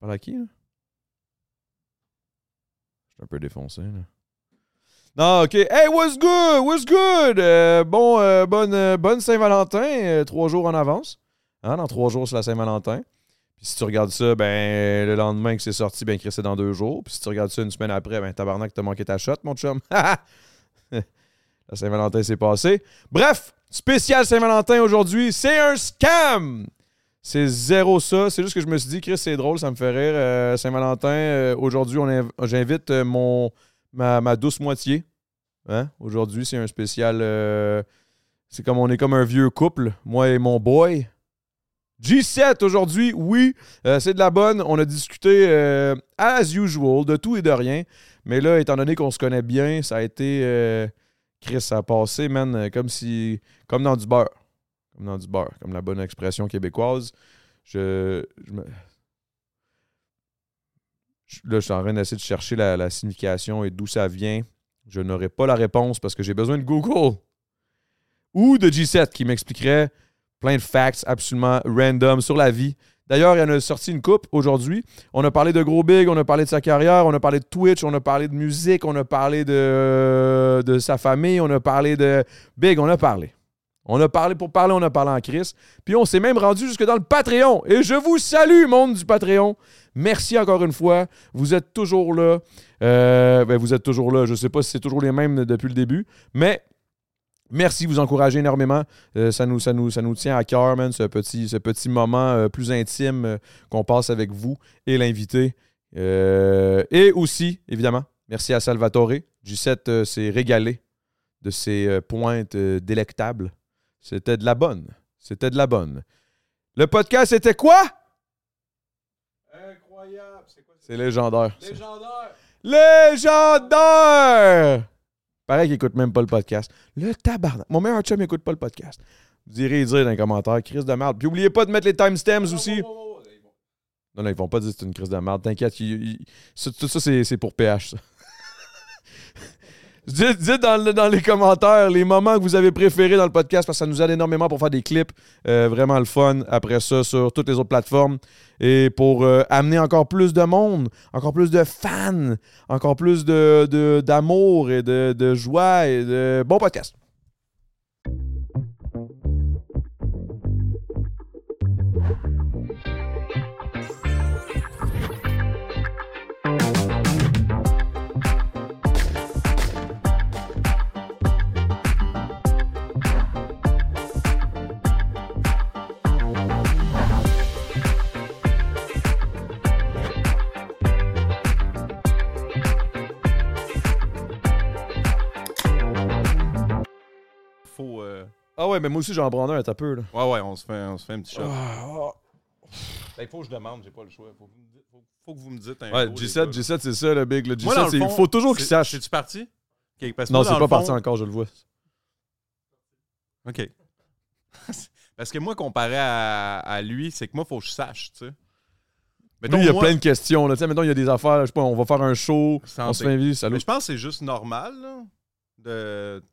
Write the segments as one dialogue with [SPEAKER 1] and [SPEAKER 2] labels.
[SPEAKER 1] parle à qui, là? Je suis un peu défoncé, là. Non, OK. Hey, what's good? What's good? Euh, bon, euh, bonne, euh, bonne Saint-Valentin, euh, trois jours en avance. Hein, dans trois jours, c'est la Saint-Valentin. Puis si tu regardes ça, ben le lendemain que c'est sorti, ben Chris, c'est dans deux jours. Puis si tu regardes ça une semaine après, ben tabarnak, t'as manqué ta shot, mon chum. la Saint-Valentin s'est passée. Bref, spécial Saint-Valentin aujourd'hui, c'est un scam! C'est zéro ça. C'est juste que je me suis dit, Chris, c'est drôle, ça me fait rire. Euh, Saint-Valentin, euh, aujourd'hui, on inv- j'invite euh, mon ma, ma douce moitié. Hein? Aujourd'hui, c'est un spécial. euh, c'est comme on est comme un vieux couple, moi et mon boy. G7 aujourd'hui, oui, euh, c'est de la bonne. On a discuté euh, as usual de tout et de rien. Mais là, étant donné qu'on se connaît bien, ça a été. euh, Chris, ça a passé, man, euh, comme si. Comme dans du beurre. Comme dans du beurre, comme la bonne expression québécoise. Je. je me- je- Là, je suis en train d'essayer de chercher la, la signification et d'où ça vient. Je n'aurai pas la réponse parce que j'ai besoin de Google ou de G7 qui m'expliquerait plein de facts absolument random sur la vie. D'ailleurs, il y en a sorti une coupe aujourd'hui. On a parlé de Gros Big, on a parlé de sa carrière, on a parlé de Twitch, on a parlé de musique, on a parlé de, de sa famille, on a parlé de Big, on a parlé. On a parlé pour parler, on a parlé en crise. Puis on s'est même rendu jusque dans le Patreon. Et je vous salue, monde du Patreon. Merci encore une fois. Vous êtes toujours là. Euh, ben, vous êtes toujours là. Je ne sais pas si c'est toujours les mêmes depuis le début. Mais merci, vous encouragez énormément. Euh, ça, nous, ça, nous, ça nous tient à cœur, man, ce petit, ce petit moment euh, plus intime euh, qu'on passe avec vous et l'invité. Euh, et aussi, évidemment, merci à Salvatore. G7 euh, s'est régalé de ses euh, pointes euh, délectables. C'était de la bonne. C'était de la bonne. Le podcast, c'était quoi?
[SPEAKER 2] Incroyable! C'est quoi
[SPEAKER 1] C'est légendaire. C'est-
[SPEAKER 2] Légendaire!
[SPEAKER 1] Légendaire! Pareil qu'il écoute même pas le podcast. Le tabarnak. Mon meilleur chum n'écoute pas le podcast. Vous irez dire dans les commentaires, crise de merde. Puis oubliez pas de mettre les timestamps aussi. Non, non, ils vont pas dire que c'est une crise de merde. T'inquiète, ils- ils- ça- tout ça, c'est c'est pour PH, ça. dites dites dans, le- dans les commentaires les moments que vous avez préférés dans le podcast parce que ça nous aide énormément pour faire des clips. Euh, vraiment le fun après ça sur toutes les autres plateformes. Et pour euh, amener encore plus de monde, encore plus de fans, encore plus de- de- d'amour et de, de joie et de bon podcast.
[SPEAKER 2] Faut. euh,
[SPEAKER 1] Ah ouais, mais moi aussi j'en prends un, t'as peu là.
[SPEAKER 2] Ouais, ouais, on se fait, on se fait un petit shot.
[SPEAKER 1] Ah,
[SPEAKER 2] Ben, faut que je demande, j'ai pas le choix. Faut que vous me dites, faut, faut que vous me dites un
[SPEAKER 1] Ouais,
[SPEAKER 2] go,
[SPEAKER 1] G7,
[SPEAKER 2] les gars.
[SPEAKER 1] G7, c'est ça le big. Le
[SPEAKER 2] Moi, dans
[SPEAKER 1] G7,
[SPEAKER 2] le
[SPEAKER 1] c'est- il
[SPEAKER 2] fond,
[SPEAKER 1] faut toujours qu'il
[SPEAKER 2] c'est-
[SPEAKER 1] sache.
[SPEAKER 2] C'est-tu parti? Ok, parce que
[SPEAKER 1] Non,
[SPEAKER 2] moi,
[SPEAKER 1] c'est
[SPEAKER 2] dans
[SPEAKER 1] pas
[SPEAKER 2] le
[SPEAKER 1] parti
[SPEAKER 2] fond-
[SPEAKER 1] encore, je le vois.
[SPEAKER 2] OK. parce que moi, comparé à, à lui, c'est que moi, faut que je sache, tu sais. Mettons,
[SPEAKER 1] Lui, il y a
[SPEAKER 2] moi,
[SPEAKER 1] plein de questions. Là. Tu sais, Mettons, il y a des affaires. Je sais pas, on va faire un show.
[SPEAKER 2] Santé.
[SPEAKER 1] On se fait inviter.
[SPEAKER 2] Mais
[SPEAKER 1] Salut.
[SPEAKER 2] je pense que c'est juste normal, là, de. de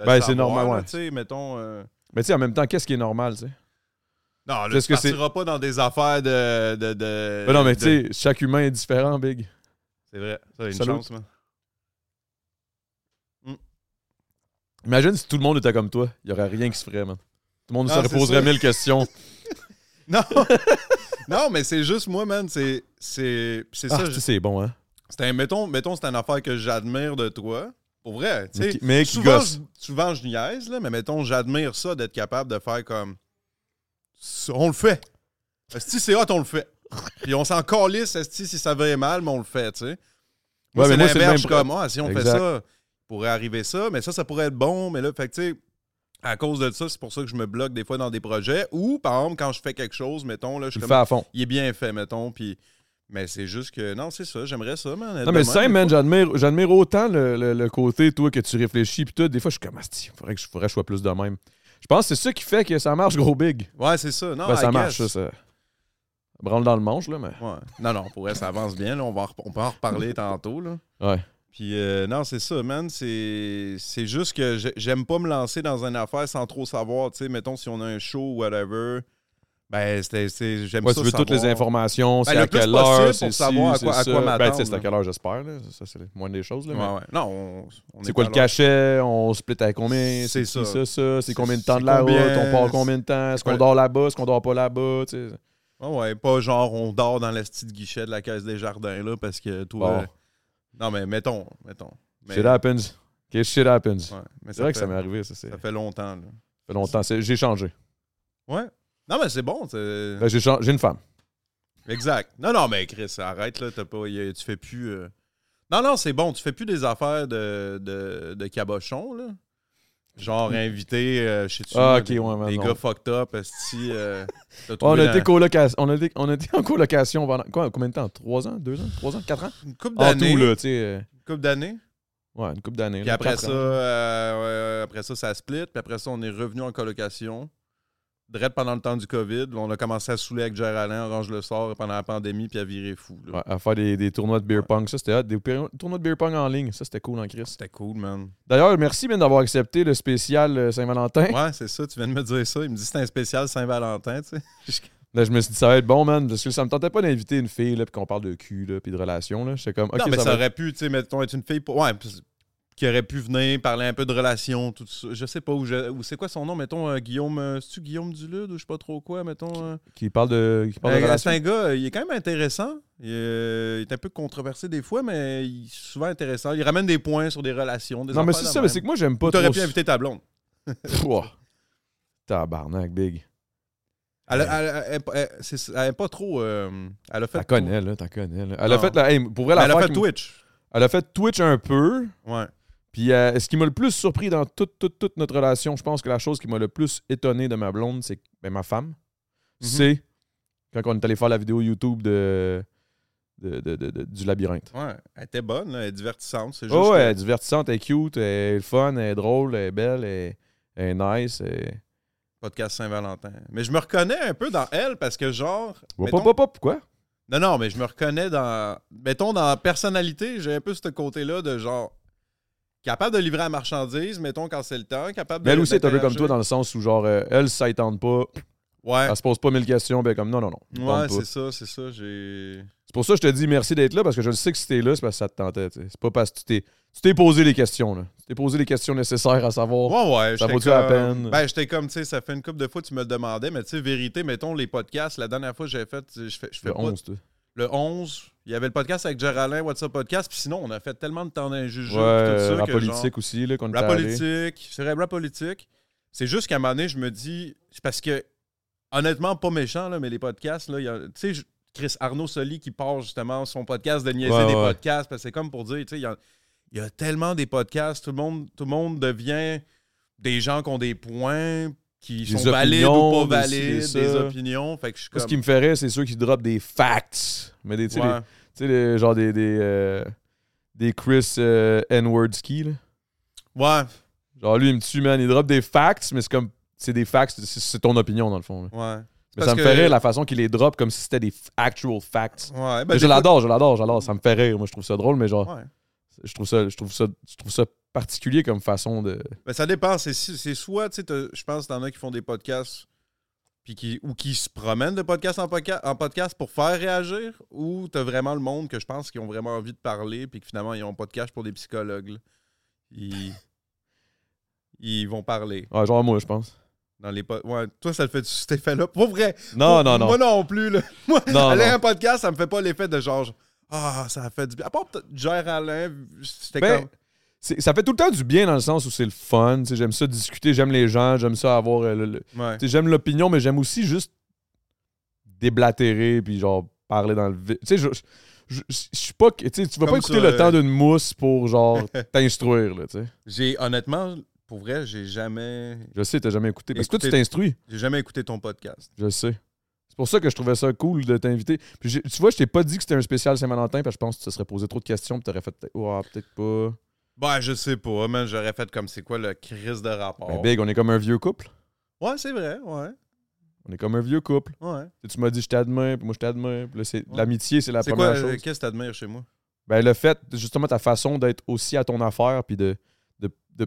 [SPEAKER 2] le
[SPEAKER 1] Ben, c'est
[SPEAKER 2] savoir,
[SPEAKER 1] normal,
[SPEAKER 2] là,
[SPEAKER 1] ouais.
[SPEAKER 2] Tu sais, mettons. euh,
[SPEAKER 1] Mais tu sais, en même temps, qu'est-ce qui est normal, tu sais?
[SPEAKER 2] Non, là,
[SPEAKER 1] Parce
[SPEAKER 2] tu
[SPEAKER 1] que c'est-
[SPEAKER 2] partiras pas dans des affaires de. de, de
[SPEAKER 1] Ben non, mais
[SPEAKER 2] Euh, de-
[SPEAKER 1] tu sais, chaque humain est différent, Big.
[SPEAKER 2] C'est vrai. Ça, a une
[SPEAKER 1] Salut.
[SPEAKER 2] chance, man.
[SPEAKER 1] Imagine si tout le monde était comme toi. Il y aurait rien qui se ferait, man. Tout le monde
[SPEAKER 2] Ah,
[SPEAKER 1] se
[SPEAKER 2] c'est
[SPEAKER 1] poserait
[SPEAKER 2] ça.
[SPEAKER 1] mille questions.
[SPEAKER 2] Non! non, mais c'est juste moi, man. C'est c'est- c'est
[SPEAKER 1] Ah,
[SPEAKER 2] ça.
[SPEAKER 1] tu sais, c'est bon, hein?
[SPEAKER 2] C'est un, mettons, mettons c'est une affaire que j'admire de toi. Pour vrai, tu
[SPEAKER 1] Mais
[SPEAKER 2] sais.
[SPEAKER 1] qui- Mais qui
[SPEAKER 2] Souvent,
[SPEAKER 1] gosse.
[SPEAKER 2] je- souvent, je niaise, là, mais mettons, j'admire ça d'être capable de faire comme. Ça, On le fait. Si c'est hot, on le fait. Puis on s'en calisse, esti, si ça va mal, mais on le fait, tu sais. Moi,
[SPEAKER 1] Ouais, mais
[SPEAKER 2] c'est
[SPEAKER 1] moi, c'est le
[SPEAKER 2] l'inverse,
[SPEAKER 1] même
[SPEAKER 2] je suis comme, ah, si on fait
[SPEAKER 1] Exact.
[SPEAKER 2] ça, pourrait arriver ça, mais ça, ça pourrait être bon, mais là, fait que, tu sais, à cause de ça, c'est pour ça que je me bloque des fois dans des projets, ou, par exemple, quand je fais quelque chose, mettons, là,
[SPEAKER 1] Tu
[SPEAKER 2] je suis
[SPEAKER 1] le
[SPEAKER 2] comme,
[SPEAKER 1] fais à fond.
[SPEAKER 2] il est bien fait, mettons, puis, mais c'est juste que, non, c'est ça, j'aimerais ça, man. être
[SPEAKER 1] Non, mais
[SPEAKER 2] de
[SPEAKER 1] simple,
[SPEAKER 2] même.
[SPEAKER 1] man. J'admire, j'admire autant le, le- le côté, toi, que tu réfléchis. Puis tout. Des fois, je suis comme, il faudrait que je faudrait que je sois plus de même. Je pense que c'est ça qui fait que ça marche, gros Big.
[SPEAKER 2] Ouais, c'est ça, non,
[SPEAKER 1] Ben,
[SPEAKER 2] Ah, I
[SPEAKER 1] ça marche, ça.
[SPEAKER 2] guess.
[SPEAKER 1] ça. Branle dans le manche, là, mais.
[SPEAKER 2] Ouais. Non, non, pour vrai, ça avance bien, là, on, va en rep- on peut en reparler tantôt, là.
[SPEAKER 1] Ouais.
[SPEAKER 2] Puis, euh, non, c'est ça, man. C'est c'est juste que j'ai- j'aime pas me lancer dans une affaire sans trop savoir. Tu sais, mettons, si on a un show ou whatever, Ben, c'était- c'est- j'aime
[SPEAKER 1] Moi,
[SPEAKER 2] ça.
[SPEAKER 1] tu veux toutes les
[SPEAKER 2] savoir.
[SPEAKER 1] informations,
[SPEAKER 2] Ben,
[SPEAKER 1] c'est
[SPEAKER 2] le
[SPEAKER 1] à
[SPEAKER 2] plus
[SPEAKER 1] quelle
[SPEAKER 2] possible
[SPEAKER 1] heure,
[SPEAKER 2] pour
[SPEAKER 1] c'est
[SPEAKER 2] savoir à
[SPEAKER 1] ci,
[SPEAKER 2] quoi-
[SPEAKER 1] c'est
[SPEAKER 2] à
[SPEAKER 1] ça.
[SPEAKER 2] quoi
[SPEAKER 1] Ben, tu sais,
[SPEAKER 2] m'attendre,
[SPEAKER 1] c'est à
[SPEAKER 2] là.
[SPEAKER 1] quelle heure, j'espère. là. Ça, c'est le moins des choses. Là, mais
[SPEAKER 2] Ouais, ouais. Non, on- on
[SPEAKER 1] C'est
[SPEAKER 2] est
[SPEAKER 1] quoi
[SPEAKER 2] pas
[SPEAKER 1] le
[SPEAKER 2] là.
[SPEAKER 1] cachet? On split à combien?
[SPEAKER 2] C'est
[SPEAKER 1] qui,
[SPEAKER 2] ça.
[SPEAKER 1] ça, ça? C'est
[SPEAKER 2] C'est-
[SPEAKER 1] combien de temps
[SPEAKER 2] c'est
[SPEAKER 1] de la
[SPEAKER 2] combien?
[SPEAKER 1] route? On part combien de temps? Est-ce
[SPEAKER 2] C'est quoi
[SPEAKER 1] qu'on
[SPEAKER 2] le-
[SPEAKER 1] dort là-bas? Est-ce qu'on dort pas là-bas? tu sais?
[SPEAKER 2] Ouais, ouais, pas genre on dort dans la petite guichet de la caisse des jardins, là, parce que tout.
[SPEAKER 1] Bon.
[SPEAKER 2] euh, Non, mais mettons, mettons. Mais,
[SPEAKER 1] Shit happens. OK, shit happens.
[SPEAKER 2] ouais, mais
[SPEAKER 1] c'est vrai que
[SPEAKER 2] fait-
[SPEAKER 1] ça m'est arrivé, ça. c'est-
[SPEAKER 2] Ça
[SPEAKER 1] Ça
[SPEAKER 2] fait longtemps, là.
[SPEAKER 1] fait longtemps. C'est- J'ai changé.
[SPEAKER 2] Ouais. Non, mais c'est bon. c'est-
[SPEAKER 1] Ben, J'ai chan- j'ai une femme.
[SPEAKER 2] Exact. Non, non, mais Chris, arrête, là. T'as pas, y a- tu fais plus. euh, Non, non, c'est bon. Tu fais plus des affaires de, de, de cabochon, là. Genre invité euh, chez tu
[SPEAKER 1] Mm. Ah,
[SPEAKER 2] là,
[SPEAKER 1] OK,
[SPEAKER 2] des,
[SPEAKER 1] ouais, ouais,
[SPEAKER 2] des
[SPEAKER 1] non.
[SPEAKER 2] gars fucked up, esti, euh, t'as
[SPEAKER 1] On
[SPEAKER 2] trouvé
[SPEAKER 1] a, été
[SPEAKER 2] dans-
[SPEAKER 1] coloca- on, a été, on a été en colocation pendant quoi, combien de temps? Trois ans? Deux ans? Trois ans? Quatre ans?
[SPEAKER 2] une couple
[SPEAKER 1] En tout,
[SPEAKER 2] d'années.
[SPEAKER 1] là, tu sais. euh,
[SPEAKER 2] Une couple d'années.
[SPEAKER 1] Ouais, une couple d'années.
[SPEAKER 2] Puis
[SPEAKER 1] là,
[SPEAKER 2] après
[SPEAKER 1] quatre
[SPEAKER 2] ça,
[SPEAKER 1] ans.
[SPEAKER 2] euh, ouais, après ça, ça split. Puis après ça, on est revenu en colocation. Direct pendant le temps du COVID. Là, on a commencé à saouler avec Gérald Alain, Orange le sort pendant la pandémie, puis à virer fou. là.
[SPEAKER 1] Ouais, à faire des, des tournois de beer pong. Ça, c'était hot. Des péri- tournois de beer pong en ligne. Ça, c'était cool en Chris.
[SPEAKER 2] C'était cool, man.
[SPEAKER 1] D'ailleurs, merci, Ben, d'avoir accepté le spécial euh, Saint-Valentin.
[SPEAKER 2] Ouais, c'est ça, tu viens de me dire ça. Il me dit c'est un spécial Saint-Valentin, tu sais.
[SPEAKER 1] Là, je me suis dit, ça va être bon, man. Parce que ça me tentait pas d'inviter une fille, là, puis qu'on parle de cul, là, puis de relations, là. J'étais comme, OK,
[SPEAKER 2] non, mais ça,
[SPEAKER 1] ça, va.
[SPEAKER 2] aurait pu, tu sais, mettons, être une fille pour- ouais, puis- qui aurait pu venir parler un peu de relations, tout ça. Je sais pas où, je- où c'est quoi son nom, mettons, euh, Guillaume. euh, C'est-tu Guillaume Dulude ou je sais pas trop quoi, mettons. euh?
[SPEAKER 1] Qui parle de, qui parle de
[SPEAKER 2] Euh,
[SPEAKER 1] relations.
[SPEAKER 2] c'est un gars, euh, il est quand même intéressant. Il, euh, il est un peu controversé des fois, mais il est souvent intéressant. Il ramène des points sur des relations. Des
[SPEAKER 1] Non, mais
[SPEAKER 2] affaires
[SPEAKER 1] c'est
[SPEAKER 2] de
[SPEAKER 1] ça, mais
[SPEAKER 2] même.
[SPEAKER 1] c'est que moi, j'aime pas
[SPEAKER 2] T'aurais
[SPEAKER 1] trop.
[SPEAKER 2] pu
[SPEAKER 1] ça.
[SPEAKER 2] inviter ta blonde.
[SPEAKER 1] Pouah. Tabarnak, big.
[SPEAKER 2] Elle, a- elle, elle- elle- elle- c'est- elle est pas trop. euh, elle a fait.
[SPEAKER 1] T'en connais, là, t'en connais, là. Elle a
[SPEAKER 2] Non.
[SPEAKER 1] fait, la, hey, pour vrai,
[SPEAKER 2] Mais elle a
[SPEAKER 1] l'affaire
[SPEAKER 2] fait
[SPEAKER 1] qui m-
[SPEAKER 2] Twitch.
[SPEAKER 1] elle a fait Twitch un peu.
[SPEAKER 2] Ouais.
[SPEAKER 1] Puis euh, ce qui m'a le plus surpris dans toute, toute, toute notre relation, je pense que la chose qui m'a le plus étonné de ma blonde, c'est ben, ma femme,
[SPEAKER 2] Mhm.
[SPEAKER 1] c'est quand on est allé faire la vidéo YouTube de, de- de- de- de- du labyrinthe.
[SPEAKER 2] Ouais, elle était bonne, là, elle est divertissante. C'est juste euh,
[SPEAKER 1] Oh,
[SPEAKER 2] que-
[SPEAKER 1] ouais, elle est divertissante, elle est cute, elle est fun, elle est drôle, elle est belle, elle est, elle est nice. Elle...
[SPEAKER 2] podcast Saint-Valentin. Mais je me reconnais un peu dans elle parce que, genre.
[SPEAKER 1] Wop,
[SPEAKER 2] mettons-
[SPEAKER 1] wop, wop, wop, quoi?
[SPEAKER 2] Non, non, mais je me reconnais dans. Mettons, dans la personnalité, j'ai un peu ce côté-là de genre. Capable de livrer la marchandise, mettons, quand c'est le temps. Capable
[SPEAKER 1] Mais elle
[SPEAKER 2] de-
[SPEAKER 1] aussi est un peu comme
[SPEAKER 2] d'interagir.
[SPEAKER 1] toi dans le sens où, genre, euh, elle, ça y tente pas,
[SPEAKER 2] Ouais.
[SPEAKER 1] elle se pose pas mille questions, ben comme non, non, non. ça y tente pas.
[SPEAKER 2] Ouais, c'est ça, c'est ça. J'ai.
[SPEAKER 1] C'est pour ça que je te dis merci d'être là, parce que je le sais que si t'es là, c'est parce que ça te tentait. tu sais. C'est pas parce que tu t'es, tu t'es posé les questions. Là. Tu t'es posé les questions nécessaires à savoir.
[SPEAKER 2] Ouais, ouais.
[SPEAKER 1] Oh, Ça
[SPEAKER 2] j'étais
[SPEAKER 1] vaut-tu la
[SPEAKER 2] comme-
[SPEAKER 1] peine?
[SPEAKER 2] Ben, j'étais comme, tu sais, ça fait une couple de fois, tu me le demandais, mais tu sais, vérité, mettons, les podcasts, la dernière fois, j'ai fait. Je fais, je fais
[SPEAKER 1] le
[SPEAKER 2] pas
[SPEAKER 1] 11, toi.
[SPEAKER 2] le 11, il y avait le podcast avec Géraldin, WhatsApp Podcast, puis sinon, on a fait tellement de temps d'injugé,
[SPEAKER 1] Ouais,
[SPEAKER 2] tout ça,
[SPEAKER 1] la
[SPEAKER 2] que
[SPEAKER 1] politique
[SPEAKER 2] genre,
[SPEAKER 1] aussi, là, qu'on est
[SPEAKER 2] rap
[SPEAKER 1] allé.
[SPEAKER 2] politique, c'est vrai, rap politique. C'est juste qu'à un moment donné, je me dis, c'est parce que, honnêtement, pas méchant, là, mais les podcasts, là, il y a- tu sais, je- Chris Arnaud Soli qui part justement son podcast de niaiser
[SPEAKER 1] Ouais,
[SPEAKER 2] des
[SPEAKER 1] ouais.
[SPEAKER 2] podcasts, parce que c'est comme pour dire, tu sais, il y a, il y a tellement des podcasts, tout le monde, tout le monde devient des gens qui ont des points, qui
[SPEAKER 1] Des
[SPEAKER 2] sont valides ou
[SPEAKER 1] opinions,
[SPEAKER 2] pas
[SPEAKER 1] des ci, des
[SPEAKER 2] valides,
[SPEAKER 1] ça.
[SPEAKER 2] des, opinions, fait que je suis
[SPEAKER 1] Moi,
[SPEAKER 2] comme...
[SPEAKER 1] ce qui me ferait, c'est ceux qui drop des facts. Mais des, tu sais, des-
[SPEAKER 2] Ouais.
[SPEAKER 1] tu sais, des- genre des, des, euh, des Chris euh, N-Wordski, là.
[SPEAKER 2] ouais,
[SPEAKER 1] Genre lui, il me tue, man. Il drop des facts, mais c'est comme. C'est des facts, c'est, c'est ton opinion, dans le fond. là.
[SPEAKER 2] ouais. C'est
[SPEAKER 1] Mais
[SPEAKER 2] parce
[SPEAKER 1] ça me
[SPEAKER 2] que-
[SPEAKER 1] ferait la façon qu'il les drop comme si c'était des f- actual facts.
[SPEAKER 2] Ouais, ben,
[SPEAKER 1] Mais
[SPEAKER 2] des
[SPEAKER 1] je
[SPEAKER 2] fois-
[SPEAKER 1] l'adore, je l'adore, j'adore. Ça me fait rire. Moi, je trouve ça drôle, mais genre,
[SPEAKER 2] Ouais.
[SPEAKER 1] je trouve ça, je trouve ça, je trouve ça particulier comme façon de.
[SPEAKER 2] Ben, ça dépend. C'est, c'est soit, tu sais, t'as- je pense, t'en as qui font des podcasts puis qui, ou qui se promènent de podcast en, podca- en podcast pour faire réagir, ou t'as vraiment le monde que je pense qui ont vraiment envie de parler puis que finalement, ils ont pas de cash pour des psychologues. là. Ils, ils vont parler
[SPEAKER 1] Ouais, genre moi, je pense.
[SPEAKER 2] dans les pod- Ouais, toi, ça te fait cet effet-là. Pour vrai.
[SPEAKER 1] Non,
[SPEAKER 2] Pour-
[SPEAKER 1] Ah, non, non.
[SPEAKER 2] Moi non plus, là. Moi,
[SPEAKER 1] Non,
[SPEAKER 2] aller
[SPEAKER 1] non.
[SPEAKER 2] à un podcast, ça me fait pas l'effet de genre... Ah, ça a fait du bien. À part peut-être Gérard Alain, c'était
[SPEAKER 1] Ben,
[SPEAKER 2] comme...
[SPEAKER 1] c'est- ça fait tout le temps du bien dans le sens où c'est le fun. tu sais, J'aime ça discuter, j'aime les gens, j'aime ça avoir. euh, le- le- tu
[SPEAKER 2] Ouais.
[SPEAKER 1] sais, j'aime l'opinion, mais j'aime aussi juste déblatérer puis genre parler dans le vide. Tu sais, je, je, je- je suis pas. que- Tu sais, tu vas pas
[SPEAKER 2] Comme
[SPEAKER 1] écouter
[SPEAKER 2] ça,
[SPEAKER 1] le
[SPEAKER 2] euh.
[SPEAKER 1] temps d'une mousse pour genre t'instruire, là, tu sais.
[SPEAKER 2] J'ai, honnêtement, pour vrai, j'ai jamais...
[SPEAKER 1] Je sais, t'as jamais écouté. Parce que toi, tu
[SPEAKER 2] Écoutez-
[SPEAKER 1] t'instruis.
[SPEAKER 2] J'ai jamais écouté ton podcast.
[SPEAKER 1] Je le sais. C'est pour ça que je trouvais ça cool de t'inviter. Puis j'ai- tu vois, je t'ai pas dit que c'était un spécial Saint-Valentin parce que je pense que tu te serais posé trop de questions puis t'aurais fait peut-être Ouais, peut-être pas.
[SPEAKER 2] Ben, je sais pas, man. J'aurais fait comme c'est quoi le crise de rapport.
[SPEAKER 1] Ben, Big, on est comme un vieux couple.
[SPEAKER 2] Ouais, c'est vrai, ouais.
[SPEAKER 1] On est comme un vieux couple.
[SPEAKER 2] ouais.
[SPEAKER 1] Tu sais, tu m'as dit je t'admire, puis moi je t'admire. Puis là, c'est-
[SPEAKER 2] Ouais.
[SPEAKER 1] L'amitié, c'est la
[SPEAKER 2] C'est
[SPEAKER 1] première
[SPEAKER 2] quoi, euh,
[SPEAKER 1] chose.
[SPEAKER 2] qu'est-ce que t'admires chez moi?
[SPEAKER 1] Ben, le fait, justement, ta façon d'être aussi à ton affaire, puis de, de, de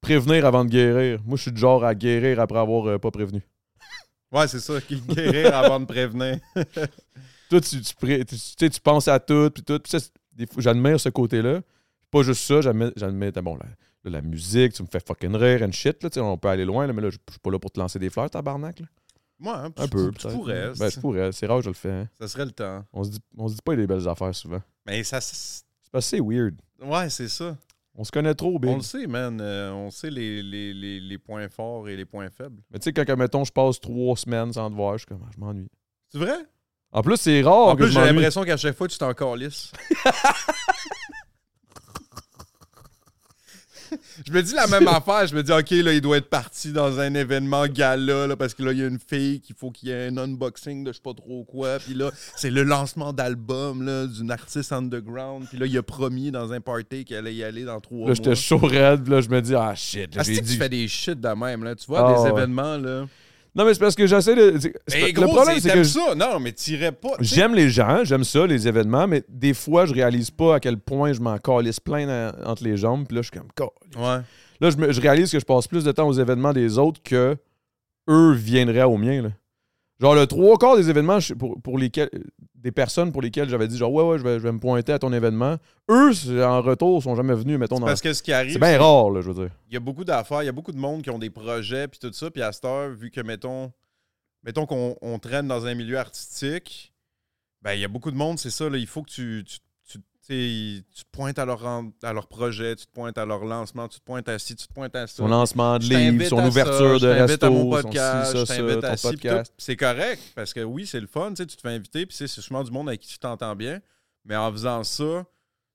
[SPEAKER 1] prévenir avant de guérir. Moi, je suis du genre à guérir après avoir euh, pas prévenu.
[SPEAKER 2] Ouais, c'est ça, qui guérir avant de prévenir.
[SPEAKER 1] Toi, tu, tu, pré- tu- tu sais, tu penses à tout, puis tout. Puis ça, c'est- des fois, j'admire ce côté-là. Pas juste ça, j'admire, j'admire, t'as- bon, la, là, la musique, tu me fais fucking rire and shit, là, tu sais, on peut aller loin, là, mais là, je je suis pas là pour te lancer des fleurs, tabarnak, là.
[SPEAKER 2] Moi, hein, tu,
[SPEAKER 1] Un peu,
[SPEAKER 2] tu
[SPEAKER 1] peut-être.
[SPEAKER 2] pourrais.
[SPEAKER 1] Ben, je pourrais, c'est rare que je le fais, hein.
[SPEAKER 2] Ça serait le temps.
[SPEAKER 1] On se dit, on se dit pas des belles affaires, souvent.
[SPEAKER 2] Mais ça. s-
[SPEAKER 1] C'est parce que c'est weird.
[SPEAKER 2] Ouais, c'est ça.
[SPEAKER 1] On se connaît trop,
[SPEAKER 2] On
[SPEAKER 1] Big.
[SPEAKER 2] le sait, man. euh, on sait les, les, les, les points forts et les points faibles.
[SPEAKER 1] Mais tu sais, quand, quand, mettons, je passe trois semaines sans te voir, je suis comme, ah, je m'ennuie.
[SPEAKER 2] C'est vrai?
[SPEAKER 1] En plus, c'est rare
[SPEAKER 2] en
[SPEAKER 1] que
[SPEAKER 2] plus,
[SPEAKER 1] je
[SPEAKER 2] j'ai
[SPEAKER 1] m'ennuie.
[SPEAKER 2] l'impression qu'à chaque fois, tu t'en calisses. je me dis la même affaire. Je me dis, OK, là, il doit être parti dans un événement gala, là, parce que là, il y a une fille qu'il faut qu'il y ait un unboxing de je sais pas trop quoi. Puis là, c'est le lancement d'album là, d'une artiste underground. Puis là, il a promis dans un party qu'elle allait y aller dans trois
[SPEAKER 1] Là,
[SPEAKER 2] mois.
[SPEAKER 1] j'étais chaud raide, puis là, je me dis, ah shit, là,
[SPEAKER 2] Ah, c'est
[SPEAKER 1] j'ai
[SPEAKER 2] que tu
[SPEAKER 1] dit.
[SPEAKER 2] fais des shit de même, là. Tu vois,
[SPEAKER 1] Ah,
[SPEAKER 2] des
[SPEAKER 1] ouais.
[SPEAKER 2] événements, là.
[SPEAKER 1] Non, mais c'est parce que j'essaie de. c'est- c'est-
[SPEAKER 2] Mais
[SPEAKER 1] le
[SPEAKER 2] gros,
[SPEAKER 1] problème, c'est que
[SPEAKER 2] t'aimes
[SPEAKER 1] je-
[SPEAKER 2] ça. Non, mais t'irais pas. tu sais,
[SPEAKER 1] j'aime les gens, j'aime ça, les événements, mais des fois, je réalise pas à quel point je m'en calisse plein dans- entre les jambes, puis là, je suis comme, Calisse.
[SPEAKER 2] Ouais.
[SPEAKER 1] Là, je, me- je réalise que je passe plus de temps aux événements des autres que eux viendraient aux miens. là. Genre, le trois quarts des événements je- pour, pour lesquels, des personnes pour lesquelles j'avais dit, genre, ouais, ouais, je vais, je vais me pointer à ton événement, eux, c'est- en retour, sont jamais venus, mettons. dans-
[SPEAKER 2] Parce que ce qui arrive,
[SPEAKER 1] C'est bien rare, là, je veux dire.
[SPEAKER 2] il y a beaucoup d'affaires, il y a beaucoup de monde qui ont des projets, puis tout ça. Puis à cette heure, vu que, mettons, mettons qu'on on traîne dans un milieu artistique, ben, il y a beaucoup de monde, c'est ça, là, il faut que tu, tu, tu, tu sais, tu te pointes à leur, ren- à leur projet, tu te pointes à leur lancement, tu te pointes à ci, tu te pointes à ça.
[SPEAKER 1] Son lancement de
[SPEAKER 2] Je
[SPEAKER 1] livre,
[SPEAKER 2] t'invite
[SPEAKER 1] son
[SPEAKER 2] à ça,
[SPEAKER 1] ouverture
[SPEAKER 2] je
[SPEAKER 1] de
[SPEAKER 2] t'invite
[SPEAKER 1] resto,
[SPEAKER 2] à mon
[SPEAKER 1] son
[SPEAKER 2] podcast,
[SPEAKER 1] ci, ça,
[SPEAKER 2] je
[SPEAKER 1] ça,
[SPEAKER 2] t'invite
[SPEAKER 1] ton
[SPEAKER 2] à ci, puis
[SPEAKER 1] podcast.
[SPEAKER 2] tout. Puis C'est correct, parce que oui, c'est le fun, tu sais, tu te fais inviter, puis c'est c'est souvent du monde avec qui tu t'entends bien, mais en faisant ça,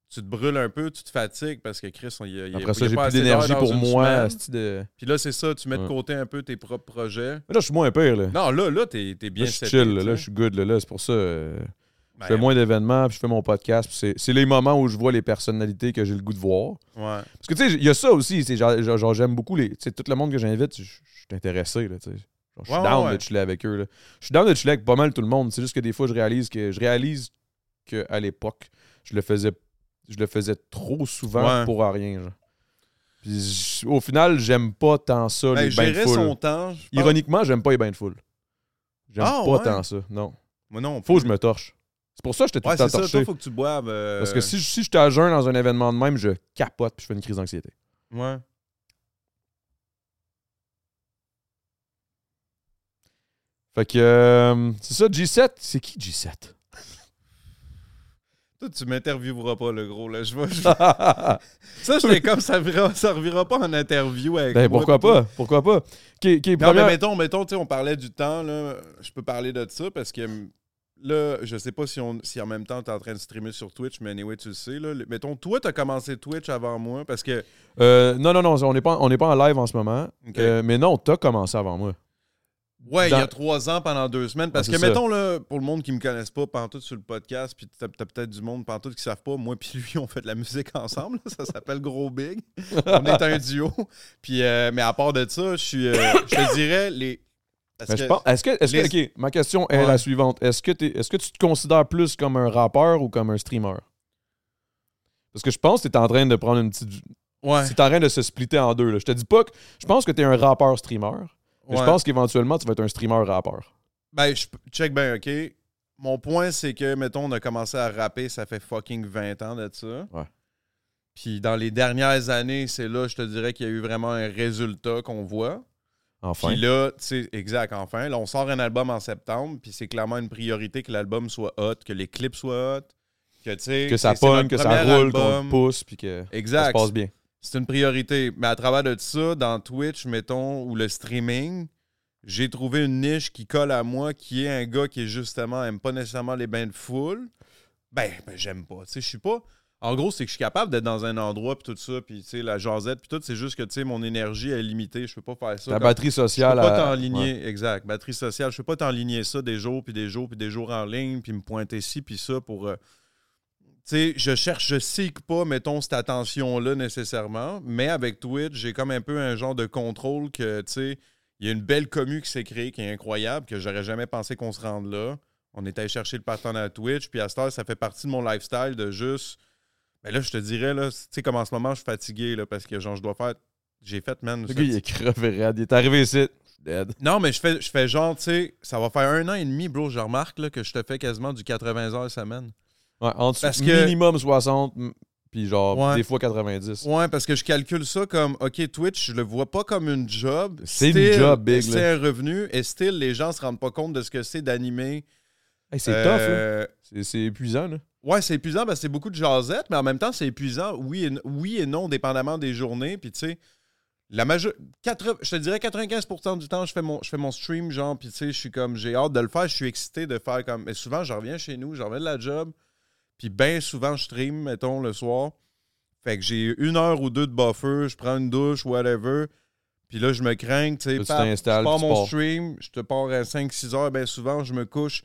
[SPEAKER 2] tu te brûles un peu, tu te fatigues, parce que Chris, on y a, il y a-
[SPEAKER 1] Après
[SPEAKER 2] il y
[SPEAKER 1] ça,
[SPEAKER 2] a
[SPEAKER 1] j'ai
[SPEAKER 2] pas
[SPEAKER 1] plus
[SPEAKER 2] assez d'heures
[SPEAKER 1] d'énergie
[SPEAKER 2] dans
[SPEAKER 1] pour
[SPEAKER 2] une
[SPEAKER 1] moi.
[SPEAKER 2] semaine.
[SPEAKER 1] asti de-
[SPEAKER 2] Puis là, c'est ça, tu mets de
[SPEAKER 1] Ouais.
[SPEAKER 2] côté un peu tes propres projets.
[SPEAKER 1] Mais Là, je suis moins pire, là.
[SPEAKER 2] Non, là, là, t'es t'es bien
[SPEAKER 1] Là, je suis
[SPEAKER 2] seté,
[SPEAKER 1] chill,
[SPEAKER 2] tu
[SPEAKER 1] là,
[SPEAKER 2] sais.
[SPEAKER 1] Là, je suis good, là. là, c'est pour ça. euh,
[SPEAKER 2] Ben,
[SPEAKER 1] je fais moins d'événements, puis je fais mon podcast. puis c'est- C'est les moments où je vois les personnalités que j'ai le goût de voir.
[SPEAKER 2] Ouais.
[SPEAKER 1] Parce que, tu sais, il y a ça aussi. c'est Genre, genre- genre, j'aime beaucoup les. Tu sais, tout le monde que j'invite, je je suis intéressé, là, tu sais. Genre, Je suis
[SPEAKER 2] Ouais,
[SPEAKER 1] down
[SPEAKER 2] ouais, ouais.
[SPEAKER 1] de chiller avec eux. là. Je suis down de chiller avec pas mal tout le monde. C'est juste que des fois, je réalise que je réalise qu'à l'époque, je le faisais je le faisais trop souvent
[SPEAKER 2] Ouais.
[SPEAKER 1] pour rien. genre. Puis je- au final, j'aime pas tant ça,
[SPEAKER 2] Ben,
[SPEAKER 1] les bains de
[SPEAKER 2] gérer
[SPEAKER 1] foule.
[SPEAKER 2] son temps. je pense-
[SPEAKER 1] Ironiquement, j'aime pas les bains de foule. J'aime
[SPEAKER 2] Ah,
[SPEAKER 1] pas
[SPEAKER 2] ouais?
[SPEAKER 1] tant ça, non.
[SPEAKER 2] Moi non.
[SPEAKER 1] Faut que je me torche. C'est pour ça que j'étais tout
[SPEAKER 2] Ouais,
[SPEAKER 1] le temps
[SPEAKER 2] c'est ça.
[SPEAKER 1] torché.
[SPEAKER 2] Toi, faut que tu boives. euh,
[SPEAKER 1] Parce que si, je- si j'étais à jeun dans un événement de même, je capote puis je fais une crise d'anxiété.
[SPEAKER 2] Ouais.
[SPEAKER 1] Fait que euh, c'est ça, G7. C'est qui G7?
[SPEAKER 2] Toi, tu m'intervieweras pas, le gros, là. Je vois. je-
[SPEAKER 1] ben
[SPEAKER 2] Ça, j'étais comme ça servira, ça servira pas en interview avec. moi,
[SPEAKER 1] Ben, pourquoi
[SPEAKER 2] puis tout.
[SPEAKER 1] pas? Pourquoi pas? Qui, qui est
[SPEAKER 2] Non,
[SPEAKER 1] première-
[SPEAKER 2] mais mettons, mettons, tu sais, on parlait du temps, là. Je peux parler de ça parce que mm, là, je sais pas si, on, si en même temps t'es en train de streamer sur Twitch, mais anyway, tu le sais, là. Le- Mettons, toi, t'as commencé Twitch avant moi parce que.
[SPEAKER 1] Euh, non, non, non, on n'est pas, on n'est pas en live en ce moment.
[SPEAKER 2] Ok.
[SPEAKER 1] Euh, mais non, t'as commencé avant moi.
[SPEAKER 2] Ouais, il y
[SPEAKER 1] Dans-
[SPEAKER 2] a trois ans pendant deux semaines. Parce
[SPEAKER 1] Ouais,
[SPEAKER 2] que,
[SPEAKER 1] c'est ça.
[SPEAKER 2] mettons, là, pour le monde qui me connaissent pas, pantoute sur le podcast, puis t'as t'as peut-être du monde, pantoute qui savent pas, moi puis lui, on fait de la musique ensemble. là. ça s'appelle Gros Big. on est un duo. Puis, euh, mais à part de ça, je suis, euh, je te dirais, les. parce
[SPEAKER 1] Mais je
[SPEAKER 2] que-
[SPEAKER 1] pense- Est-ce que, est-ce que-
[SPEAKER 2] les-
[SPEAKER 1] ok, ma question est
[SPEAKER 2] Ouais.
[SPEAKER 1] la suivante. Est-ce que, t'es- est-ce que tu te considères plus comme un rappeur ou comme un streamer? Parce que je pense que t'es en train de prendre une petite.
[SPEAKER 2] Ouais.
[SPEAKER 1] C'est en train de se splitter en deux. Là. Je te dis pas que. Je pense que t'es un rappeur-streamer. Mais je
[SPEAKER 2] ouais.
[SPEAKER 1] pense qu'éventuellement, tu vas être un streamer-rappeur.
[SPEAKER 2] Ben, je check bien, OK. Mon point, c'est que, mettons, on a commencé à rapper, ça fait fucking 20 ans de ça.
[SPEAKER 1] Ouais.
[SPEAKER 2] Puis dans les dernières années, c'est là, je te dirais qu'il y a eu vraiment un résultat qu'on voit.
[SPEAKER 1] Enfin.
[SPEAKER 2] Puis là, tu sais, exact, enfin. Là, on sort un album en septembre, puis c'est clairement une priorité que l'album soit hot, que les clips soient hot, que tu sais.
[SPEAKER 1] que ça
[SPEAKER 2] c'est- c'est notre
[SPEAKER 1] pogne, que ça
[SPEAKER 2] premier
[SPEAKER 1] roule, qu'on
[SPEAKER 2] album.
[SPEAKER 1] le pousse, puis que ça se
[SPEAKER 2] Exact.
[SPEAKER 1] passe bien.
[SPEAKER 2] C'est une priorité. Mais à travers de ça, dans Twitch, mettons, ou le streaming, j'ai trouvé une niche qui colle à moi, qui est un gars qui, justement, aime pas nécessairement les bains de foule. Ben, ben j'aime pas. Tu sais, je suis pas. En gros, c'est que je suis capable d'être dans un endroit, puis tout ça, puis tu sais, la jasette, puis tout. C'est juste que, tu sais, mon énergie est limitée. Je peux pas faire ça.
[SPEAKER 1] La
[SPEAKER 2] comme-
[SPEAKER 1] batterie
[SPEAKER 2] je peux
[SPEAKER 1] sociale.
[SPEAKER 2] pas
[SPEAKER 1] à-
[SPEAKER 2] t'enligner, exact. Batterie sociale, je peux pas t'enligner ça des jours, puis des jours, puis des jours en ligne, puis me pointer ci, puis ça pour. euh, tu sais, je cherche, je seek pas, mettons, cette attention-là nécessairement, mais avec Twitch, j'ai comme un peu un genre de contrôle que, tu sais, il y a une belle commu qui s'est créée qui est incroyable, que j'aurais jamais pensé qu'on se rende là. On est allé chercher le partenaire Twitch, puis à cette heure, ça fait partie de mon lifestyle de juste. Ben là, je te dirais, là, tu sais, comme en ce moment, je suis fatigué, là, parce que, genre, je dois faire. J'ai fait, man.
[SPEAKER 1] Le gars, il est crevé raide. Il est arrivé ici. Dead.
[SPEAKER 2] Non, mais je fais, je fais genre, tu sais, ça va faire un an et demi, bro, je remarque là, que je te fais quasiment du 80 heures semaine.
[SPEAKER 1] Ouais, en dessous,
[SPEAKER 2] Parce que-
[SPEAKER 1] minimum 60, m- puis genre,
[SPEAKER 2] Ouais.
[SPEAKER 1] des fois 90.
[SPEAKER 2] Ouais, parce que je calcule ça comme, OK, Twitch, je le vois pas comme une job.
[SPEAKER 1] C'est une
[SPEAKER 2] Still,
[SPEAKER 1] job, big,
[SPEAKER 2] C'est un revenu et still, les gens se rendent pas compte de ce que c'est d'animer.
[SPEAKER 1] Hey, c'est tough, hein. là.
[SPEAKER 2] euh,
[SPEAKER 1] C'est- C'est épuisant, là.
[SPEAKER 2] Ouais, c'est épuisant parce que c'est beaucoup de jasette, mais en même temps, c'est épuisant, oui et, n- oui et non, dépendamment des journées. Puis, tu sais, la majeure. Je te dirais 95% du temps, je fais mon, je fais mon stream, genre, puis, tu sais, je suis comme, j'ai hâte de le faire, je suis excité de faire comme. Mais souvent, je reviens chez nous, je reviens de la job, puis, bien souvent, je stream, mettons, le soir. Fait que j'ai une heure ou deux de buffer, je prends une douche, whatever. Puis là, je me crains, tu sais,
[SPEAKER 1] Là, tu
[SPEAKER 2] paf,
[SPEAKER 1] t'installes,
[SPEAKER 2] je pars
[SPEAKER 1] puis tu
[SPEAKER 2] mon
[SPEAKER 1] pars.
[SPEAKER 2] stream, je te pars à 5-6 heures, bien souvent, je me couche,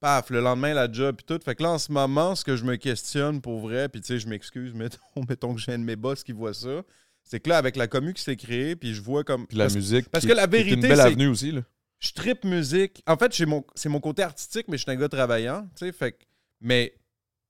[SPEAKER 2] paf, le lendemain, la job, puis tout. Fait que là, en ce moment, ce que je me questionne pour vrai, puis tu sais, je m'excuse, mettons, mettons que j'ai un de mes boss qui voit ça, c'est que là, avec la commu qui s'est créée, puis je vois comme...
[SPEAKER 1] Puis la
[SPEAKER 2] parce-
[SPEAKER 1] musique.
[SPEAKER 2] parce
[SPEAKER 1] qui-
[SPEAKER 2] que la
[SPEAKER 1] qui est une
[SPEAKER 2] vérité,
[SPEAKER 1] belle
[SPEAKER 2] c'est-
[SPEAKER 1] avenue aussi, là.
[SPEAKER 2] je tripe musique. En fait, j'ai mon, c'est mon côté artistique, mais je suis un gars travaillant, tu sais, fait que- mais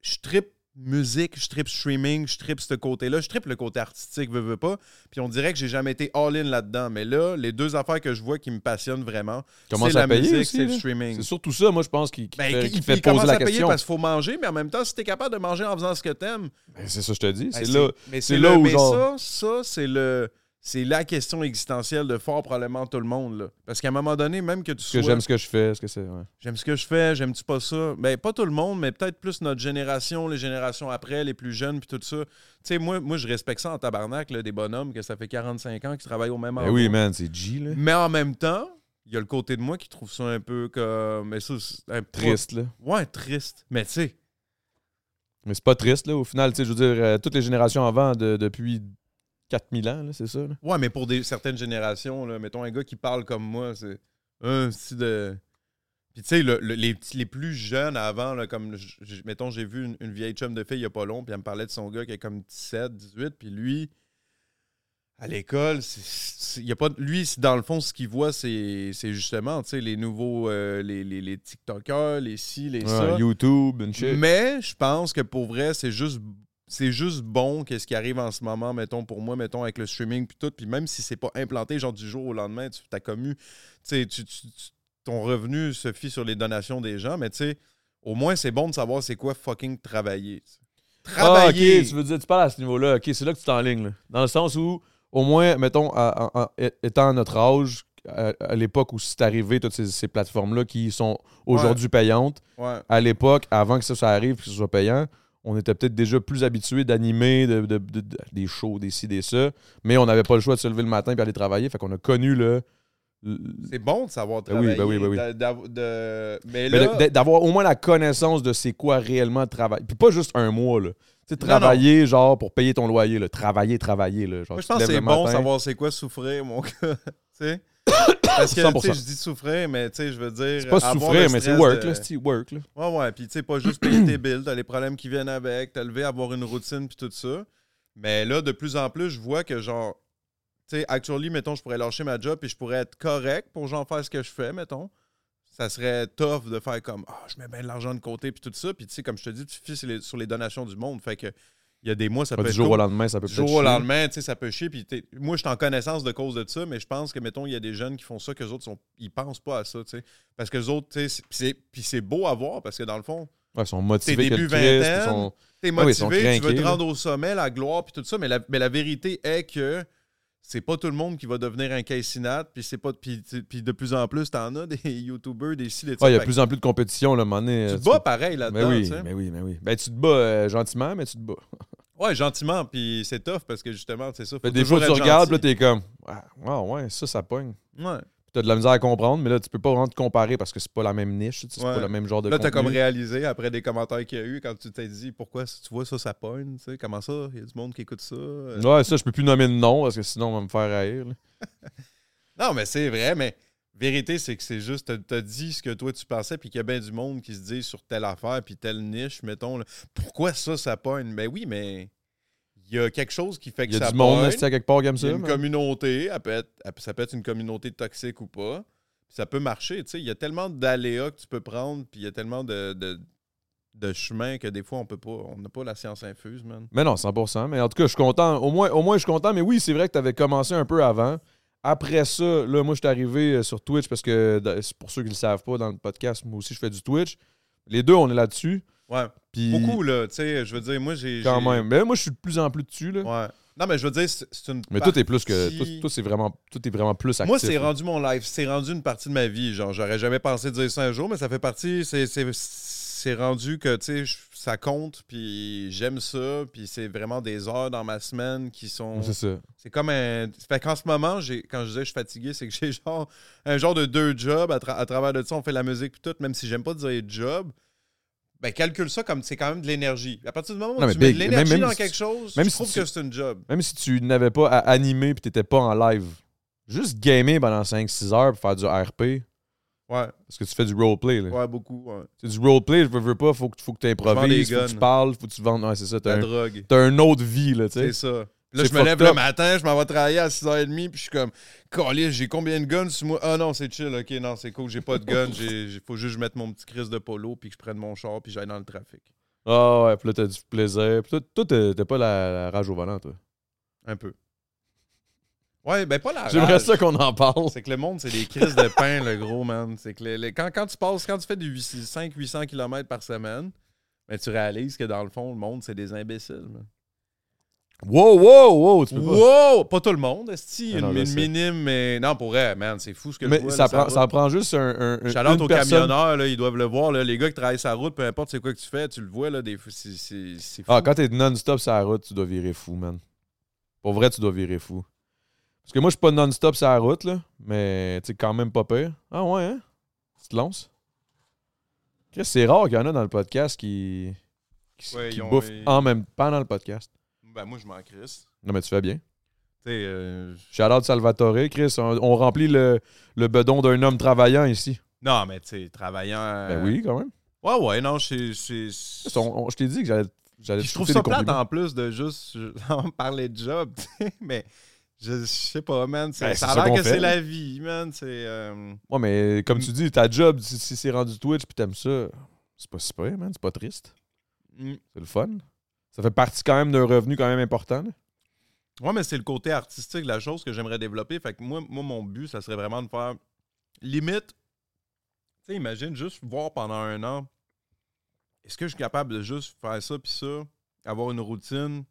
[SPEAKER 2] je tripe musique, je tripe streaming, je tripe ce côté-là, je tripe le côté artistique, veux, veux pas. Puis on dirait que j'ai jamais été all-in là-dedans, mais là, les deux affaires que je vois qui me passionnent vraiment,
[SPEAKER 1] Commence
[SPEAKER 2] c'est
[SPEAKER 1] à
[SPEAKER 2] la
[SPEAKER 1] payer
[SPEAKER 2] musique,
[SPEAKER 1] aussi,
[SPEAKER 2] c'est le
[SPEAKER 1] là.
[SPEAKER 2] streaming.
[SPEAKER 1] C'est surtout ça, moi, je pense, qui, qui
[SPEAKER 2] Ben,
[SPEAKER 1] fait,
[SPEAKER 2] il-
[SPEAKER 1] qui
[SPEAKER 2] il
[SPEAKER 1] fait
[SPEAKER 2] commence
[SPEAKER 1] poser la
[SPEAKER 2] à payer
[SPEAKER 1] question.
[SPEAKER 2] parce qu'il faut manger, mais en même temps, si t'es capable de manger en faisant ce que t'aimes,
[SPEAKER 1] Ben, c'est ça, je te dis.
[SPEAKER 2] ben,
[SPEAKER 1] c'est là.
[SPEAKER 2] mais
[SPEAKER 1] c'est
[SPEAKER 2] c'est
[SPEAKER 1] là
[SPEAKER 2] le-
[SPEAKER 1] où
[SPEAKER 2] mais
[SPEAKER 1] genre-
[SPEAKER 2] ça, ça, c'est le. C'est la question existentielle de fort probablement tout le monde. là. Parce qu'à un moment donné, même que tu
[SPEAKER 1] Est-ce que
[SPEAKER 2] sois...
[SPEAKER 1] j'aime ce que je fais? Est-ce que c'est. ouais.
[SPEAKER 2] J'aime ce que je fais, j'aime-tu pas ça? Ben, pas tout le monde, mais peut-être plus notre génération, les générations après, les plus jeunes, puis tout ça. Tu sais, moi, moi, je respecte ça en tabarnak, là, des bonhommes, que ça fait 45 ans qu'ils travaillent au même
[SPEAKER 1] Ben
[SPEAKER 2] endroit.
[SPEAKER 1] oui, man, c'est G, là.
[SPEAKER 2] Mais en même temps, il y a le côté de moi qui trouve ça un peu comme. Mais ça, c'est un peu-
[SPEAKER 1] Triste, là.
[SPEAKER 2] Ouais, triste. Mais tu sais,
[SPEAKER 1] Mais c'est pas triste, là. Au final, tu sais, je veux dire, euh, toutes les générations avant, de- depuis 4000 ans, là, c'est ça, là.
[SPEAKER 2] ouais, mais pour des, certaines générations, là, mettons un gars qui parle comme moi, c'est. Un style de. Puis tu sais, le- le- les, petits- les plus jeunes avant, là, comme j- j- mettons, j'ai vu une, une vieille chum de fille il y a pas long, puis elle me parlait de son gars qui est comme 17, 18, puis lui, à l'école, c'est- c'est- il y a pas de- lui, c'est- dans le fond, ce qu'il voit, c'est c'est justement, tu sais, les nouveaux, euh, les, les, les TikTokers, les ci, les ça.
[SPEAKER 1] Ouais, YouTube, une shit.
[SPEAKER 2] Mais je pense que pour vrai, c'est juste c'est juste bon qu'est-ce qui arrive en ce moment, mettons pour moi, mettons avec le streaming puis tout, puis même si c'est pas implanté genre du jour au lendemain, tu t'as commu, tu sais, tu- tu- tu- ton revenu se fie sur les donations des gens, mais tu sais, au moins c'est bon de savoir c'est quoi fucking travailler. tu sais.
[SPEAKER 1] Ah, ok,
[SPEAKER 2] Travailler.
[SPEAKER 1] tu veux dire, tu parles à ce niveau-là. Ok, c'est là que tu t'enlignes. là. Dans le sens où, au moins, mettons, à- à- à- é- étant à notre âge, à, à l'époque où c'est arrivé, toutes ces, ces plateformes-là qui sont aujourd'hui payantes,
[SPEAKER 2] Ouais.
[SPEAKER 1] à l'époque, avant que ça, ça arrive, que ce soit payant, on était peut-être déjà plus habitué d'animer de, de- de- de- des shows, des ci, des ça, mais on n'avait pas le choix de se lever le matin et aller travailler. Fait qu'on a connu le. le-
[SPEAKER 2] C'est bon de savoir
[SPEAKER 1] Ben oui,
[SPEAKER 2] travailler.
[SPEAKER 1] ben oui, ben oui.
[SPEAKER 2] d'a- d'av- de- Mais
[SPEAKER 1] mais ben,
[SPEAKER 2] là,
[SPEAKER 1] de- de- d'avoir au moins la connaissance de c'est quoi réellement travailler. Puis pas juste un mois, là. Tu sais,
[SPEAKER 2] Non,
[SPEAKER 1] travailler, genre, pour payer ton loyer, là. Travailler, travailler, là. Genre,
[SPEAKER 2] moi, je
[SPEAKER 1] tu te
[SPEAKER 2] pense que
[SPEAKER 1] lèves
[SPEAKER 2] c'est
[SPEAKER 1] le
[SPEAKER 2] bon de
[SPEAKER 1] matin.
[SPEAKER 2] savoir c'est quoi souffrir, mon gars. tu sais? Parce que tu
[SPEAKER 1] 100%.
[SPEAKER 2] sais, je dis souffrir, mais tu sais, je veux dire.
[SPEAKER 1] C'est pas
[SPEAKER 2] avoir
[SPEAKER 1] souffrir,
[SPEAKER 2] le
[SPEAKER 1] mais c'est
[SPEAKER 2] stress
[SPEAKER 1] work,
[SPEAKER 2] de-
[SPEAKER 1] là. C'est work, là.
[SPEAKER 2] Ouais, ouais. Puis, tu sais, pas juste payer tes billes, t'as les problèmes qui viennent avec, t'as levé, avoir une routine, puis tout ça. Mais là, de plus en plus, je vois que, genre, tu sais, actually, mettons, je pourrais lâcher ma job, puis je pourrais être correct pour, genre, faire ce que je fais, mettons. Ça serait tough de faire comme, ah, je mets bien de l'argent de côté, puis tout ça. Puis, tu sais, comme je te dis, tu fies sur les, sur les donations du monde. Fait que, il y a des mois, ça
[SPEAKER 1] Pas
[SPEAKER 2] peut
[SPEAKER 1] du
[SPEAKER 2] être.
[SPEAKER 1] jour
[SPEAKER 2] cool.
[SPEAKER 1] au lendemain, ça peut
[SPEAKER 2] Du
[SPEAKER 1] peut-être
[SPEAKER 2] jour au
[SPEAKER 1] chier.
[SPEAKER 2] lendemain, tu sais, ça peut chier. Puis t'es- moi, je suis en connaissance de cause de ça, mais je pense que, mettons, il y a des jeunes qui font ça, qu'eux autres, sont, ils pensent pas à ça, tu sais. Parce que autres, tu sais, c'est- puis c'est- puis c'est beau à voir, parce que dans le fond,
[SPEAKER 1] Ouais, ils sont motivés
[SPEAKER 2] T'es
[SPEAKER 1] que le
[SPEAKER 2] début
[SPEAKER 1] Christ,
[SPEAKER 2] vingtaine.
[SPEAKER 1] ils sont-
[SPEAKER 2] t'es
[SPEAKER 1] Ah oui, ils sont
[SPEAKER 2] motivé, tu veux
[SPEAKER 1] craqués,
[SPEAKER 2] te
[SPEAKER 1] là.
[SPEAKER 2] rendre au sommet, la gloire, puis tout ça, mais la, mais la vérité est que c'est pas tout le monde qui va devenir un Cassinat, puis c'est pas... Puis tu- puis de plus en plus, t'en as des YouTubers, des ci, des ça.
[SPEAKER 1] Ouais, Ah, il y a de
[SPEAKER 2] Fait
[SPEAKER 1] plus en plus de compétition, là, à un moment donné,
[SPEAKER 2] que
[SPEAKER 1] euh,
[SPEAKER 2] Tu te
[SPEAKER 1] peux-
[SPEAKER 2] bats pareil
[SPEAKER 1] Mais
[SPEAKER 2] là-dedans, tu
[SPEAKER 1] oui,
[SPEAKER 2] sais.
[SPEAKER 1] mais oui, mais oui. Ben, tu te bats euh, gentiment, mais tu te bats.
[SPEAKER 2] Ouais, gentiment, puis c'est tough, parce que justement, c'est ça, faut
[SPEAKER 1] Fait des
[SPEAKER 2] toujours
[SPEAKER 1] fois, tu
[SPEAKER 2] être
[SPEAKER 1] regardes, là,
[SPEAKER 2] gentil.
[SPEAKER 1] t'es comme, ah, ah, ouais, ça, ça pogne.
[SPEAKER 2] Ouais.
[SPEAKER 1] Puis t'as de la misère à comprendre, mais là, tu peux pas vraiment te comparer parce que c'est pas la même niche, tu sais, c'est
[SPEAKER 2] Ouais.
[SPEAKER 1] pas le même genre de
[SPEAKER 2] Là, t'as
[SPEAKER 1] contenu.
[SPEAKER 2] comme réalisé après des commentaires qu'il y a eu quand tu t'es dit pourquoi si tu vois ça, ça pogne, tu sais, comment ça, il y a du monde qui écoute ça. euh.
[SPEAKER 1] Ouais, ça, je peux plus nommer de nom parce que sinon, on va me faire haïr. là.
[SPEAKER 2] Non, mais c'est vrai, mais vérité, c'est que c'est juste, t'as- t'as dit ce que toi tu pensais, puis qu'il y a bien du monde qui se dit sur telle affaire, puis telle niche, mettons, là, pourquoi ça, ça pogne? Ben oui, mais il y a quelque chose qui fait que
[SPEAKER 1] Il y a
[SPEAKER 2] ça
[SPEAKER 1] du monde,
[SPEAKER 2] pogne.
[SPEAKER 1] là, c'est à quelque part comme
[SPEAKER 2] Il y
[SPEAKER 1] ça.
[SPEAKER 2] a une
[SPEAKER 1] mais-
[SPEAKER 2] communauté, elle peut être- elle- ça peut être une communauté toxique ou pas. Puis ça peut marcher, tu sais. Il y a tellement d'aléas que tu peux prendre, puis il y a tellement de, de, de chemins que des fois, on peut pas, on n'a pas la science infuse, man.
[SPEAKER 1] Mais non, 100%. Mais en tout cas, je suis content. Au moins, au moins je suis content. Mais oui, c'est vrai que tu avais commencé un peu avant Après ça, là, moi, je suis arrivé euh, sur Twitch parce que, dans- c'est pour ceux qui ne le savent pas, dans le podcast, moi aussi, je fais du Twitch. Les deux, on est là-dessus.
[SPEAKER 2] Ouais.
[SPEAKER 1] Puis,
[SPEAKER 2] Beaucoup, là. Tu sais, je veux dire, moi, j'ai.
[SPEAKER 1] quand
[SPEAKER 2] j'ai-
[SPEAKER 1] même. Mais moi, je suis de plus en plus dessus. Là.
[SPEAKER 2] Ouais. Non, mais je veux dire, c'est c'est une.
[SPEAKER 1] Mais
[SPEAKER 2] partie-
[SPEAKER 1] tout est plus que. Tout,
[SPEAKER 2] partie-
[SPEAKER 1] tout, c'est vraiment, tout est vraiment plus actif.
[SPEAKER 2] Moi, c'est
[SPEAKER 1] là.
[SPEAKER 2] rendu mon life. C'est rendu une partie de ma vie. Genre, j'aurais jamais pensé dire ça un jour, mais ça fait partie. c'est- C'est c'est rendu que, tu sais, je- ça compte, puis j'aime ça, puis c'est vraiment des heures dans ma semaine qui sont.
[SPEAKER 1] C'est ça.
[SPEAKER 2] C'est comme un. Fait qu'en ce moment, j'ai quand je disais que je suis fatigué, c'est que j'ai genre un genre de deux jobs. À, tra- à travers de ça, on fait de la musique puis tout, même si j'aime pas dire job. Ben, calcule ça comme c'est quand même de l'énergie. À partir du moment où
[SPEAKER 1] Non, mais
[SPEAKER 2] tu mets
[SPEAKER 1] big.
[SPEAKER 2] de l'énergie
[SPEAKER 1] Même- même
[SPEAKER 2] dans
[SPEAKER 1] si
[SPEAKER 2] quelque
[SPEAKER 1] tu-
[SPEAKER 2] chose,
[SPEAKER 1] même
[SPEAKER 2] je
[SPEAKER 1] si
[SPEAKER 2] trouve
[SPEAKER 1] tu-
[SPEAKER 2] que c'est une job.
[SPEAKER 1] Même si tu n'avais pas à animer et tu n'étais pas en live, juste gamer pendant 5-6 heures pour faire du RP,
[SPEAKER 2] Ouais,
[SPEAKER 1] parce que tu fais du roleplay. là.
[SPEAKER 2] ouais, beaucoup. ouais.
[SPEAKER 1] C'est du roleplay, je veux, veux pas, faut que, faut que tu
[SPEAKER 2] Tu vends des
[SPEAKER 1] improvises, faut que tu
[SPEAKER 2] guns.
[SPEAKER 1] parles, faut que tu vendes. Ouais, c'est ça,
[SPEAKER 2] La
[SPEAKER 1] t'as un,
[SPEAKER 2] drogue.
[SPEAKER 1] t'as un autre vie, là, tu sais.
[SPEAKER 2] C'est ça. Là,
[SPEAKER 1] C'est
[SPEAKER 2] je me lève
[SPEAKER 1] fucked
[SPEAKER 2] le
[SPEAKER 1] up.
[SPEAKER 2] matin, je m'en vais travailler à 6h30, puis je suis comme, Calais, j'ai combien de guns sur moi? Ah non, c'est chill, ok, non, c'est cool, j'ai pas de guns, il faut juste que je mette mon petit crise de polo, puis que je prenne mon char, puis j'aille dans le trafic.
[SPEAKER 1] Ah ouais, puis là, t'as du plaisir. Puis toi- toi, t'as t'as pas la, la rage au volant, toi.
[SPEAKER 2] Un peu. Ouais, ben pas la
[SPEAKER 1] J'aimerais
[SPEAKER 2] rage.
[SPEAKER 1] ça qu'on en parle.
[SPEAKER 2] C'est que le monde, c'est des crises de pain, le gros, man. C'est que le- le- quand, quand tu passes, quand tu fais du 500-800 km par semaine, ben, tu réalises que dans le fond, le monde, c'est des imbéciles. man.
[SPEAKER 1] Wow, wow, wow, tu peux pas.
[SPEAKER 2] Wow! Pas tout le monde, esti,
[SPEAKER 1] Ah
[SPEAKER 2] une,
[SPEAKER 1] non, je
[SPEAKER 2] une
[SPEAKER 1] sais.
[SPEAKER 2] minime, mais... Non, pour vrai, man, c'est fou ce que je
[SPEAKER 1] Mais
[SPEAKER 2] vois.
[SPEAKER 1] ça,
[SPEAKER 2] là,
[SPEAKER 1] prend,
[SPEAKER 2] va.
[SPEAKER 1] ça prend juste un. un- un-
[SPEAKER 2] Shout-out
[SPEAKER 1] une
[SPEAKER 2] aux
[SPEAKER 1] personne.
[SPEAKER 2] camionneurs, là, ils doivent le voir. là, les gars qui travaillent sa route, peu importe c'est quoi que tu fais, tu le vois, là, des fois, c'est- c'est c'est fou.
[SPEAKER 1] Ah, quand t'es non-stop sur la route, tu dois virer fou, man. Pour vrai, tu dois virer fou. Parce que moi, je suis pas non-stop sur la route, là. Mais, tu sais, quand même pas pire. Ah ouais, hein? Tu te lances? Chris, C'est rare qu'il y en a dans le podcast qui, qui, s-
[SPEAKER 2] Ouais,
[SPEAKER 1] qui
[SPEAKER 2] ils ont-
[SPEAKER 1] bouffent
[SPEAKER 2] ils-
[SPEAKER 1] en même temps dans le podcast.
[SPEAKER 2] Ben, moi, je m'en crisse.
[SPEAKER 1] Non, mais tu fais bien.
[SPEAKER 2] Tu sais, euh,
[SPEAKER 1] Shout-out Salvatore, Chris. On, on remplit le, le bedon d'un homme travaillant ici.
[SPEAKER 2] Non, mais tu sais, travaillant... euh,
[SPEAKER 1] Ben oui, quand même.
[SPEAKER 2] Ouais, ouais, non, c'est. c'est- c'est-
[SPEAKER 1] On- on- je t'ai dit que j'allais j'allais
[SPEAKER 2] Puis je trouve
[SPEAKER 1] te
[SPEAKER 2] ça
[SPEAKER 1] shooter euh, des
[SPEAKER 2] plate
[SPEAKER 1] compliments.
[SPEAKER 2] en plus de juste je- en parler de job, tu sais, mais je, je sais pas, man. c'est-
[SPEAKER 1] Ben,
[SPEAKER 2] ça
[SPEAKER 1] c'est ça
[SPEAKER 2] a l'air
[SPEAKER 1] qu'on
[SPEAKER 2] que
[SPEAKER 1] fait,
[SPEAKER 2] c'est
[SPEAKER 1] là.
[SPEAKER 2] la vie, man. C'est. euh,
[SPEAKER 1] Ouais, mais comme tu dis, ta job, si, si c'est rendu Twitch puis t'aimes ça, c'est pas super, man. C'est pas triste.
[SPEAKER 2] mm.
[SPEAKER 1] C'est le fun. Ça fait partie quand même d'un revenu quand même important. là.
[SPEAKER 2] Ouais, mais c'est le côté artistique de la chose que j'aimerais développer. Fait que moi, moi, mon but, ça serait vraiment de faire limite. Tu sais, imagine juste voir pendant un an. Est-ce que je suis capable de juste faire ça puis ça, avoir une routine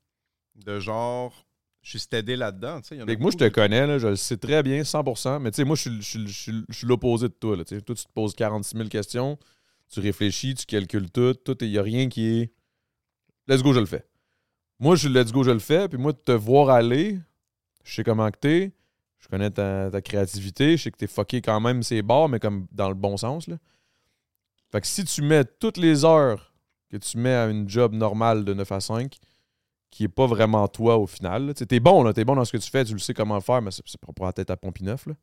[SPEAKER 2] de genre, je suis stédé là-dedans. tu sais, il y en a
[SPEAKER 1] Fait que moi, je
[SPEAKER 2] beaucoup
[SPEAKER 1] te connais, là, je le sais très bien, 100%. Mais tu sais, moi, je suis le- je suis le- je suis le- je suis l'opposé de toi. Là, tu sais. toi, tu te poses 46 000 questions, tu réfléchis, tu calcules tout. Tout, il n'y a rien qui est let's go, je le fais. Moi, je suis let's go, je le fais. Puis moi, de te voir aller, je sais comment que t'es, je connais ta, ta créativité, je sais que t'es fucké quand même ces bords, mais comme dans le bon sens. Là. Fait que si tu mets toutes les heures que tu mets à une job normale de 9 à 5, qui est pas vraiment toi au final, là, tu sais, t'es bon, là, t'es bon dans ce que tu fais, tu le sais comment faire, mais c'est c'est pas pour la tête à Pompineuf. Là.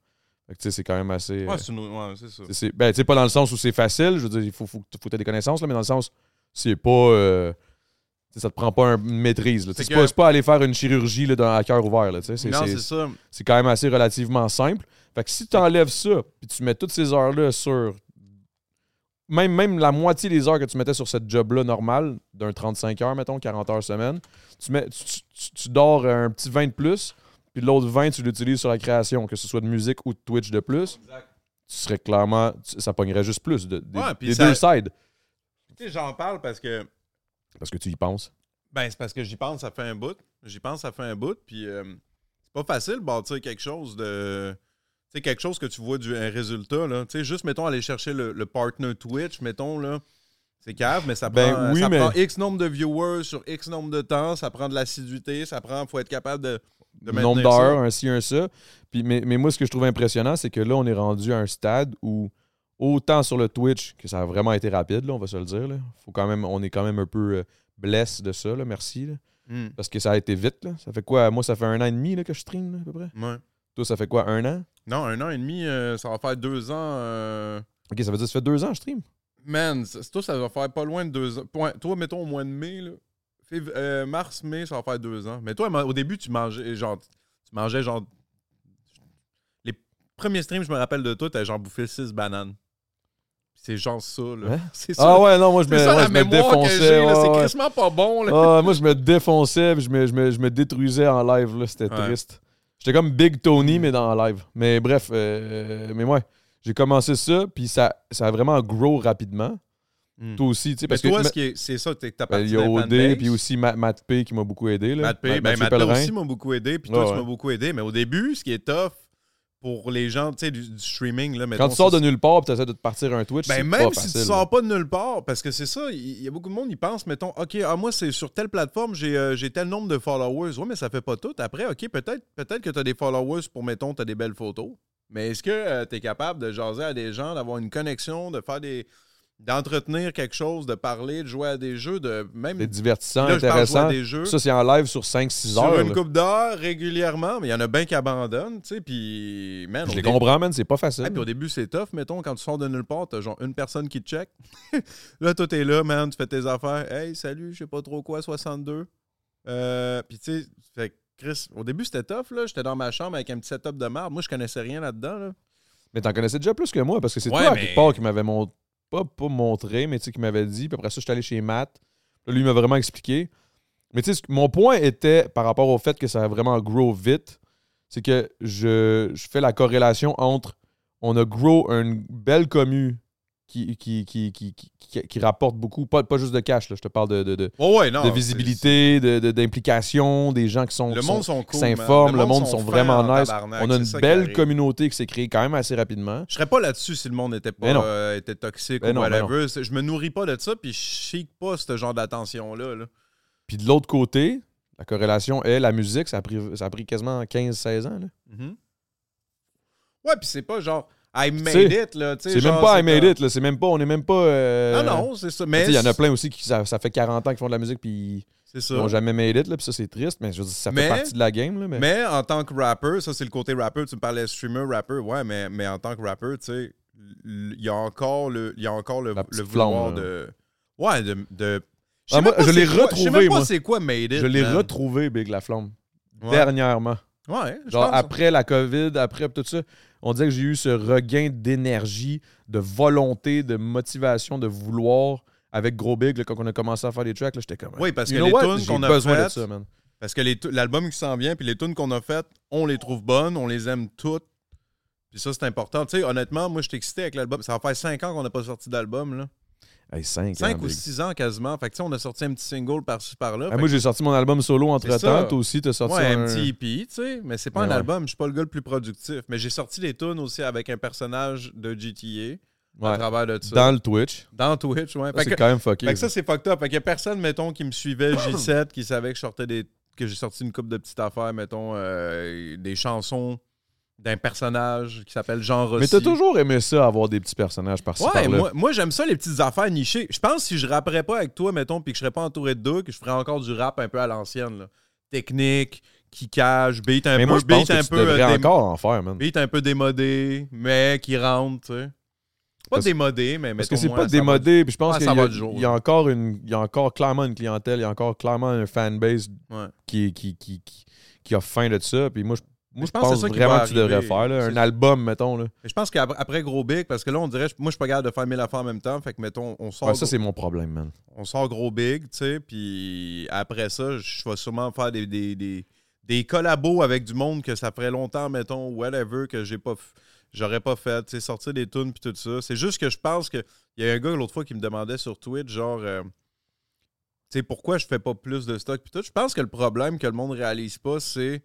[SPEAKER 1] Fait que tu sais, c'est quand même assez. euh,
[SPEAKER 2] Ouais, c'est une- ouais, c'est ça.
[SPEAKER 1] C'est- c'est- ben, tu sais, pas dans le sens où c'est facile, je veux dire, il faut, faut, que t- faut que t'aies des connaissances, là, mais dans le sens, c'est pas. euh, tu sais, ça te prend pas un- une maîtrise. là. Tu sais,
[SPEAKER 2] Fait
[SPEAKER 1] C'est
[SPEAKER 2] que-
[SPEAKER 1] pas, c'est pas aller faire une chirurgie là, dans, à cœur ouvert. là, tu sais, c'est-
[SPEAKER 2] Non,
[SPEAKER 1] c'est-
[SPEAKER 2] c'est ça.
[SPEAKER 1] c'est quand même assez relativement simple. Fait que si tu enlèves ça, puis tu mets toutes ces heures-là sur. Même, même la moitié des heures que tu mettais sur cette job-là normale, d'un 35 heures, mettons, 40 heures semaine, tu, mets, tu, tu- tu- tu dors euh, un petit 20 de plus, puis l'autre 20, tu l'utilises sur la création, que ce soit de musique ou de Twitch de plus, tu serais clairement. tu- ça pognerait juste plus de, des-
[SPEAKER 2] Ouais, puis
[SPEAKER 1] des
[SPEAKER 2] ça-
[SPEAKER 1] deux sides.
[SPEAKER 2] Tu sais, j'en parle parce que.
[SPEAKER 1] Parce que tu y penses.
[SPEAKER 2] Ben, c'est parce que j'y pense, ça fait un bout. J'y pense, ça fait un bout. Puis, euh, c'est pas facile de bâtir quelque chose de. Tu sais, quelque chose que tu vois du un résultat, là. Tu sais, juste, mettons, aller chercher le, le partner Twitch, mettons, là. C'est cave, mais ça,
[SPEAKER 1] Ben
[SPEAKER 2] prend,
[SPEAKER 1] oui,
[SPEAKER 2] ça
[SPEAKER 1] mais-
[SPEAKER 2] prend X nombre de viewers sur X nombre de temps, ça prend de l'assiduité, ça prend. Faut être capable de. de
[SPEAKER 1] nombre
[SPEAKER 2] maintenir ça.
[SPEAKER 1] d'heures, un ci, un ça. Puis, mais, mais moi, ce que je trouve impressionnant, c'est que là, on est rendu à un stade où, autant sur le Twitch, que ça a vraiment été rapide, là, on va se le dire. Là. Faut quand même, on est quand même un peu euh, blesse de ça, là, merci. là.
[SPEAKER 2] Hmm.
[SPEAKER 1] parce que ça a été vite. Là. Ça fait quoi? Moi, ça fait un an et demi là, que je stream, là, à peu près.
[SPEAKER 2] Ouais.
[SPEAKER 1] Toi, ça fait quoi? Un an?
[SPEAKER 2] Non, un an et demi, euh, ça va faire deux ans. euh,
[SPEAKER 1] OK, ça veut dire que ça fait deux ans que je stream.
[SPEAKER 2] Man, ça- toi, ça va faire pas loin de deux ans. Point- toi, mettons au mois de mai, là. Fév- euh, mars, mai, ça va faire deux ans. Mais toi, ma- au début, tu mangeais genre. Tu mangeais genre. Les premiers streams, je me rappelle de toi, t'as genre bouffé six bananes. C'est genre ça, là.
[SPEAKER 1] Hein?
[SPEAKER 2] C'est ça.
[SPEAKER 1] Ah ouais, non, moi, je me,
[SPEAKER 2] C'est ça
[SPEAKER 1] ouais,
[SPEAKER 2] la
[SPEAKER 1] je me
[SPEAKER 2] mémoire que
[SPEAKER 1] défonçais.
[SPEAKER 2] j'ai, là.
[SPEAKER 1] ouais,
[SPEAKER 2] C'est
[SPEAKER 1] ouais.
[SPEAKER 2] crissement pas bon, là.
[SPEAKER 1] Ah, moi, je me défonçais, puis je me, je me- je me détruisais en live. là. C'était
[SPEAKER 2] Ouais.
[SPEAKER 1] triste. J'étais comme Big Tony,
[SPEAKER 2] Mm.
[SPEAKER 1] mais dans live. Mais bref, euh, mais ouais, j'ai commencé ça, puis ça, ça a vraiment grow rapidement.
[SPEAKER 2] Hmm.
[SPEAKER 1] Toi aussi, tu sais,
[SPEAKER 2] Mais
[SPEAKER 1] parce
[SPEAKER 2] toi,
[SPEAKER 1] que.
[SPEAKER 2] ce qui est- c'est ça, t'es- t'as
[SPEAKER 1] Ben,
[SPEAKER 2] parti
[SPEAKER 1] il y a
[SPEAKER 2] d'un
[SPEAKER 1] OD,
[SPEAKER 2] fanbase.
[SPEAKER 1] puis aussi Matt, Matt P qui m'a beaucoup aidé. Là.
[SPEAKER 2] Matt Pay,
[SPEAKER 1] Matt-
[SPEAKER 2] ben,
[SPEAKER 1] Mathieu
[SPEAKER 2] Matt Pay
[SPEAKER 1] Pellerin.
[SPEAKER 2] aussi m'a beaucoup aidé, puis
[SPEAKER 1] Ouais,
[SPEAKER 2] toi, tu
[SPEAKER 1] ouais.
[SPEAKER 2] m'as beaucoup aidé. Mais au début, ce qui est tough pour les gens, tu sais, du, du streaming, là, mettons,
[SPEAKER 1] Quand tu sors
[SPEAKER 2] ça,
[SPEAKER 1] de nulle part, puis tu essaies de te partir un Twitch,
[SPEAKER 2] Ben,
[SPEAKER 1] c'est pas
[SPEAKER 2] même si
[SPEAKER 1] facile,
[SPEAKER 2] tu
[SPEAKER 1] là.
[SPEAKER 2] sors pas de nulle part, parce que c'est ça, il il y a beaucoup de monde qui pense, mettons, OK, ah, moi, c'est sur telle plateforme, j'ai euh, j'ai tel nombre de followers. Ouais, mais ça fait pas tout. Après, OK, peut-être peut que tu as des followers pour, mettons, tu as des belles photos. Mais est-ce que tu es capable de jaser à des gens, d'avoir une connexion, de faire des. d'entretenir quelque chose, de parler, de jouer à des jeux, de même.
[SPEAKER 1] C'est divertissant,
[SPEAKER 2] Là, je parle de jouer à
[SPEAKER 1] intéressant.
[SPEAKER 2] des jeux.
[SPEAKER 1] Ça, c'est en live sur 5-6
[SPEAKER 2] sur
[SPEAKER 1] heures.
[SPEAKER 2] une
[SPEAKER 1] là.
[SPEAKER 2] coupe d'heures régulièrement, mais il y en a bien qui abandonnent, tu sais, puis man,
[SPEAKER 1] Je
[SPEAKER 2] au
[SPEAKER 1] les
[SPEAKER 2] dé-
[SPEAKER 1] comprends, man, c'est pas facile.
[SPEAKER 2] Ah, puis au début, c'est tough, mettons, quand tu sors de nulle part, t'as genre une personne qui te check. là, toi, t'es là, man, tu fais tes affaires. Hey, salut, je sais pas trop quoi, 62. Euh, puis tu sais, fait que, Chris, au début, c'était tough, là. J'étais dans ma chambre avec un petit setup de marde. Moi, je connaissais rien là-dedans, là.
[SPEAKER 1] Mais t'en connaissais déjà plus que moi, parce que c'est
[SPEAKER 2] Ouais,
[SPEAKER 1] toi, à
[SPEAKER 2] mais-
[SPEAKER 1] quelque part, qui m'avait mon... pas, pas montré, mais tu sais, qui m'avait dit. Puis après ça, je suis allé chez Matt. Là, lui, il m'a vraiment expliqué. Mais tu sais, ce que- mon point était, par rapport au fait que ça a vraiment grow vite, c'est que je, je fais la corrélation entre on a grow une belle commu qui, qui, qui, qui, qui- qui- qui rapporte beaucoup, pas, pas juste de cash, là, je te parle de, de, de-
[SPEAKER 2] Ouais, ouais, non.
[SPEAKER 1] de
[SPEAKER 2] c'est-
[SPEAKER 1] visibilité, de- de- d'implication, des gens qui sont,
[SPEAKER 2] Le
[SPEAKER 1] qui
[SPEAKER 2] monde
[SPEAKER 1] sont-
[SPEAKER 2] sont
[SPEAKER 1] qui
[SPEAKER 2] cool. man.
[SPEAKER 1] s'informent, le monde
[SPEAKER 2] sont
[SPEAKER 1] sont
[SPEAKER 2] fins
[SPEAKER 1] vraiment
[SPEAKER 2] en
[SPEAKER 1] nice.
[SPEAKER 2] tabarnak,
[SPEAKER 1] On a
[SPEAKER 2] c'est ça
[SPEAKER 1] une
[SPEAKER 2] qui
[SPEAKER 1] belle
[SPEAKER 2] arrive.
[SPEAKER 1] communauté qui s'est créée quand même assez rapidement.
[SPEAKER 2] Je serais pas là-dessus si le monde n'était pas
[SPEAKER 1] Ben non.
[SPEAKER 2] euh, était toxique
[SPEAKER 1] Ben
[SPEAKER 2] ou
[SPEAKER 1] non, ben
[SPEAKER 2] whatever. C'est- je me nourris pas de ça, puis je chic pas ce genre d'attention-là. là.
[SPEAKER 1] Puis de l'autre côté, la corrélation est la musique, ça a pris, ça a pris quasiment 15-16 ans. là.
[SPEAKER 2] Mhm. Ouais, puis c'est pas genre I made
[SPEAKER 1] Mm-hmm. tu sais,
[SPEAKER 2] it, là. tu sais,
[SPEAKER 1] C'est même
[SPEAKER 2] genre,
[SPEAKER 1] pas I made
[SPEAKER 2] comme-
[SPEAKER 1] it, là, c'est même pas, on est même pas. euh,
[SPEAKER 2] Ah non, c'est ça.
[SPEAKER 1] tu sais,
[SPEAKER 2] Mais
[SPEAKER 1] Il y en a plein aussi qui, ça, ça fait 40 ans qu'ils font de la musique, puis
[SPEAKER 2] C'est ça.
[SPEAKER 1] ils n'ont jamais made it, là, puis ça c'est triste, mais je veux dire, ça
[SPEAKER 2] Mais-
[SPEAKER 1] fait partie de la game. Là, mais... Ah,
[SPEAKER 2] Mais en tant que rapper, ça c'est le côté rapper, tu me parlais streamer, rapper, ouais, mais, mais en tant que rapper, tu sais, l- il y a encore le, il y a encore le,
[SPEAKER 1] La petite
[SPEAKER 2] le vouloir
[SPEAKER 1] flamme, là.
[SPEAKER 2] de. Ouais, de. de
[SPEAKER 1] Ah,
[SPEAKER 2] sais
[SPEAKER 1] moi,
[SPEAKER 2] même pas
[SPEAKER 1] je l'ai
[SPEAKER 2] c'est quoi- Je sais
[SPEAKER 1] retrouvé,
[SPEAKER 2] même pas
[SPEAKER 1] moi.
[SPEAKER 2] c'est quoi Made It.
[SPEAKER 1] je l'ai
[SPEAKER 2] man.
[SPEAKER 1] retrouvé, Big La Flamme,
[SPEAKER 2] Ouais,
[SPEAKER 1] dernièrement.
[SPEAKER 2] ouais je
[SPEAKER 1] Genre
[SPEAKER 2] pense.
[SPEAKER 1] après la COVID, après tout ça, on dirait que j'ai eu ce regain d'énergie, de volonté, de motivation, de vouloir. Avec Gros Big, là, quand on a commencé à faire des tracks, là, j'étais comme.
[SPEAKER 2] Oui, parce
[SPEAKER 1] You
[SPEAKER 2] que
[SPEAKER 1] know
[SPEAKER 2] les
[SPEAKER 1] what?
[SPEAKER 2] tunes
[SPEAKER 1] J'ai
[SPEAKER 2] qu'on a
[SPEAKER 1] besoin de
[SPEAKER 2] faites-
[SPEAKER 1] ça, man.
[SPEAKER 2] Parce que les tou- l'album qui s'en vient, puis les tunes qu'on a faites, on les trouve bonnes, on les aime toutes. Puis ça, c'est important. Tu sais, honnêtement, moi, je suis excité avec l'album. Ça va faire 5 ans qu'on n'a pas sorti d'album, là.
[SPEAKER 1] Hey, cinq, hein,
[SPEAKER 2] 5 ou
[SPEAKER 1] Big.
[SPEAKER 2] 6 ans quasiment. Fait que, tu sais, on a sorti un petit single par-ci, par-là.
[SPEAKER 1] Ah,
[SPEAKER 2] Fait
[SPEAKER 1] moi, j'ai sorti mon album solo entre
[SPEAKER 2] C'est ça.
[SPEAKER 1] temps. Toi aussi, t'as
[SPEAKER 2] que,
[SPEAKER 1] sorti
[SPEAKER 2] ouais,
[SPEAKER 1] un- Ben
[SPEAKER 2] un petit EP, tu sais. Mais c'est pas
[SPEAKER 1] Ouais,
[SPEAKER 2] un
[SPEAKER 1] ouais.
[SPEAKER 2] album. Je suis pas le gars le plus productif. Mais j'ai sorti des tunes aussi avec un personnage de GTA à
[SPEAKER 1] Ouais.
[SPEAKER 2] travers de ça. Dans,
[SPEAKER 1] dans le Twitch.
[SPEAKER 2] Twitch,
[SPEAKER 1] Ça,
[SPEAKER 2] ouais. Fait
[SPEAKER 1] C'est
[SPEAKER 2] que-
[SPEAKER 1] quand même fucké.
[SPEAKER 2] Fait que ça, c'est fucked up. Fait qu'il y a personne, mettons, qui me suivait J7, qui savait que je sortais des. que j'ai sorti une coupe de petites affaires, mettons, euh, des chansons d'un personnage qui s'appelle Jean Rossi.
[SPEAKER 1] mais t'as toujours aimé ça, avoir des petits personnages par-ci
[SPEAKER 2] Ouais,
[SPEAKER 1] par-là.
[SPEAKER 2] moi, moi, j'aime ça, les petites affaires nichées. Je pense que si je rapperais pas avec toi, mettons, puis que je serais pas entouré de deux, que je ferais encore du rap un peu à l'ancienne. là. Technique, kickage, beat un
[SPEAKER 1] mais
[SPEAKER 2] peu,
[SPEAKER 1] moi, je pense
[SPEAKER 2] beat un
[SPEAKER 1] que tu
[SPEAKER 2] peu. euh,
[SPEAKER 1] devrais
[SPEAKER 2] dé-
[SPEAKER 1] encore en faire, man.
[SPEAKER 2] Beat un peu démodé, mais qui rentre, tu sais. Pas
[SPEAKER 1] Parce-
[SPEAKER 2] démodé, mais
[SPEAKER 1] Parce
[SPEAKER 2] mettons.
[SPEAKER 1] que c'est
[SPEAKER 2] moins
[SPEAKER 1] pas
[SPEAKER 2] à savoir-
[SPEAKER 1] démodé. Puis je pense
[SPEAKER 2] Ouais,
[SPEAKER 1] qu'il
[SPEAKER 2] ça
[SPEAKER 1] y, a-
[SPEAKER 2] va du jour,
[SPEAKER 1] il y a encore une, il y a encore clairement une clientèle, il y a encore clairement un fanbase
[SPEAKER 2] Ouais.
[SPEAKER 1] qui, qui, qui, qui, qui a faim de ça. Puis moi, je, moi,
[SPEAKER 2] Mais
[SPEAKER 1] je pense,
[SPEAKER 2] c'est ça qui
[SPEAKER 1] vraiment
[SPEAKER 2] va
[SPEAKER 1] que tu devrais
[SPEAKER 2] arriver.
[SPEAKER 1] faire là, un
[SPEAKER 2] C'est-
[SPEAKER 1] album, mettons. Là.
[SPEAKER 2] Mais je pense qu'après après Gros Big, parce que là, on dirait, moi, je suis pas capable de faire mille affaires en même temps. Fait que, mettons, on sort,
[SPEAKER 1] Ouais, ça, c'est mon problème, man.
[SPEAKER 2] on sort Gros Big, tu sais, puis après ça, je vais sûrement faire des, des, des, des collabos avec du monde que ça ferait longtemps, mettons, whatever, que j'ai pas f- j'aurais pas fait, tu sais, sortir des tunes puis tout ça. C'est juste que je pense que il y a un gars l'autre fois qui me demandait sur Twitch, genre, euh, tu sais, pourquoi je fais pas plus de stock puis tout. Je pense que le problème que le monde réalise pas, c'est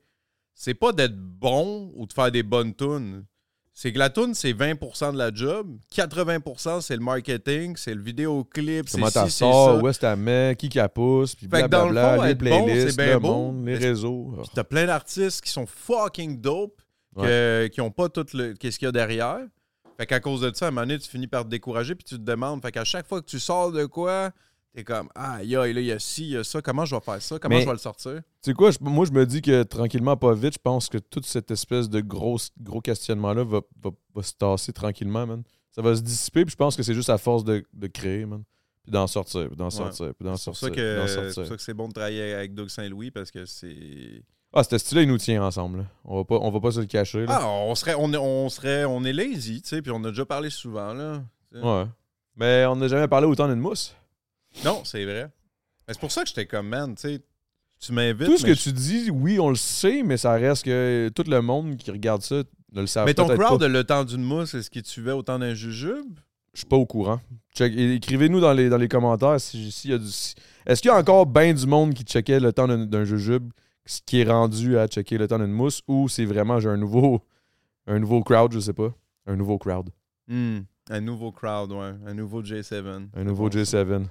[SPEAKER 2] c'est pas d'être bon ou de faire des bonnes tunes. C'est que la tune, c'est 20% de la job. 80%, c'est le marketing, c'est le vidéoclip, c'est
[SPEAKER 1] Comment t'as
[SPEAKER 2] ci, c'est ça.
[SPEAKER 1] sort, où est-ce que t'as mets, qui qu'elle pousse, puis
[SPEAKER 2] Fait que dans le
[SPEAKER 1] blablabla, les
[SPEAKER 2] fond, être bon, c'est
[SPEAKER 1] playlists,
[SPEAKER 2] bien
[SPEAKER 1] le
[SPEAKER 2] beau,
[SPEAKER 1] monde, les
[SPEAKER 2] mais-
[SPEAKER 1] réseaux.
[SPEAKER 2] Puis t'as plein d'artistes qui sont fucking dope, que- qui ont pas tout le. Qu'est-ce qu'il y a derrière. Fait qu'à cause de ça, à un moment donné, tu finis par te décourager, puis tu te demandes. Fait qu'à chaque fois que tu sors de quoi, t'es comme, ah, là, il y a ci, il y a ça, comment je vais faire ça, comment
[SPEAKER 1] Mais-
[SPEAKER 2] je vais le sortir.
[SPEAKER 1] Tu sais quoi, je- moi je me dis que tranquillement, pas vite, je pense que toute cette espèce de gros, gros questionnement-là va, va- va se tasser tranquillement, man. Ça va se dissiper, puis je pense que c'est juste à force de, de créer, man. Puis d'en sortir, puis d'en
[SPEAKER 2] Ouais.
[SPEAKER 1] sortir, puis d'en
[SPEAKER 2] C'est pour
[SPEAKER 1] sortir,
[SPEAKER 2] ça
[SPEAKER 1] puis d'en
[SPEAKER 2] que c'est
[SPEAKER 1] sortir.
[SPEAKER 2] pour ça que c'est bon de travailler avec Doug Saint-Louis, parce que c'est.
[SPEAKER 1] Ah, ce style-là, il nous tient ensemble. là. On va pas, on va pas se le cacher, là.
[SPEAKER 2] Ah, on serait, on, est- on serait, on est lazy, tu sais, puis on a déjà parlé souvent, là. Ah!
[SPEAKER 1] Ouais. Mais on n'a jamais parlé autant d'une mousse.
[SPEAKER 2] Non, c'est vrai. Mais c'est pour ça que j'étais comme, man, tu sais, Tu m'invites.
[SPEAKER 1] Tout ce
[SPEAKER 2] mais
[SPEAKER 1] que tu dis, oui, on le sait, mais ça reste que tout le monde qui regarde ça ne le savent
[SPEAKER 2] Mais ton
[SPEAKER 1] peut-être
[SPEAKER 2] crowd,
[SPEAKER 1] pas.
[SPEAKER 2] le temps d'une mousse, est-ce qu'il tuait autant d'un jujube?
[SPEAKER 1] Je suis pas au courant. Check- é- Écrivez-nous dans les, dans les commentaires si, s'il y a du. si- Est-ce qu'il y a encore ben du monde qui checkait le temps d'un, d'un jujube, ce qui est rendu à checker le temps d'une mousse, ou c'est vraiment j'ai un nouveau un nouveau crowd, je sais pas. Un nouveau crowd.
[SPEAKER 2] Hmm, Un nouveau crowd, ouais. Un nouveau J7.
[SPEAKER 1] Un nouveau
[SPEAKER 2] C'est bon, ça.
[SPEAKER 1] J7.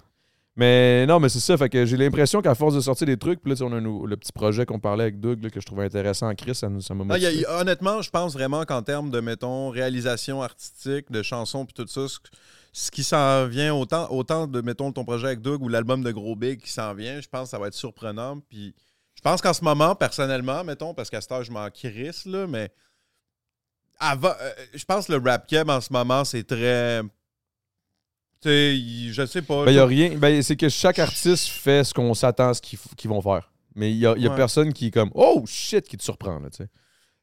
[SPEAKER 1] Mais non, mais c'est ça. Fait que j'ai l'impression qu'à force de sortir des trucs, puis là, tu sais, on a un nou- le petit projet qu'on parlait avec Doug là, que je trouvais intéressant en Chris, ça, nous- ça m'a
[SPEAKER 2] Non, Ah, il y a- il
[SPEAKER 1] motivé.
[SPEAKER 2] y a- honnêtement, je pense vraiment qu'en termes de, mettons, réalisation artistique, de chansons, puis tout ça, ce, ce qui s'en vient, autant, autant de, mettons, ton projet avec Doug ou l'album de Gros Big qui s'en vient, je pense que ça va être surprenant. Puis je pense qu'en ce moment, personnellement, mettons, parce qu'à ce âge, je m'en crisse, là, mais avant, euh, je pense que le rap keb en ce moment, c'est très. Tu sais, il- je sais pas.
[SPEAKER 1] Ben, il y
[SPEAKER 2] là.
[SPEAKER 1] a rien. Ben, c'est que chaque artiste fait ce qu'on s'attend à ce qu'ils f- qu'ils vont faire. Mais il y a, il y a
[SPEAKER 2] Ouais.
[SPEAKER 1] personne qui est comme Oh shit qui te surprend là, tu sais.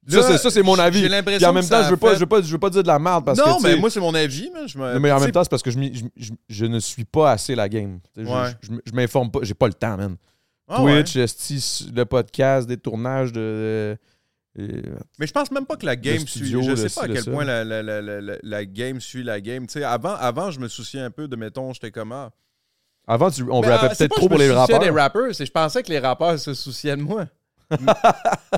[SPEAKER 1] Ça,
[SPEAKER 2] Là,
[SPEAKER 1] c'est- ça, c'est mon
[SPEAKER 2] j'ai-
[SPEAKER 1] avis.
[SPEAKER 2] J'ai
[SPEAKER 1] Puis
[SPEAKER 2] l'impression
[SPEAKER 1] en même
[SPEAKER 2] que
[SPEAKER 1] temps,
[SPEAKER 2] ça
[SPEAKER 1] je veux,
[SPEAKER 2] a
[SPEAKER 1] pas,
[SPEAKER 2] fait-
[SPEAKER 1] je veux pas je veux pas dire de la merde parce que.
[SPEAKER 2] non,
[SPEAKER 1] tu
[SPEAKER 2] mais
[SPEAKER 1] sais,
[SPEAKER 2] moi, c'est mon avis. Mais, je me-
[SPEAKER 1] non, mais en
[SPEAKER 2] tu sais,
[SPEAKER 1] même temps, c'est parce que je, m'y- je, je- je ne suis pas assez la game. Tu sais, je-
[SPEAKER 2] Ouais.
[SPEAKER 1] Je, je m'informe pas, j'ai pas le temps, man.
[SPEAKER 2] ah ouais.
[SPEAKER 1] Twitch, esti, le podcast, des tournages de. euh,
[SPEAKER 2] Mais je pense même pas que la game
[SPEAKER 1] studio,
[SPEAKER 2] suit. Je
[SPEAKER 1] le
[SPEAKER 2] sais pas à
[SPEAKER 1] ci, le
[SPEAKER 2] quel
[SPEAKER 1] ça.
[SPEAKER 2] point la, la- la- la- la- la game suit la game. Tu sais, avant, avant, je me souciais un peu de, mettons, j'étais ah. comment.
[SPEAKER 1] Avant, tu- on
[SPEAKER 3] Mais,
[SPEAKER 2] Ben,
[SPEAKER 1] rappait
[SPEAKER 3] euh, c'est
[SPEAKER 1] peut-être
[SPEAKER 3] pas
[SPEAKER 1] trop
[SPEAKER 3] que je
[SPEAKER 1] pour
[SPEAKER 3] me
[SPEAKER 1] les
[SPEAKER 3] souciais
[SPEAKER 1] rappeurs.
[SPEAKER 3] des rappeurs, c'est je pensais que les rappeurs se souciaient de moi.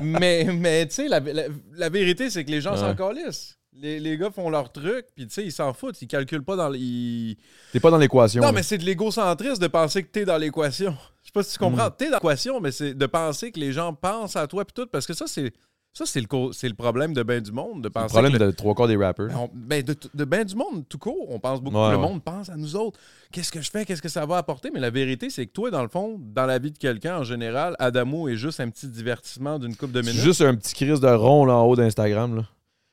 [SPEAKER 3] mais mais tu sais, la, la- la vérité, c'est que les gens
[SPEAKER 1] Ouais.
[SPEAKER 3] s'en calissent. Les, les gars font leur truc, puis tu sais, ils s'en foutent. Ils calculent pas dans. l- ils-
[SPEAKER 1] T'es pas dans l'équation.
[SPEAKER 3] Non,
[SPEAKER 1] là.
[SPEAKER 3] mais c'est de l'égocentrisme de penser que t'es dans l'équation. Je sais pas si tu
[SPEAKER 1] Hmm.
[SPEAKER 3] comprends. T'es dans l'équation, mais c'est de penser que les gens pensent à toi, puis tout. Parce que ça, c'est. Ça, c'est le, co- c'est le problème de ben du monde, de
[SPEAKER 1] le
[SPEAKER 3] penser
[SPEAKER 1] problème
[SPEAKER 3] que le-
[SPEAKER 1] de trois quarts des rappeurs.
[SPEAKER 3] on- ben, de, de ben du monde, tout court. On pense beaucoup.
[SPEAKER 1] Ouais,
[SPEAKER 3] le
[SPEAKER 1] ouais.
[SPEAKER 3] monde pense à nous autres. Qu'est-ce que je fais? Qu'est-ce que ça va apporter? Mais la vérité, c'est que toi, dans le fond, dans la vie de quelqu'un, en général, Adamo est juste un petit divertissement d'une coupe de
[SPEAKER 1] C'est
[SPEAKER 3] minutes.
[SPEAKER 1] juste un petit crise de rond là, en haut d'Instagram là,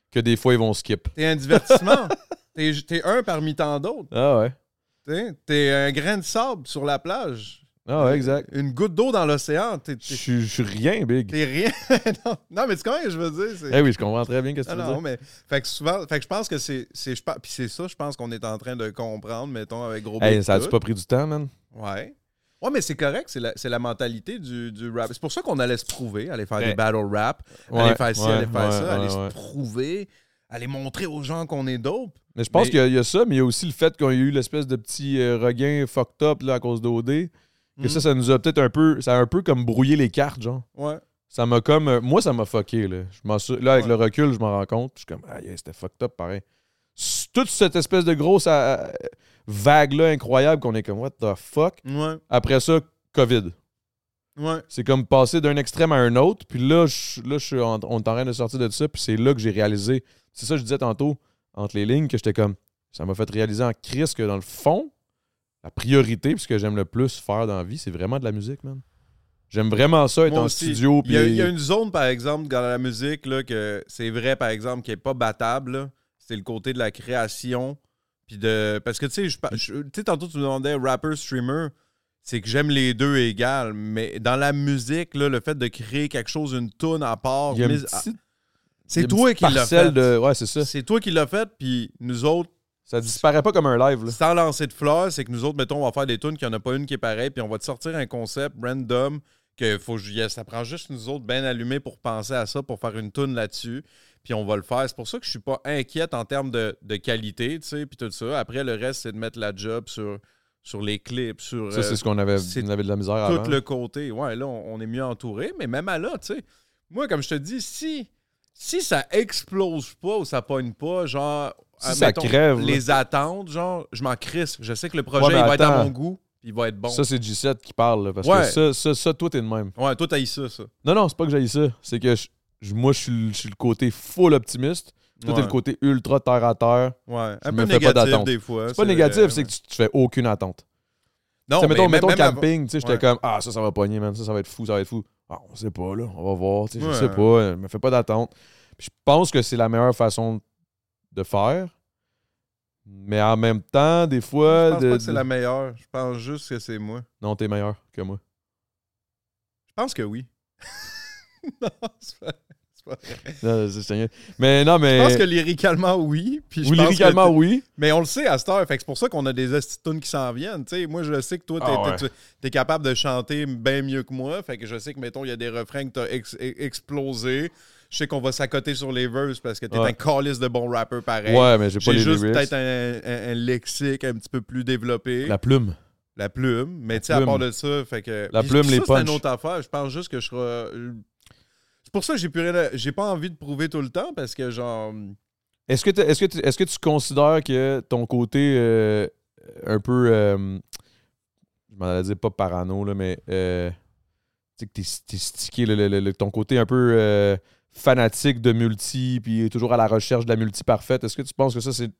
[SPEAKER 1] que des fois ils vont skip.
[SPEAKER 3] T'es un divertissement. t'es, t'es un parmi tant d'autres.
[SPEAKER 1] Ah ouais.
[SPEAKER 3] T'es, t'es un grain de sable sur la plage.
[SPEAKER 1] Ah ouais, exact.
[SPEAKER 3] Une goutte d'eau dans l'océan. T'es,
[SPEAKER 1] Je
[SPEAKER 3] t'es,
[SPEAKER 1] suis- je suis rien, Big.
[SPEAKER 3] t'es rien. non, non, mais tu comprends ce que je veux dire? C'est-
[SPEAKER 1] Eh oui, je comprends très bien ce que tu
[SPEAKER 3] Non,
[SPEAKER 1] veux
[SPEAKER 3] non,
[SPEAKER 1] dire.
[SPEAKER 3] mais fait que souvent, fait que je pense que c'est, c'est, je pa- puis c'est ça, je pense qu'on est en train de comprendre, mettons, avec gros
[SPEAKER 1] Hey,
[SPEAKER 3] Big
[SPEAKER 1] ça a-tu
[SPEAKER 3] Foot.
[SPEAKER 1] pas pris du temps, man?
[SPEAKER 3] Ouais. Ouais, mais c'est correct, c'est la, c'est la mentalité du, du rap. C'est pour ça qu'on allait se prouver, aller faire
[SPEAKER 1] Ouais.
[SPEAKER 3] des battle rap,
[SPEAKER 1] Ouais,
[SPEAKER 3] aller faire ci,
[SPEAKER 1] ouais,
[SPEAKER 3] aller faire
[SPEAKER 1] ouais,
[SPEAKER 3] ça, aller
[SPEAKER 1] ouais, ouais.
[SPEAKER 3] se prouver, aller montrer aux gens qu'on est dope.
[SPEAKER 1] Mais je pense
[SPEAKER 3] Mais-
[SPEAKER 1] qu'il y a- il y, a ça, mais il y a aussi le fait qu'on y a eu l'espèce de petit euh, regain fucked up là, à cause d'OD. Que
[SPEAKER 3] Mhm.
[SPEAKER 1] ça, ça nous a peut-être un peu. Ça a un peu comme brouillé les cartes, genre.
[SPEAKER 3] Ouais.
[SPEAKER 1] Ça m'a comme. euh, moi, ça m'a fucké, là. Je m'en suis- là, avec
[SPEAKER 3] Ouais.
[SPEAKER 1] le recul, je m'en rends compte. Je suis comme, aïe, c'était fucked up, pareil. S- Toute cette espèce de grosse euh, vague-là incroyable qu'on est comme, what the fuck.
[SPEAKER 2] Ouais,
[SPEAKER 1] Après ça, COVID.
[SPEAKER 2] ouais.
[SPEAKER 1] C'est comme passer d'un extrême à un autre. Puis là, je, là je suis en- on est en train de sortir de ça. Puis c'est là que j'ai réalisé. C'est ça que je disais tantôt, entre les lignes, que j'étais comme. Ça m'a fait réaliser en crise que dans le fond, la priorité, puis ce que j'aime le plus faire dans la vie, c'est vraiment de la musique, man. J'aime vraiment ça, être
[SPEAKER 2] Moi
[SPEAKER 1] en
[SPEAKER 2] aussi.
[SPEAKER 1] studio.
[SPEAKER 2] Il
[SPEAKER 1] Puis
[SPEAKER 2] y, a, il y a une zone, par exemple, dans la musique, là, que c'est vrai, par exemple, qui est pas battable. là. C'est le côté de la création. Puis de. Parce que, tu sais, je par- je- tu sais, tantôt, tu me demandais rapper, streamer. C'est que j'aime les deux égales. Mais dans la musique, là, le fait de créer quelque chose, une toune à part,
[SPEAKER 1] il y a une
[SPEAKER 2] mise à-
[SPEAKER 1] petite- il y a
[SPEAKER 2] c'est
[SPEAKER 1] une
[SPEAKER 2] toi
[SPEAKER 1] petite
[SPEAKER 2] qui l'as
[SPEAKER 1] parcelle
[SPEAKER 2] fait.
[SPEAKER 1] de- Ouais, c'est ça.
[SPEAKER 2] C'est toi qui l'as fait, puis nous autres,
[SPEAKER 1] Ça disparaît pas comme un live, là.
[SPEAKER 2] sans lancer de fleurs, c'est que nous autres, mettons, on va faire des tunes qu'il n'y en a pas une qui est pareille, puis on va te sortir un concept random que faut, ju- ça prend juste nous autres bien allumés pour penser à ça, pour faire une tune là-dessus, puis on va le faire. C'est pour ça que je suis pas inquiète en termes de, de qualité, tu sais, puis tout ça. Après, le reste, c'est de mettre la job sur, sur les clips, sur
[SPEAKER 1] Ça,
[SPEAKER 2] euh,
[SPEAKER 1] c'est ce qu'on avait,
[SPEAKER 2] c'est
[SPEAKER 1] on avait de la misère
[SPEAKER 2] tout
[SPEAKER 1] avant.
[SPEAKER 2] le côté. Ouais, là, on, on est mieux entouré, mais même à là, tu sais, moi, comme je te dis, si, si ça explose pas ou ça pogne pas, genre,
[SPEAKER 1] Si ça crève, là.
[SPEAKER 2] les attentes, genre, je m'en crisse. Je sais que le projet,
[SPEAKER 1] Ouais, mais
[SPEAKER 2] il va être
[SPEAKER 1] attends.
[SPEAKER 2] à mon goût, puis il va être bon.
[SPEAKER 1] Ça, c'est G7 qui parle, là, parce
[SPEAKER 2] Ouais.
[SPEAKER 1] que ça, ça, ça, toi, t'es de même.
[SPEAKER 2] ouais, toi, t'as eu ça, ça.
[SPEAKER 1] Non, non, c'est pas que j'aille ça. C'est que je- je- moi, je suis, le- je suis le côté full optimiste. Toi,
[SPEAKER 2] ouais.
[SPEAKER 1] t'es le côté ultra terre à terre.
[SPEAKER 2] Ouais,
[SPEAKER 1] je
[SPEAKER 2] un
[SPEAKER 1] me
[SPEAKER 2] peu
[SPEAKER 1] fais pas
[SPEAKER 2] négatif
[SPEAKER 1] d'attente.
[SPEAKER 2] des fois.
[SPEAKER 1] C'est pas négatif, c'est que tu, tu fais aucune attente.
[SPEAKER 2] Non,
[SPEAKER 1] Tu sais, mettons,
[SPEAKER 2] mais
[SPEAKER 1] mettons
[SPEAKER 2] même- même
[SPEAKER 1] camping, tu sais, j'étais
[SPEAKER 2] Ouais.
[SPEAKER 1] comme Ah, ça, ça va pogner, man. Ça, ça va être fou, ça va être fou. Ah, on sait pas, là. On va voir. tu sais,
[SPEAKER 2] Ouais.
[SPEAKER 1] Je sais pas. Je me fais pas d'attente. Puis je pense que c'est la meilleure façon de faire. Mais en même temps, des
[SPEAKER 2] avant-
[SPEAKER 1] fois.
[SPEAKER 2] Je pense
[SPEAKER 1] de-
[SPEAKER 2] pas que c'est
[SPEAKER 1] de-
[SPEAKER 2] la meilleure. Je pense juste que c'est moi.
[SPEAKER 1] Non, t'es meilleur que moi.
[SPEAKER 2] Je pense que oui. non, c'est pas, c'est pas vrai.
[SPEAKER 1] Non, c'est- c'est- mais non, mais.
[SPEAKER 2] Je pense que lyricalement, oui. Puis je
[SPEAKER 1] oui,
[SPEAKER 2] pense que
[SPEAKER 1] lyricalement, oui.
[SPEAKER 2] Mais on le sait à cette heure, fait que c'est pour ça qu'on a des astitunes qui s'en viennent. tu sais. moi, je sais que toi, t'es,
[SPEAKER 1] Ah
[SPEAKER 2] t'es- tu- t'es capable de chanter bien mieux que moi. Fait que je sais que, mettons, il y a des refrains que t'as ex- e- explosé. Je sais qu'on va s'accoter sur les verses parce que t'es
[SPEAKER 1] Ouais.
[SPEAKER 2] un calice de bon rappeur pareil.
[SPEAKER 1] Ouais, mais j'ai pas les
[SPEAKER 2] J'ai juste
[SPEAKER 1] lyrics.
[SPEAKER 2] peut-être un, un- un lexique un petit peu plus développé.
[SPEAKER 1] La
[SPEAKER 2] La,
[SPEAKER 1] plume.
[SPEAKER 2] plume. Mais tu sais,
[SPEAKER 1] La
[SPEAKER 2] à
[SPEAKER 1] plume.
[SPEAKER 2] part de ça, fait que.
[SPEAKER 1] La
[SPEAKER 2] Puis
[SPEAKER 1] plume,
[SPEAKER 2] ça,
[SPEAKER 1] les
[SPEAKER 2] C'est une
[SPEAKER 1] punchs.
[SPEAKER 2] autre affaire. Je pense juste que je serai. C'est pour ça que j'ai, plus rien à- j'ai pas envie de prouver tout le temps parce que, genre.
[SPEAKER 1] Est-ce que, t'as- est-ce, que tu- est-ce que tu considères que ton côté euh, un peu. euh, je m'en allais dire pas parano, là, mais. euh, tu sais, que t'es, t'es stické, le- le- le- le- ton côté un peu euh, fanatique de multi, puis toujours à la recherche de la multi parfaite. Est-ce que tu penses que ça, c'est,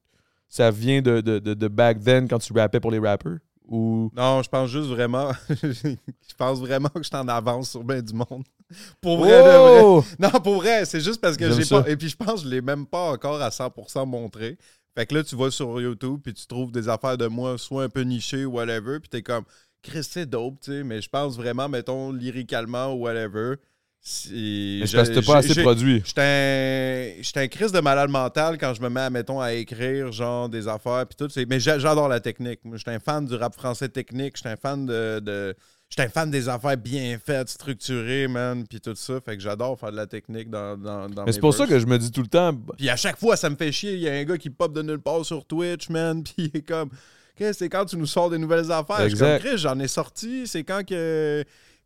[SPEAKER 1] ça vient de, de, de, de back then quand tu rappais pour les rappers? Ou.
[SPEAKER 2] Non, je pense juste vraiment. je pense vraiment que je t'en avance sur bien du monde. Pour vrai, de vrai.
[SPEAKER 1] Oh!
[SPEAKER 2] Non, pour vrai, c'est juste parce que
[SPEAKER 1] J'aime
[SPEAKER 2] j'ai
[SPEAKER 1] ça.
[SPEAKER 2] pas. Et puis je pense que je l'ai même pas encore à 100% montré. Fait que là, tu vas sur YouTube puis tu trouves des affaires de moi, soit un peu nichées ou whatever. Puis t'es comme, Chris, c'est dope, tu sais. Mais je pense vraiment, mettons, lyricalement ou whatever. Si,
[SPEAKER 1] Mais c'est parce que t'as pas assez produit.
[SPEAKER 2] J'étais un, j'étais un crise de malade mental quand je me mets, mettons, à écrire, genre, des affaires, puis tout. c'est- Mais j'a- j'adore la technique. Moi, J'étais un fan du rap français technique. J'étais un fan de... de j'étais un fan des affaires bien faites, structurées, man, puis tout ça. Fait que j'adore faire de la technique dans, dans, dans
[SPEAKER 1] Mais c'est pour ça que je me dis tout le temps.
[SPEAKER 2] Puis à chaque fois, ça me fait chier. Il y a un gars qui pop de nulle part sur Twitch, man, puis il est comme... Qu'est-ce que c'est quand tu nous sors des nouvelles affaires? Je suis comme,
[SPEAKER 1] Exact.
[SPEAKER 2] Chris, j'en ai sorti. C'est quand que...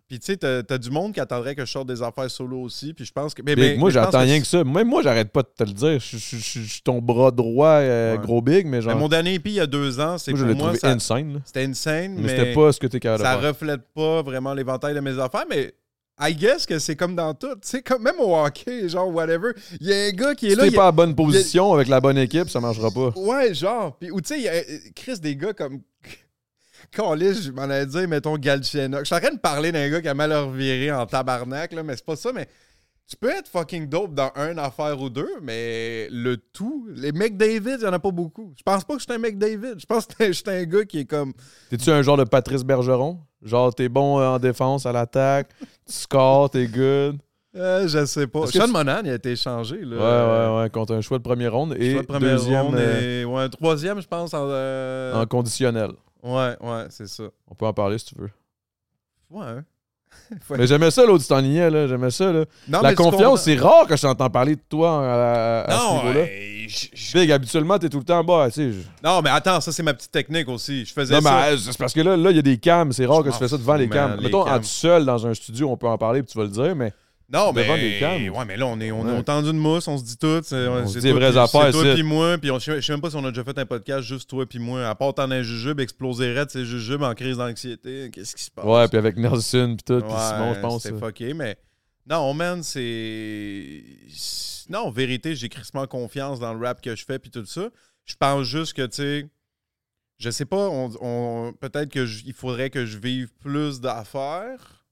[SPEAKER 2] Puis tu sais, t'as t'as du monde qui attendrait que je sorte des affaires solo aussi, puis je pense que... mais-
[SPEAKER 1] Big,
[SPEAKER 2] mais-
[SPEAKER 1] moi,
[SPEAKER 2] mais Eh ben, je pense
[SPEAKER 1] j'attends
[SPEAKER 2] que
[SPEAKER 1] rien que ça. Même moi, j'arrête pas de te le dire. Je je- je- je suis ton bras droit, euh,
[SPEAKER 2] Ouais.
[SPEAKER 1] gros big, mais genre.
[SPEAKER 2] Mais mon dernier EP, il y a deux ans, c'est
[SPEAKER 1] moi, je
[SPEAKER 2] pour
[SPEAKER 1] l'ai
[SPEAKER 2] moi,
[SPEAKER 1] trouvé
[SPEAKER 2] ça-
[SPEAKER 1] insane. là.
[SPEAKER 2] c'était insane,
[SPEAKER 1] Mais,
[SPEAKER 2] mais,
[SPEAKER 1] c'était pas ce que t'es capable de
[SPEAKER 2] ça
[SPEAKER 1] faire.
[SPEAKER 2] reflète pas vraiment l'éventail de mes affaires, mais I guess que c'est comme dans tout. Tu sais, comme même au hockey, genre whatever, il y a un gars qui est
[SPEAKER 1] Si
[SPEAKER 2] là...
[SPEAKER 1] t'es
[SPEAKER 2] il y a-
[SPEAKER 1] pas à bonne position avec la bonne équipe, ça marchera pas.
[SPEAKER 2] Ouais, genre. Puis, ou tu sais, il y a euh, Chris, des gars comme... Callis, je m'en allais dire, mettons, Galchenok. Je suis en train de parler d'un gars qui a mal reviré en tabarnak, là, mais c'est pas ça, mais... Tu peux être fucking dope dans une affaire ou deux, mais le tout... Les McDavid, il y en a pas beaucoup. Je pense pas que je suis un McDavid. Je pense que je suis un gars qui est comme...
[SPEAKER 1] T'es-tu un genre de Patrice Bergeron? Genre, t'es bon euh, en défense, à l'attaque, tu scores, t'es good.
[SPEAKER 2] Euh, je sais pas.
[SPEAKER 1] Est-ce que
[SPEAKER 2] Sean
[SPEAKER 1] tu-
[SPEAKER 2] Monahan, il a été échangé. Là.
[SPEAKER 1] Ouais, ouais, ouais, contre un choix de première ronde et
[SPEAKER 2] Choix de première
[SPEAKER 1] deuxième
[SPEAKER 2] ronde
[SPEAKER 1] euh,
[SPEAKER 2] et- ouais, troisième, je pense. En, euh,
[SPEAKER 1] en conditionnel.
[SPEAKER 2] Ouais, ouais, c'est ça.
[SPEAKER 1] On peut en parler si tu veux.
[SPEAKER 2] Ouais. hein.
[SPEAKER 1] Mais j'aimais ça, l'autre, tu t'ennuyais, là. J'aimais ça, là. la
[SPEAKER 2] Non, mais tu
[SPEAKER 1] confiance,
[SPEAKER 2] comprends-
[SPEAKER 1] c'est rare que je t'entends parler de toi hein, à, à- à ce
[SPEAKER 2] Non, euh,
[SPEAKER 1] niveau-là.
[SPEAKER 2] hey, je- je-
[SPEAKER 1] Big, habituellement, t'es tout le temps bas, tu sais. je-
[SPEAKER 2] non, mais attends, ça, c'est ma petite technique aussi. Je faisais
[SPEAKER 1] Non, mais
[SPEAKER 2] ça.
[SPEAKER 1] euh, c'est parce que là, là, il y a des cams. C'est rare
[SPEAKER 2] Je
[SPEAKER 1] que tu fais ça
[SPEAKER 2] m'en
[SPEAKER 1] devant les
[SPEAKER 2] fous,
[SPEAKER 1] cams.
[SPEAKER 2] man, les
[SPEAKER 1] Mettons, en
[SPEAKER 2] cams.
[SPEAKER 1] tout seul, dans un studio, on peut en parler, puis tu vas le dire, mais
[SPEAKER 2] Non, mais.
[SPEAKER 1] devant des cams.
[SPEAKER 2] Ouais, mais là, on est, on est
[SPEAKER 1] Ouais.
[SPEAKER 2] au temps d'une mousse, on se dit tout. C'est,
[SPEAKER 1] On
[SPEAKER 2] c'est
[SPEAKER 1] se dit
[SPEAKER 2] toi
[SPEAKER 1] les vraies
[SPEAKER 2] puis-
[SPEAKER 1] affaires,
[SPEAKER 2] C'est toi
[SPEAKER 1] c'est-
[SPEAKER 2] puis moi. Puis on, je sais- je sais même pas si on a déjà fait un podcast juste toi puis moi. À part t'en un jujube, exploser raide, c'est jujube en crise d'anxiété. Qu'est-ce qui se passe?
[SPEAKER 1] ouais, puis avec Nelson, puis tout, puis
[SPEAKER 2] Ah, Ouais,
[SPEAKER 1] Simon, je pense.
[SPEAKER 2] C'était
[SPEAKER 1] euh,
[SPEAKER 2] fucké, mais. Non, man, c'est. c'est- Non, en vérité, j'ai crissement confiance dans le rap que je fais puis tout ça. Je pense juste que, tu sais. Je sais pas, on, on- peut-être qu'il faudrait que je vive plus d'affaires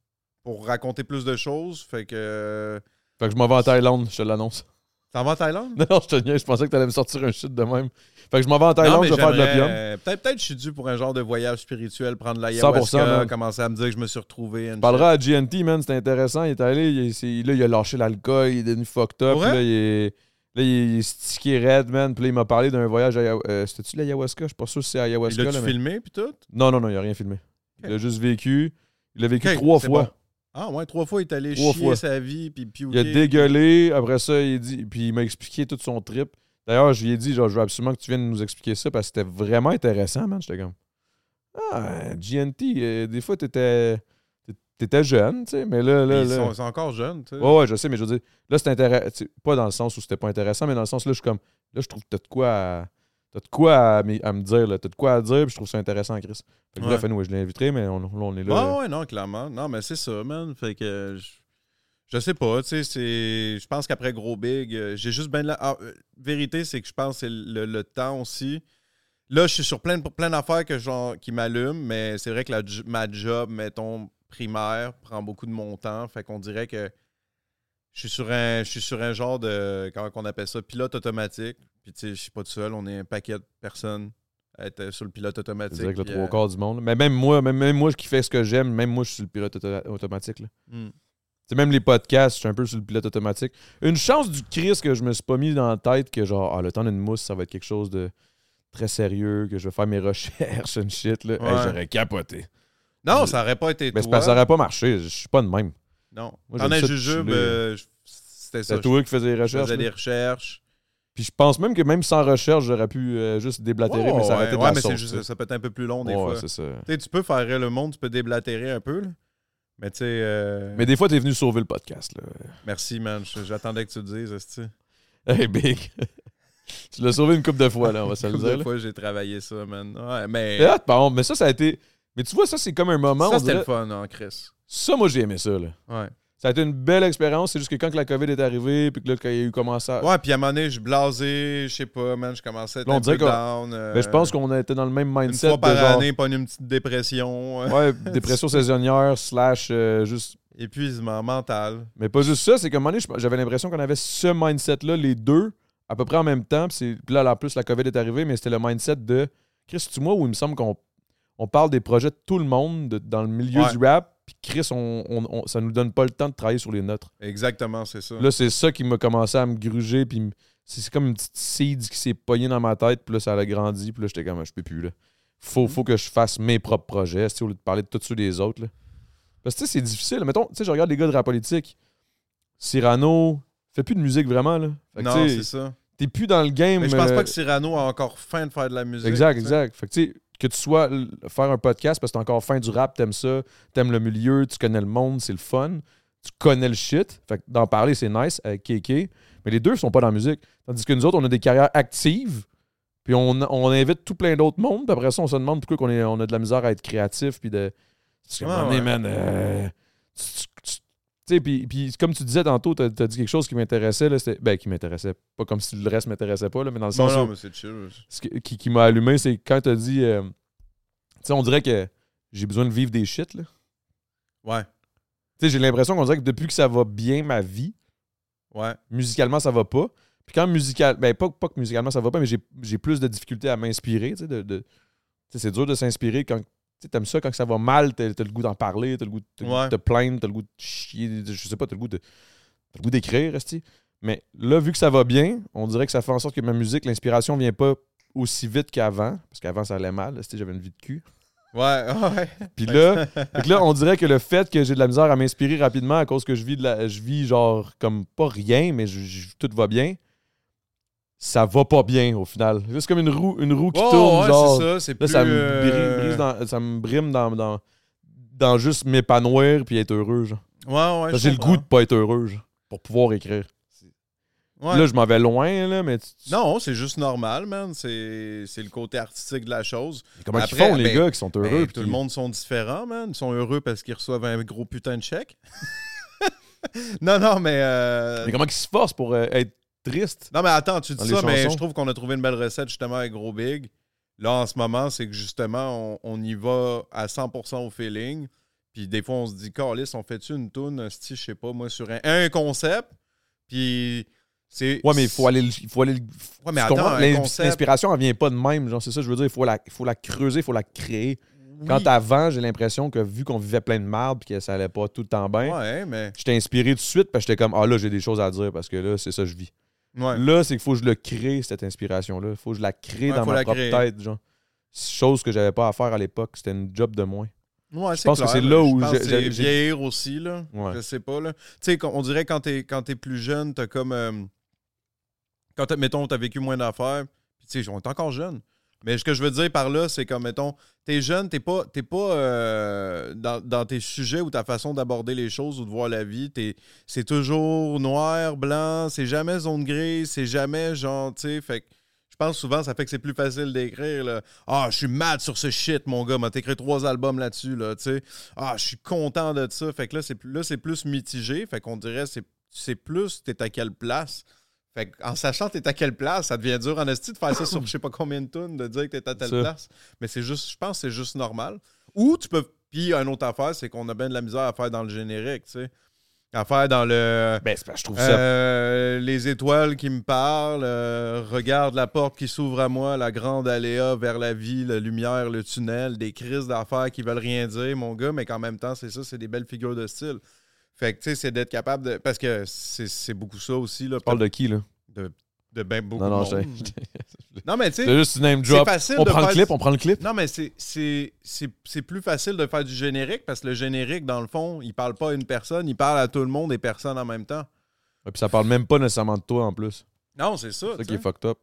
[SPEAKER 2] pour raconter plus de choses. Fait que.
[SPEAKER 1] Fait que je m'en vais en Thaïlande, je te l'annonce.
[SPEAKER 2] T'en vas en Thaïlande?
[SPEAKER 1] Non, non, je te niais, je pensais que t'allais me sortir un shit de même. Fait que je m'en vais en Thaïlande, je vais faire de l'opium.
[SPEAKER 2] l'opium. euh, Peut-être peut je suis dû pour un genre de voyage spirituel, prendre la
[SPEAKER 1] 100%,
[SPEAKER 2] ayahuasca,
[SPEAKER 1] man.
[SPEAKER 2] commencer à me dire que je me suis retrouvé. and
[SPEAKER 1] Je parlerai à GNT, man, c'était intéressant. Il est allé, il, est- il- là, il a lâché l'alcool, il est devenu fucked up.
[SPEAKER 2] Pour
[SPEAKER 1] puis
[SPEAKER 2] vrai?
[SPEAKER 1] Là, il est, là, il est stické red, man. Puis là, il m'a parlé d'un voyage à. Ayahu- euh, C'était-tu l'ayahuasca? Je suis pas sûr si c'est
[SPEAKER 2] shit.
[SPEAKER 1] ayahuasca.
[SPEAKER 2] Il a-tu
[SPEAKER 1] là, mais-
[SPEAKER 2] filmé puis tout?
[SPEAKER 1] Non, non, non, il a rien filmé. Il
[SPEAKER 2] Ok.
[SPEAKER 1] a juste vécu. Il a vécu
[SPEAKER 2] Ok,
[SPEAKER 1] trois
[SPEAKER 2] c'est
[SPEAKER 1] fois.
[SPEAKER 2] bon. Ah ouais, trois fois, il est allé
[SPEAKER 1] Trois
[SPEAKER 2] chier
[SPEAKER 1] fois.
[SPEAKER 2] sa vie, puis puis
[SPEAKER 1] Il a dégueulé. Après ça, il dit. Puis il m'a expliqué tout son trip. D'ailleurs, je lui ai dit, genre, je veux absolument que tu viennes nous expliquer ça parce que c'était vraiment intéressant, man. J'étais comme. Ah, GNT, euh, des fois, t'étais. T'étais jeune, tu sais, mais là, là,
[SPEAKER 2] ils,
[SPEAKER 1] là.
[SPEAKER 2] sont, ils sont encore jeunes, tu sais.
[SPEAKER 1] Ouais, ouais, je sais, mais je veux dire, là, c'est intéressant. Pas dans le sens où c'était pas intéressant, mais dans le sens, là, je suis comme. Là, je trouve que t'as de quoi à. T'as de quoi à, me- à me dire, là. T'as de quoi à dire, puis je trouve ça intéressant, Chris. Fait que
[SPEAKER 2] Ouais.
[SPEAKER 1] bref, anyway, je l'ai invité, mais on, là, on est là.
[SPEAKER 2] Ouais, Ah ouais, non, clairement. Non, mais c'est ça, man. Fait que euh, je, je sais pas, tu sais, c'est. Je pense qu'après Gros Big, euh, j'ai juste bien de la. ah, euh, vérité, c'est que je pense que c'est le, le temps aussi. Là, je suis sur plein, de- plein d'affaires que genre, qui m'allument, mais c'est vrai que la j- ma job, mettons, primaire, prend beaucoup de mon temps. Fait qu'on dirait que je suis sur un, je suis sur un genre de. Comment on appelle ça Pilote automatique. Puis, tu sais, je suis pas tout seul, on est un paquet de personnes à être euh, sur le pilote
[SPEAKER 1] Je
[SPEAKER 2] automatique.
[SPEAKER 1] dirais que le
[SPEAKER 2] puis,
[SPEAKER 1] trois
[SPEAKER 2] euh,
[SPEAKER 1] quarts du monde. là. Mais même moi, même, même moi qui fais ce que j'aime, même moi, je suis le pilote auto- automatique. là.
[SPEAKER 2] hmm.
[SPEAKER 1] sais, même les podcasts, je suis un peu sur le pilote automatique. Une chance du Christ que je me suis pas mis dans la tête que genre, ah, le temps d'une mousse, ça va être quelque chose de très sérieux, que je vais faire mes recherches, and shit. Là. Hey,
[SPEAKER 2] Ouais.
[SPEAKER 1] J'aurais capoté.
[SPEAKER 2] Non, ça aurait pas été
[SPEAKER 1] Mais c'est
[SPEAKER 2] toi.
[SPEAKER 1] parce que ça aurait pas marché. Je suis pas de même.
[SPEAKER 2] Non.
[SPEAKER 1] Moi,
[SPEAKER 2] T'en
[SPEAKER 1] j'aime
[SPEAKER 2] as
[SPEAKER 1] ça
[SPEAKER 2] jujube,
[SPEAKER 1] chiller.
[SPEAKER 2] euh, je- c'était ça.
[SPEAKER 1] C'est
[SPEAKER 2] Je
[SPEAKER 1] toi qui faisais les recherches.
[SPEAKER 2] faisais
[SPEAKER 1] là.
[SPEAKER 2] des recherches.
[SPEAKER 1] Puis je pense même que même sans recherche, j'aurais pu euh, juste déblatérer, mais
[SPEAKER 2] Ouais,
[SPEAKER 1] ça aurait été de
[SPEAKER 2] ouais,
[SPEAKER 1] la
[SPEAKER 2] mais c'est
[SPEAKER 1] sauce,
[SPEAKER 2] juste-
[SPEAKER 1] tu sais.
[SPEAKER 2] ça peut être un peu plus long des
[SPEAKER 1] Ouais,
[SPEAKER 2] fois.
[SPEAKER 1] c'est ça.
[SPEAKER 2] Tu sais, tu peux faire rire le monde, tu peux déblatérer un peu. là. Mais tu sais, euh,
[SPEAKER 1] Mais des fois, t'es venu sauver le podcast. Là.
[SPEAKER 2] merci, man. Je- J'attendais que tu le dises. esti.
[SPEAKER 1] Hey, Big. tu l'as sauvé une couple de fois, là, on va se le
[SPEAKER 2] Couple
[SPEAKER 1] dire.
[SPEAKER 2] de
[SPEAKER 1] là.
[SPEAKER 2] fois, j'ai travaillé ça, man. Ouais, mais
[SPEAKER 1] Et là, par contre, mais ça, ça a été. Mais tu vois, ça, c'est comme un moment.
[SPEAKER 2] ça,
[SPEAKER 1] on
[SPEAKER 2] c'était
[SPEAKER 1] dirait-
[SPEAKER 2] le fun en Chris.
[SPEAKER 1] Ça, moi, j'ai aimé ça. Là.
[SPEAKER 2] Ouais.
[SPEAKER 1] Ça a été une belle expérience. C'est juste que quand que la COVID est arrivée, puis que là, quand il y a eu commencé à.
[SPEAKER 2] Ouais, puis à un moment donné, je blasé, je sais pas, man. Je commençais à être
[SPEAKER 1] Ah. Là, on
[SPEAKER 2] un
[SPEAKER 1] dirait
[SPEAKER 2] peu
[SPEAKER 1] qu'on-
[SPEAKER 2] down. euh,
[SPEAKER 1] mais ben, je pense qu'on a été dans le même
[SPEAKER 2] Une
[SPEAKER 1] mindset.
[SPEAKER 2] fois par
[SPEAKER 1] de genre,
[SPEAKER 2] année, pas une petite dépression. euh,
[SPEAKER 1] Ouais, dépression saisonnière, slash, euh, juste.
[SPEAKER 2] Épuisement mental.
[SPEAKER 1] Mais pas juste ça, c'est qu'à un moment donné, je- j'avais l'impression qu'on avait ce mindset-là, les deux, à peu près en même temps. Puis, c'est- puis là, en plus, la COVID est arrivée, mais c'était le mindset de Chris, tu moi, où il me semble qu'on on parle des projets de tout le monde de- dans le milieu
[SPEAKER 2] Ouais.
[SPEAKER 1] du rap. Puis Chris, on, on- on- ça nous donne pas le temps de travailler sur les nôtres.
[SPEAKER 2] Exactement, c'est ça.
[SPEAKER 1] Là, c'est ça qui m'a commencé à me gruger. Puis me- c'est c'est comme une petite seed qui s'est pognée dans ma tête. Puis là, ça a grandi. Puis là, j'étais comme, je peux plus. Là. Faut, faut que je fasse mes propres projets. tu sais, Au lieu de parler de tous ceux des autres. Là. Parce que tu sais, c'est difficile. Mettons, tu sais, je regarde les gars de la politique. Cyrano, fait plus de musique vraiment. Là. Fait que,
[SPEAKER 2] non,
[SPEAKER 1] tu sais,
[SPEAKER 2] c'est ça.
[SPEAKER 1] T'es plus dans le game.
[SPEAKER 2] Mais je pense
[SPEAKER 1] euh,
[SPEAKER 2] pas que Cyrano a encore faim de faire de la musique.
[SPEAKER 1] Exact,
[SPEAKER 2] tu sais.
[SPEAKER 1] exact. Fait que, tu sais, que tu sois l- faire un podcast parce que t'es encore fin du rap, t'aimes ça, t'aimes le milieu, tu connais le monde, c'est le fun, tu connais le shit. Fait que d'en parler, c'est nice avec KK. Mais les deux sont pas dans la musique. Tandis que nous autres, on a des carrières actives, puis on, on invite tout plein d'autres mondes, puis après ça, on se demande pourquoi qu'on est, on a de la misère à être créatif, puis de. C'est comme,
[SPEAKER 2] Ouais,
[SPEAKER 1] un moment donné,
[SPEAKER 2] Ah ouais.
[SPEAKER 1] man, euh, tu- tu- tu- tu sais, puis, puis comme tu disais tantôt, t'as as dit quelque chose qui m'intéressait, là, c'était- ben, qui m'intéressait, pas comme si le reste m'intéressait pas, là, mais dans le
[SPEAKER 2] Non,
[SPEAKER 1] sens où-
[SPEAKER 2] non, mais c'est chill.
[SPEAKER 1] ce que- qui, qui m'a allumé, c'est quand t'as dit. euh, tu sais, on dirait que j'ai besoin de vivre des shit, là.
[SPEAKER 2] Ouais,
[SPEAKER 1] Tu sais, j'ai l'impression qu'on dirait que depuis que ça va bien ma vie,
[SPEAKER 2] ouais.
[SPEAKER 1] musicalement, ça va pas. Puis quand musical. Ben, pas, pas que musicalement, ça va pas, mais j'ai j'ai plus de difficultés à m'inspirer, tu sais. De, de- tu sais, c'est dur de s'inspirer quand. Tu sais, t'aimes ça quand ça va mal, t'as t'as le goût d'en parler, t'as le goût de t'as le goût de
[SPEAKER 2] Ouais.
[SPEAKER 1] te plaindre, t'as le goût de chier, je sais pas, t'as le goût de. t'as le goût d'écrire, esti. Mais là, vu que ça va bien, on dirait que ça fait en sorte que ma musique, l'inspiration vient pas aussi vite qu'avant, parce qu'avant ça allait mal, esti, j'avais une vie de cul.
[SPEAKER 2] Ouais, ouais.
[SPEAKER 1] Puis là, fait que là, on dirait que le fait que j'ai de la misère à m'inspirer rapidement à cause que je vis de la, je vis genre comme pas rien, mais je- je- tout va bien. Ça va pas bien au final. C'est comme une roue, une roue qui
[SPEAKER 2] Ouais,
[SPEAKER 1] tourne.
[SPEAKER 2] ouais,
[SPEAKER 1] genre,
[SPEAKER 2] c'est ça. C'est
[SPEAKER 1] là,
[SPEAKER 2] plus.
[SPEAKER 1] ça me,
[SPEAKER 2] euh,
[SPEAKER 1] bri- brise dans- ça me brime dans, dans, dans juste m'épanouir puis être heureux. genre.
[SPEAKER 2] Ouais, ouais.
[SPEAKER 1] Parce
[SPEAKER 2] je
[SPEAKER 1] que j'ai le
[SPEAKER 2] comprends.
[SPEAKER 1] goût de pas être heureux genre, pour pouvoir écrire.
[SPEAKER 2] Ouais.
[SPEAKER 1] Là, je m'en vais loin, là, mais tu- tu-
[SPEAKER 2] Non, c'est juste normal, man. C'est c'est le côté artistique de la chose.
[SPEAKER 1] comment ils
[SPEAKER 2] Après,
[SPEAKER 1] font, les
[SPEAKER 2] ben,
[SPEAKER 1] gars, qui sont heureux?
[SPEAKER 2] Ben,
[SPEAKER 1] puis
[SPEAKER 2] tout le
[SPEAKER 1] qui-
[SPEAKER 2] monde sont différents, man. Ils sont heureux parce qu'ils reçoivent un gros putain de chèque. non, non, mais. euh,
[SPEAKER 1] Mais comment ils se forcent pour euh, être triste?
[SPEAKER 2] Non, mais attends, tu
[SPEAKER 1] Dans
[SPEAKER 2] dis
[SPEAKER 1] les
[SPEAKER 2] ça, mais
[SPEAKER 1] chansons.
[SPEAKER 2] je trouve qu'on a trouvé une belle recette justement avec Gros Big. Là, en ce moment, c'est que justement, on, on y va à 100% au feeling. Puis des fois, on se dit, Carlis, on fait-tu une toune, si je sais pas, moi, sur un, un concept. Puis c'est.
[SPEAKER 1] Ouais, mais il faut aller le- il faut aller le-
[SPEAKER 2] Ouais, mais
[SPEAKER 1] Tu
[SPEAKER 2] attends,
[SPEAKER 1] comprends?
[SPEAKER 2] un
[SPEAKER 1] L'ins-
[SPEAKER 2] concept.
[SPEAKER 1] L'inspiration, elle vient pas de même. Genre, c'est ça, je veux dire, il faut la, faut la creuser, il faut la créer.
[SPEAKER 2] oui.
[SPEAKER 1] Quand avant, j'ai l'impression que vu qu'on vivait plein de merde et que ça allait pas tout le temps bien,
[SPEAKER 2] Ouais, mais.
[SPEAKER 1] j'étais inspiré tout de suite parce que j'étais comme, ah là, j'ai des choses à dire parce que là, c'est ça, je vis.
[SPEAKER 2] Ouais.
[SPEAKER 1] Là, c'est qu'il faut que je le crée, cette inspiration-là. Il faut que je la crée
[SPEAKER 2] Ouais,
[SPEAKER 1] dans
[SPEAKER 2] faut
[SPEAKER 1] ma
[SPEAKER 2] la
[SPEAKER 1] propre
[SPEAKER 2] créer.
[SPEAKER 1] tête. Genre. Chose que j'avais pas à faire à l'époque, c'était une job de moins.
[SPEAKER 2] Ouais, c'est
[SPEAKER 1] pense que
[SPEAKER 2] clair,
[SPEAKER 1] c'est là où
[SPEAKER 2] je pense
[SPEAKER 1] j'ai-
[SPEAKER 2] que
[SPEAKER 1] j'ai-
[SPEAKER 2] c'est
[SPEAKER 1] j'ai-
[SPEAKER 2] vieillir aussi là.
[SPEAKER 1] Ouais.
[SPEAKER 2] Je sais pas là. Tu sais, qu'on- on dirait quand t'es quand t'es plus jeune, t'as comme euh, quand t'as- mettons t'as vécu moins d'affaires. Puis tu sais, on est encore jeune. Mais ce que je veux dire par là, c'est comme mettons, t'es jeune, t'es pas t'es pas euh, dans, dans tes sujets ou ta façon d'aborder les choses ou de voir la vie. T'es c'est toujours noir, blanc, c'est jamais zone grise, c'est jamais genre, tu sais, fait que je pense souvent ça fait que c'est plus facile d'écrire là. Ah, je suis mad sur ce shit, mon gars, m'a écrit trois albums là-dessus là, tu sais. Ah, je suis content de ça. Fait que là c'est plus là c'est plus mitigé, fait qu'on dirait c'est c'est plus t'es à quelle place. Fait que, en sachant t'es à quelle place, ça devient dur en esti de faire ça sur je sais pas combien de tunes, de dire que t'es à telle
[SPEAKER 1] Ça.
[SPEAKER 2] place. Mais c'est juste, je pense que c'est juste normal. Ou tu peux. Puis, une autre affaire, c'est qu'on a bien de la misère à faire dans le générique, tu sais. À faire dans le.
[SPEAKER 1] Ben, c'est parce que je trouve ça.
[SPEAKER 2] Euh, les étoiles qui me parlent, euh, regarde la porte qui s'ouvre à moi, la grande aléa vers la vie, la lumière, le tunnel, des crises d'affaires qui veulent rien dire, mon gars, mais qu'en même temps, c'est ça, c'est des belles figures de style. Fait que, tu sais, c'est d'être capable de. Parce que c'est c'est beaucoup ça aussi, là.
[SPEAKER 1] Tu parles de qui, là?
[SPEAKER 2] de, de ben beaucoup
[SPEAKER 1] Non, non,
[SPEAKER 2] de
[SPEAKER 1] j'ai-
[SPEAKER 2] monde. Non, mais tu
[SPEAKER 1] c'est
[SPEAKER 2] sais,
[SPEAKER 1] juste une name
[SPEAKER 2] c'est
[SPEAKER 1] drop.
[SPEAKER 2] facile
[SPEAKER 1] On
[SPEAKER 2] de
[SPEAKER 1] prend le
[SPEAKER 2] faire-
[SPEAKER 1] clip, on prend le clip.
[SPEAKER 2] Non, mais c'est- c'est c'est- c'est plus facile de faire du générique parce que le générique, dans le fond, il parle pas à une personne, il parle à tout le monde et personne en même temps.
[SPEAKER 1] Et puis ça parle même pas nécessairement de toi en plus.
[SPEAKER 2] Non, c'est ça.
[SPEAKER 1] C'est ça
[SPEAKER 2] tu
[SPEAKER 1] qui
[SPEAKER 2] sais.
[SPEAKER 1] est fucked up.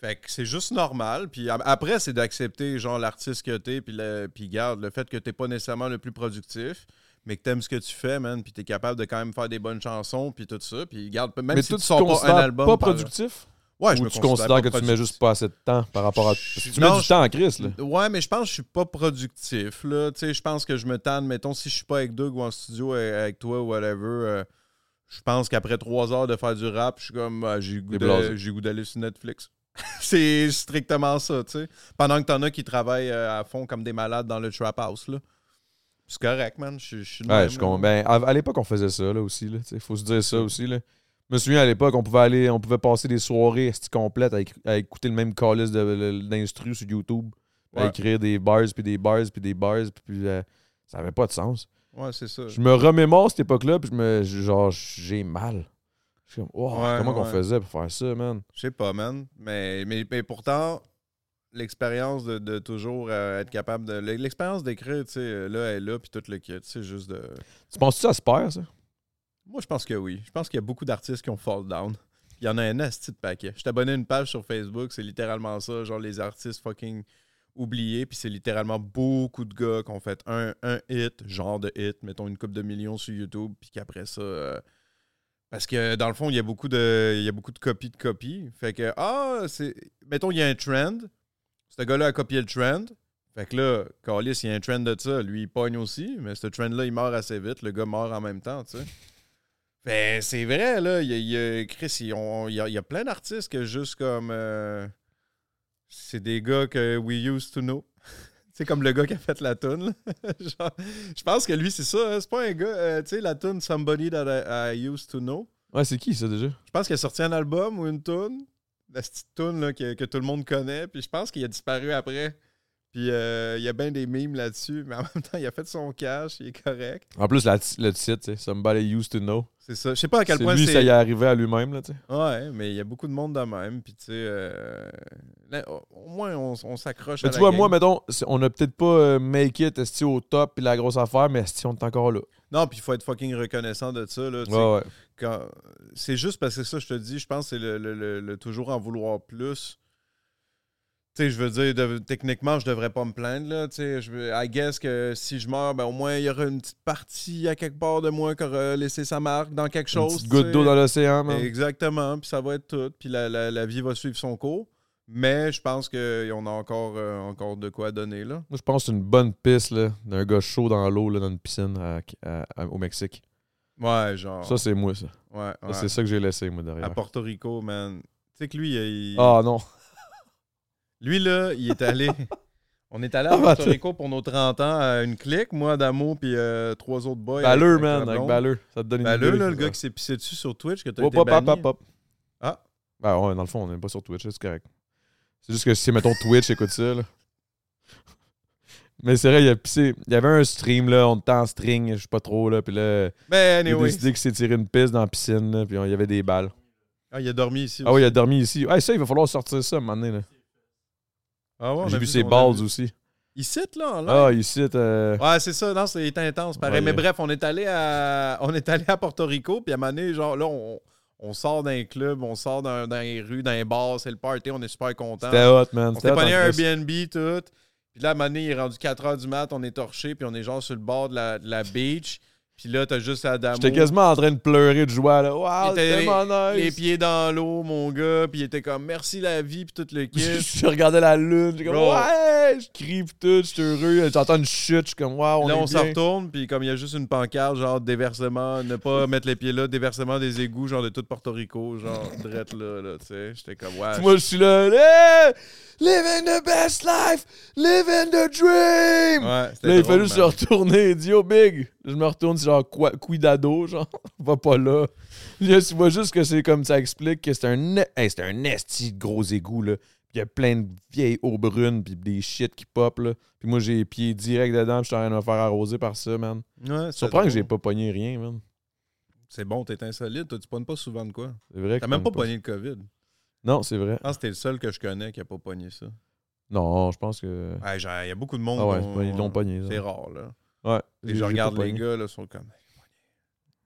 [SPEAKER 2] Fait que c'est juste normal. Puis a- après, c'est d'accepter, genre, l'artiste que t'es, puis, le, puis garde le fait que t'es pas nécessairement le plus productif, mais que t'aimes ce que tu fais, man, puis t'es capable de quand même faire des bonnes chansons, puis tout ça. Puis garde, même
[SPEAKER 1] Mais
[SPEAKER 2] si
[SPEAKER 1] toi,
[SPEAKER 2] tu
[SPEAKER 1] tu
[SPEAKER 2] sors pas un
[SPEAKER 1] considères
[SPEAKER 2] album.
[SPEAKER 1] pas
[SPEAKER 2] par-
[SPEAKER 1] productif?
[SPEAKER 2] Ouais, je
[SPEAKER 1] Ou
[SPEAKER 2] me
[SPEAKER 1] tu considères
[SPEAKER 2] pas
[SPEAKER 1] que tu mets
[SPEAKER 2] productif.
[SPEAKER 1] juste pas assez de temps par rapport à. Parce que tu
[SPEAKER 2] Non,
[SPEAKER 1] mets du
[SPEAKER 2] je-
[SPEAKER 1] temps en crise, là.
[SPEAKER 2] Ouais, mais je pense que je suis pas productif. Là. Tu sais, je pense que je me tanne. Mettons, si je suis pas avec Doug ou en studio euh, avec toi ou whatever, euh, je pense qu'après trois heures de faire du rap, je suis comme, ah, j'ai le goût
[SPEAKER 1] T'es
[SPEAKER 2] de-
[SPEAKER 1] blasé.
[SPEAKER 2] j'ai le goût d'aller sur Netflix. C'est strictement ça, tu sais. Pendant que t'en as qui travaillent euh, à fond comme des malades dans le trap house, là. C'est correct, man. Je je suis le
[SPEAKER 1] Ouais,
[SPEAKER 2] même,
[SPEAKER 1] je
[SPEAKER 2] là.
[SPEAKER 1] comprends. Ben, à, à l'époque, on faisait ça là, aussi. Là, tu sais, faut se dire ça aussi. Là. Je me souviens, à l'époque, on pouvait aller, on pouvait passer des soirées esti complètes à, éc- à écouter le même calice de- le- d'instru sur YouTube, à
[SPEAKER 2] Ouais.
[SPEAKER 1] écrire des bars, puis des bars, puis des bars, puis, puis, euh, ça avait pas de sens.
[SPEAKER 2] Ouais, c'est ça.
[SPEAKER 1] Je me remémore cette époque-là, puis je me, genre, j'ai mal. Je suis comme, wow,
[SPEAKER 2] Ouais,
[SPEAKER 1] comment qu'on
[SPEAKER 2] ouais.
[SPEAKER 1] faisait pour faire ça, man?
[SPEAKER 2] Je sais pas, man. Mais, mais, mais pourtant, l'expérience de, de toujours euh, être capable de. L'expérience d'écrire, tu sais, euh, là, elle est là, puis tout le kit. C'est juste de.
[SPEAKER 1] Tu penses-tu que ça se perd, ça?
[SPEAKER 2] Moi, je pense que oui. Je pense qu'il y a beaucoup d'artistes qui ont fall down. Il y en a un asti de paquet. Je t'abonnais à une page sur Facebook, c'est littéralement ça, genre les artistes fucking oubliés, puis c'est littéralement beaucoup de gars qui ont fait un, un hit, genre de hit, mettons une coupe de millions sur YouTube, puis qu'après ça... euh, parce que dans le fond, il y a beaucoup de il y a beaucoup de copies de copies. Fait que, ah, c'est... Mettons, il y a un trend. Ce gars-là a copié le trend. Fait que là, Calis, il y a un trend de ça. Lui, il pogne aussi, mais ce trend-là, il meurt assez vite. Le gars meurt en même temps, tu sais. Ben, c'est vrai, là. Il y a, il y a- Chris, il on- il y a, il y a plein d'artistes que juste comme. euh, c'est des gars que we used to know. c'est comme le gars qui a fait la toune. là. Genre, Je pense que lui, c'est ça. hein. C'est pas un gars. euh, tu sais, la toune Somebody That I, I Used to Know.
[SPEAKER 1] Ouais, c'est qui ça déjà?
[SPEAKER 2] Je pense qu'il a sorti un album ou une toune. La petite toune là, que, que tout le monde connaît. Puis je pense qu'il a disparu après. Puis euh, il y a bien des mimes là-dessus. Mais en même temps, il a fait son cash. Il est correct.
[SPEAKER 1] En plus, la- le titre, c'est Somebody Used to Know.
[SPEAKER 2] C'est ça. Je sais pas à
[SPEAKER 1] C'est
[SPEAKER 2] quel point
[SPEAKER 1] lui,
[SPEAKER 2] c'est.
[SPEAKER 1] ça y est arrivé à lui-même, là, tu sais.
[SPEAKER 2] Ouais, mais il y a beaucoup de monde de même. Puis, tu sais, euh, là, au- au moins, on, on s'accroche à
[SPEAKER 1] Mais
[SPEAKER 2] la
[SPEAKER 1] tu vois,
[SPEAKER 2] game.
[SPEAKER 1] moi, mettons, c'est- on a peut-être pas euh, make it esti, au top puis la grosse affaire, mais esti, on est encore là.
[SPEAKER 2] Non, puis il faut être fucking reconnaissant de ça. Là, tu sais,
[SPEAKER 1] Ouais, ouais.
[SPEAKER 2] quand- C'est juste parce que ça, je te dis, je pense que c'est le, le- le- le toujours en vouloir plus. Tu sais, je veux dire, de- techniquement, je devrais pas me plaindre, là. Tu sais, je veux- I guess que si je meurs, ben, au moins, il y aura une petite partie à quelque part de moi qui aura laissé sa marque dans quelque
[SPEAKER 1] Une
[SPEAKER 2] chose.
[SPEAKER 1] petite
[SPEAKER 2] tu
[SPEAKER 1] goutte
[SPEAKER 2] sais.
[SPEAKER 1] d'eau dans l'océan, man.
[SPEAKER 2] Exactement, puis ça va être tout, puis la, la- la vie va suivre son cours. Mais je pense qu'on a encore, euh, encore de quoi donner là.
[SPEAKER 1] Moi, je pense que c'est une bonne piste, là, d'un gars chaud dans l'eau, là, dans une piscine à- à- à- au Mexique.
[SPEAKER 2] Ouais, genre.
[SPEAKER 1] Ça, c'est moi, ça.
[SPEAKER 2] ouais,
[SPEAKER 1] Ça,
[SPEAKER 2] Ah. ouais.
[SPEAKER 1] C'est ça que j'ai laissé, moi,
[SPEAKER 2] À
[SPEAKER 1] derrière.
[SPEAKER 2] Porto Rico, man. Tu sais que lui, il-
[SPEAKER 1] Ah non.
[SPEAKER 2] lui là, il est allé. on est allé à
[SPEAKER 1] Ah,
[SPEAKER 2] Porto
[SPEAKER 1] bah,
[SPEAKER 2] Rico pour nos 30 ans à une clique, moi, Damo, puis euh, trois autres boys.
[SPEAKER 1] Balleux,
[SPEAKER 2] avec-
[SPEAKER 1] man,
[SPEAKER 2] la
[SPEAKER 1] avec
[SPEAKER 2] blonde.
[SPEAKER 1] Balleux. Ça te donne une
[SPEAKER 2] Balleux,
[SPEAKER 1] idée,
[SPEAKER 2] là, le
[SPEAKER 1] ça. Oh,
[SPEAKER 2] gars qui s'est pissé dessus sur Twitch, que t'as
[SPEAKER 1] Hop,
[SPEAKER 2] été
[SPEAKER 1] hop, hop,
[SPEAKER 2] banni.
[SPEAKER 1] hop, hop.
[SPEAKER 2] Ah.
[SPEAKER 1] Ben ouais, dans le fond, on n'est pas sur Twitch, là, c'est correct. C'est juste que si, mettons, Twitch écoute ça, là. Mais c'est vrai, il, a pissé. il y avait un stream, là, on était en string, je sais pas trop, là, puis là,
[SPEAKER 2] Ben,
[SPEAKER 1] Il a
[SPEAKER 2] anyway.
[SPEAKER 1] décidé qu'il s'est tiré une piste dans la piscine, là, puis on- il y avait des balles.
[SPEAKER 2] Ah, il a dormi ici.
[SPEAKER 1] Ah
[SPEAKER 2] aussi.
[SPEAKER 1] oui, il a dormi ici. Ah, ça, il va falloir sortir ça, à un moment donné. là.
[SPEAKER 2] Ah ouais, on a
[SPEAKER 1] J'ai vu ses
[SPEAKER 2] on a
[SPEAKER 1] balles
[SPEAKER 2] vu.
[SPEAKER 1] aussi.
[SPEAKER 2] Il cite, là, en live.
[SPEAKER 1] Ah, ici, euh,
[SPEAKER 2] Ouais, c'est ça, non, c'est intense, pareil.
[SPEAKER 1] Ouais.
[SPEAKER 2] Mais bref, on est allé à on est allé à Porto Rico, puis à un moment donné, genre là, on, on sort d'un club, on sort d'un- dans, les rues, dans les bars, c'est le party, on est super content.
[SPEAKER 1] c'était hot, man.
[SPEAKER 2] On
[SPEAKER 1] C'était
[SPEAKER 2] s'est
[SPEAKER 1] hot,
[SPEAKER 2] pogné
[SPEAKER 1] en
[SPEAKER 2] un
[SPEAKER 1] Christ.
[SPEAKER 2] Airbnb, tout. Puis là, à un moment donné, il est rendu 4 h du mat, on est torché, puis on est genre sur le bord de la, de la beach. Puis là, t'as juste Adamo.
[SPEAKER 1] J'étais quasiment en train de pleurer de joie, là. Waouh,
[SPEAKER 2] Il était
[SPEAKER 1] c'était mon
[SPEAKER 2] Les pieds dans l'eau, mon gars, puis il était comme merci la vie, puis tout le kit.
[SPEAKER 1] Je regardais la lune, j'étais comme
[SPEAKER 2] Bro.
[SPEAKER 1] ouais, je crie pis tout, je suis heureux, j'entends une chute, je suis comme waouh, on
[SPEAKER 2] là,
[SPEAKER 1] est
[SPEAKER 2] on
[SPEAKER 1] bien.
[SPEAKER 2] s'en retourne, puis comme il y a juste une pancarte, genre déversement, ne pas mettre les pieds là, déversement des égouts, genre de tout Porto Rico, genre drette là, là, tu sais. J'étais comme, ouais.
[SPEAKER 1] Puis Moi, je suis là, Hey, living the best life, living the dream.
[SPEAKER 2] ouais, c'était
[SPEAKER 1] Là, il
[SPEAKER 2] drôle,
[SPEAKER 1] fallait juste se
[SPEAKER 2] man.
[SPEAKER 1] retourner. Il dit, oh, big. Je me retourne, c'est genre, quoi, cuidado, genre, va pas là. Là, tu vois juste que c'est comme ça explique que c'est un, e- hey, c'est un esti de gros égout, là. Puis il y a plein de vieilles eaux brunes, puis des shit qui pop, là. Puis moi, j'ai les pieds direct dedans, puis je suis en train de me faire arroser par ça, man.
[SPEAKER 2] Ouais, c'était
[SPEAKER 1] Surprend que
[SPEAKER 2] drôle.
[SPEAKER 1] j'ai pas pogné rien, man.
[SPEAKER 2] C'est bon, t'es insolite, toi, tu pognes pas souvent de quoi.
[SPEAKER 1] C'est vrai
[SPEAKER 2] T'as
[SPEAKER 1] que
[SPEAKER 2] même pas
[SPEAKER 1] comme-
[SPEAKER 2] pogné le COVID. Je
[SPEAKER 1] Non, c'est vrai.
[SPEAKER 2] pense que t'es le seul que je connais qui a pas pogné ça.
[SPEAKER 1] Non, je pense que.
[SPEAKER 2] Ouais, genre, Il y a beaucoup de monde.
[SPEAKER 1] Ah ouais,
[SPEAKER 2] qui ont-
[SPEAKER 1] ils l'ont pogné. ça.
[SPEAKER 2] C'est rare, là.
[SPEAKER 1] Ouais.
[SPEAKER 2] Et
[SPEAKER 1] j'ai-
[SPEAKER 2] je
[SPEAKER 1] j'ai
[SPEAKER 2] regarde
[SPEAKER 1] pas
[SPEAKER 2] les
[SPEAKER 1] pogné.
[SPEAKER 2] gars, là, sont comme.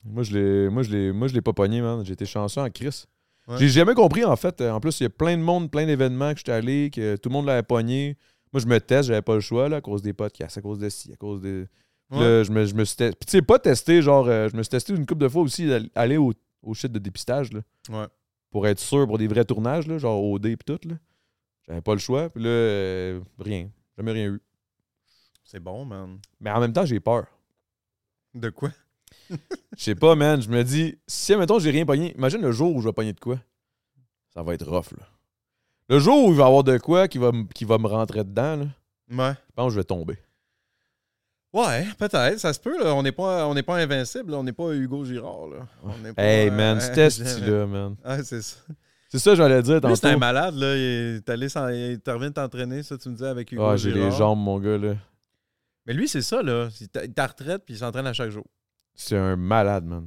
[SPEAKER 1] Moi, je l'ai, moi, je l'ai, moi, je l'ai pas pogné, man. J'étais chanceux en Chris.
[SPEAKER 2] Ouais.
[SPEAKER 1] J'ai jamais compris, en fait. Euh, En plus, il y a plein de monde, plein d'événements que j'étais allé, que tout le monde l'avait pogné. Moi, je me teste, j'avais pas le choix, là, à cause des podcasts, à cause de ci, à cause de. Puis là, je me, je me suis testé. Puis, tu sais, pas testé, genre, euh, je me suis testé une couple de fois aussi, d'all- aller au, au shit de dépistage, là.
[SPEAKER 2] Ouais.
[SPEAKER 1] Pour être sûr, pour des vrais tournages, là, genre OD et tout, là. J'avais pas le choix, puis là, euh, rien. Jamais rien eu.
[SPEAKER 2] C'est bon, man.
[SPEAKER 1] Mais en même temps, j'ai peur.
[SPEAKER 2] De quoi?
[SPEAKER 1] Je sais pas, man. Je me dis, si, mettons, j'ai rien pogné, imagine le jour où je vais pogner de quoi. Ça va être rough, là. Le jour où il va y avoir de quoi qui va, m- qui va me rentrer dedans, là,
[SPEAKER 2] Ouais.
[SPEAKER 1] je pense que je vais tomber.
[SPEAKER 2] Ouais, peut-être, ça se peut, là. On n'est pas, on n'est pas invincible, là. on n'est pas Hugo Girard, là. On n'est pas,
[SPEAKER 1] Hey,
[SPEAKER 2] euh,
[SPEAKER 1] man, c'était ce là man.
[SPEAKER 2] Ouais, c'est ça.
[SPEAKER 1] C'est ça que j'allais dire
[SPEAKER 2] Lui, c'est un
[SPEAKER 1] tantôt.
[SPEAKER 2] malade, là. Il est allé s'en- il est revenu t'entraîner, ça, tu me disais, avec Hugo
[SPEAKER 1] Ah, j'ai
[SPEAKER 2] Girard.
[SPEAKER 1] les jambes, mon gars, là.
[SPEAKER 2] Mais lui, c'est ça, là. Il t'a- il t'a retraite, puis il s'entraîne à chaque jour.
[SPEAKER 1] C'est un malade, man.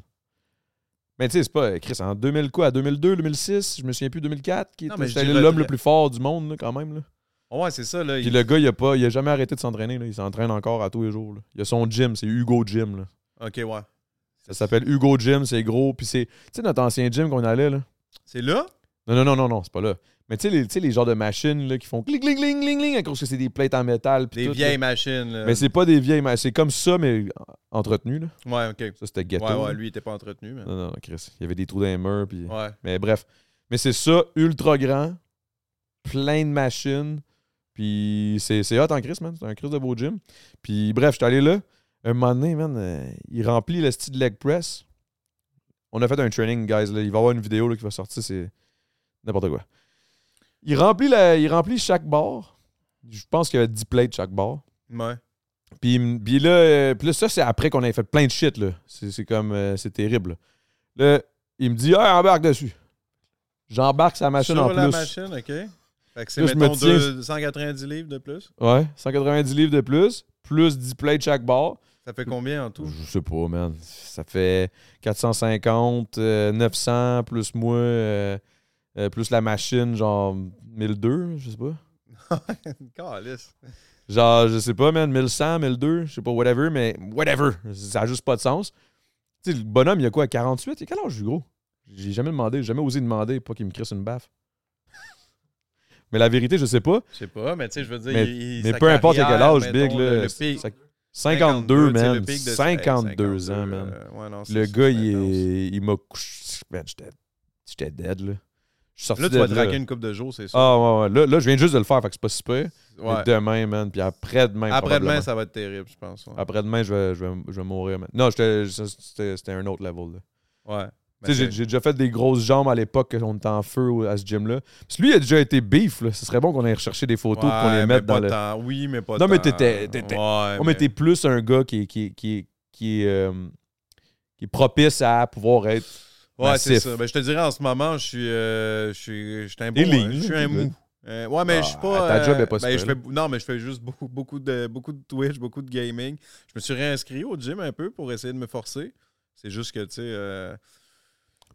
[SPEAKER 1] Mais tu sais, c'est pas. eh, Chris, en 2000 quoi, à 2002, 2006, je me souviens plus, 2004, qui
[SPEAKER 2] Non,
[SPEAKER 1] était
[SPEAKER 2] mais je
[SPEAKER 1] c'était
[SPEAKER 2] dis
[SPEAKER 1] l'homme
[SPEAKER 2] retraite.
[SPEAKER 1] le plus fort du monde, là, quand même, là.
[SPEAKER 2] Oh, Ouais, c'est ça, là.
[SPEAKER 1] Puis
[SPEAKER 2] Il-
[SPEAKER 1] le gars, il a, pas, il a jamais arrêté de s'entraîner, là. Il s'entraîne encore à tous les jours, là. Il a son gym, c'est Hugo Gym, là.
[SPEAKER 2] Ok, ouais.
[SPEAKER 1] Ça s'appelle Hugo Gym, c'est gros. Puis c'est. Tu sais, notre ancien gym qu'on allait, là.
[SPEAKER 2] C'est là?
[SPEAKER 1] Non, non, non, non, non, c'est pas là. Mais tu sais, les, tu sais, les genres de machines là, qui font cling, cling, cling, cling, cling, à cause que c'est des plates en métal. puis
[SPEAKER 2] Des
[SPEAKER 1] tout,
[SPEAKER 2] vieilles
[SPEAKER 1] là.
[SPEAKER 2] machines, là.
[SPEAKER 1] Mais c'est pas des vieilles, mais c'est comme ça, mais entretenu, là.
[SPEAKER 2] Ouais, ok.
[SPEAKER 1] Ça, c'était ghetto.
[SPEAKER 2] Ouais,
[SPEAKER 1] là. Ah,
[SPEAKER 2] ouais, lui, il était pas entretenu, mais.
[SPEAKER 1] Non, non, non, Chris. Il y avait des trous dans les murs, puis.
[SPEAKER 2] Ouais.
[SPEAKER 1] Mais bref. Mais c'est ça, ultra grand, plein de machines. Puis c'est c'est hot en Chris, man. C'est un Chris de beau gym. Puis bref, j'étais allé là. Un moment donné, man, euh, il remplit le style leg press. On a fait un training, guys. là. Il va y avoir une vidéo là, qui va sortir. C'est n'importe quoi. Il remplit, la- il remplit chaque barre. Je pense qu'il y a 10 plates chaque barre.
[SPEAKER 2] Ouais.
[SPEAKER 1] Puis, il me- puis là, euh, puis là, ça, c'est après qu'on avait fait plein de shit, là. C'est c'est comme, euh, c'est terrible. Là. Là, il me dit, hey, embarque dessus. J'embarque sa machine
[SPEAKER 2] Sur
[SPEAKER 1] en plus.
[SPEAKER 2] la machine, ok. Fait que c'est,
[SPEAKER 1] Là, je me
[SPEAKER 2] mettons,
[SPEAKER 1] tiens-
[SPEAKER 2] deux- 190 livres de plus.
[SPEAKER 1] Ouais, 190 livres de plus, plus 10 plates chaque barre.
[SPEAKER 2] Ça fait combien en tout?
[SPEAKER 1] Je sais pas, man. Ça fait 450, euh, 900, plus moi, euh, euh, plus la machine, genre 1200, je sais pas. Mm.
[SPEAKER 2] Calice.
[SPEAKER 1] Genre, je sais pas, man, 1100, 1200, je sais pas, whatever, mais whatever. Ça a juste pas de sens. Tu sais, le bonhomme, il a quoi, 48? Il a quel âge, gros? J'ai jamais demandé, j'ai jamais osé demander, pas qu'il me crisse une baffe. mais la vérité, je sais pas.
[SPEAKER 2] Je sais pas, mais tu sais, je veux dire,
[SPEAKER 1] Mais-
[SPEAKER 2] il- il-
[SPEAKER 1] mais
[SPEAKER 2] sa
[SPEAKER 1] peu importe à quel
[SPEAKER 2] carrière,
[SPEAKER 1] âge,
[SPEAKER 2] mettons,
[SPEAKER 1] Big,
[SPEAKER 2] le-
[SPEAKER 1] là,
[SPEAKER 2] le pic-
[SPEAKER 1] ça- 52,
[SPEAKER 2] tu sais,
[SPEAKER 1] man.
[SPEAKER 2] le pic de-
[SPEAKER 1] 52 ans, man.
[SPEAKER 2] euh, ouais, non, c'est
[SPEAKER 1] Le
[SPEAKER 2] ça,
[SPEAKER 1] gars,
[SPEAKER 2] c'est
[SPEAKER 1] il,
[SPEAKER 2] intense.
[SPEAKER 1] est- il m'a couché. Man, j'étais- j'étais dead, là. Je suis sorti
[SPEAKER 2] Là, tu
[SPEAKER 1] de
[SPEAKER 2] vas traquer une coupe de jours, c'est sûr.
[SPEAKER 1] Ah, ouais, ouais. Là, là, je viens juste de le faire, fait que c'est pas super.
[SPEAKER 2] Ouais.
[SPEAKER 1] demain, man, puis après-demain,
[SPEAKER 2] Après-demain,
[SPEAKER 1] Ah, probablement.
[SPEAKER 2] ça va être terrible, je pense. Ouais.
[SPEAKER 1] Après-demain, je vais, je, vais, je vais mourir. man. Non, j'étais- c'était c'était un autre level. là.
[SPEAKER 2] Ouais.
[SPEAKER 1] Tu sais, j'ai- j'ai déjà fait des grosses jambes à l'époque qu'on était en feu au- à ce gym-là. Parce que lui, il a déjà été beef. Là. Ce serait bon qu'on aille rechercher des photos et qu'on les mette dans le.
[SPEAKER 2] temps. Oui, mais pas
[SPEAKER 1] Non, mais
[SPEAKER 2] tant.
[SPEAKER 1] t'étais- t'étais-
[SPEAKER 2] Ouais,
[SPEAKER 1] Ouais, mais t'es plus un gars qui, est- qui, est- qui, est- qui, est, euh, qui est propice à pouvoir être.
[SPEAKER 2] Ouais, c'est
[SPEAKER 1] massif.
[SPEAKER 2] ça. Ben, je te dirais, en ce moment, je suis, euh, je suis, je suis un beau,
[SPEAKER 1] T'es lean,
[SPEAKER 2] hein, je suis
[SPEAKER 1] là,
[SPEAKER 2] un
[SPEAKER 1] t'es
[SPEAKER 2] mou.
[SPEAKER 1] good.
[SPEAKER 2] Euh, ouais, mais
[SPEAKER 1] Ah,
[SPEAKER 2] je suis pas.
[SPEAKER 1] ta job
[SPEAKER 2] euh,
[SPEAKER 1] est pas
[SPEAKER 2] ben,
[SPEAKER 1] super,
[SPEAKER 2] je fais, Non, mais je fais juste beaucoup, beaucoup, de, beaucoup de Twitch, beaucoup de gaming. Je me suis réinscrit au gym un peu pour essayer de me forcer. C'est juste que, tu sais. euh,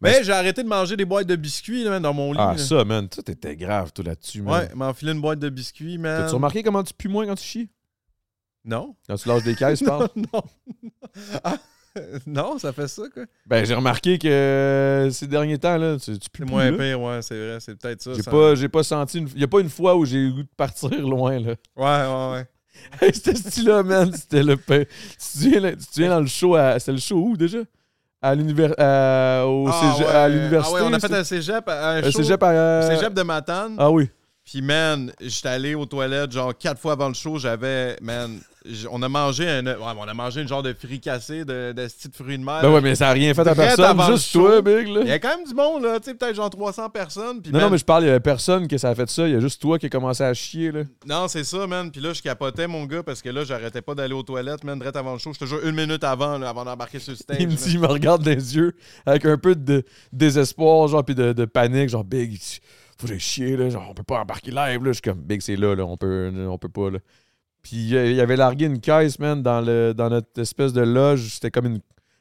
[SPEAKER 1] Ben,
[SPEAKER 2] Mais j'ai arrêté de manger des boîtes de biscuits là, dans mon lit.
[SPEAKER 1] Ah,
[SPEAKER 2] là.
[SPEAKER 1] ça, man. Toi, t'étais grave, tout là-dessus, man.
[SPEAKER 2] ouais, euh, m'enfiler une boîte de biscuits, man.
[SPEAKER 1] T'as-tu remarqué comment tu pues moins quand tu chies
[SPEAKER 2] Non.
[SPEAKER 1] Quand tu lâches des caisses, je parle.
[SPEAKER 2] non. Ah, non, ça fait ça, quoi.
[SPEAKER 1] Ben, j'ai remarqué que euh, ces derniers temps, là, tu, tu pues
[SPEAKER 2] C'est
[SPEAKER 1] plus,
[SPEAKER 2] moins
[SPEAKER 1] là.
[SPEAKER 2] pire, ouais, c'est vrai. C'est peut-être ça.
[SPEAKER 1] J'ai
[SPEAKER 2] ça-
[SPEAKER 1] pas, j'ai pas senti. Il y a pas une fois où j'ai eu le goût de partir loin, là.
[SPEAKER 2] Ouais, ouais, ouais.
[SPEAKER 1] Hey, c'était ce style-là, man. C'était le pain. Tu te souviens, là- tu te souviens dans le show, à- c'était le show où déjà À l'univers, à- au
[SPEAKER 2] Ah,
[SPEAKER 1] cége-
[SPEAKER 2] ouais.
[SPEAKER 1] à l'université.
[SPEAKER 2] Ah ouais, on a fait
[SPEAKER 1] c'était-
[SPEAKER 2] un cégep, un
[SPEAKER 1] un
[SPEAKER 2] show,
[SPEAKER 1] cégep à-
[SPEAKER 2] cégep de Matane.
[SPEAKER 1] Ah oui.
[SPEAKER 2] Puis, man, j'étais allé aux toilettes genre quatre fois avant le show. J'avais, man, j- on a mangé un, ouais, on a mangé une genre de fricassé de, de petits fruits de mer.
[SPEAKER 1] Ben ouais, mais ça a rien fait à
[SPEAKER 2] Direct
[SPEAKER 1] personne,
[SPEAKER 2] avant le
[SPEAKER 1] juste toi,
[SPEAKER 2] show.
[SPEAKER 1] Big, là.
[SPEAKER 2] Il y a quand même du monde, là, tu sais, peut-être genre 300 personnes. Puis,
[SPEAKER 1] Non,
[SPEAKER 2] man,
[SPEAKER 1] non, mais je parle, il y avait personne qui ça a fait ça. Il y a juste toi qui a commencé à chier, là.
[SPEAKER 2] Non, c'est ça, man. Puis là, je capotais, mon gars, parce que là, j'arrêtais pas d'aller aux toilettes, man, direct avant le show. Je te jure, une minute avant, là, avant d'embarquer sur le stage.
[SPEAKER 1] Il me
[SPEAKER 2] là.
[SPEAKER 1] dit, il me regarde dans les yeux avec un peu de désespoir, genre, puis de, de panique, genre, Big, faut que j'aille chier, là, genre, on peut pas embarquer live, là. Je suis comme, Big, c'est là, là, on peut, on peut pas, là. Puis euh, il avait largué une caisse, man, dans, le, dans notre espèce de loge. C'était comme une.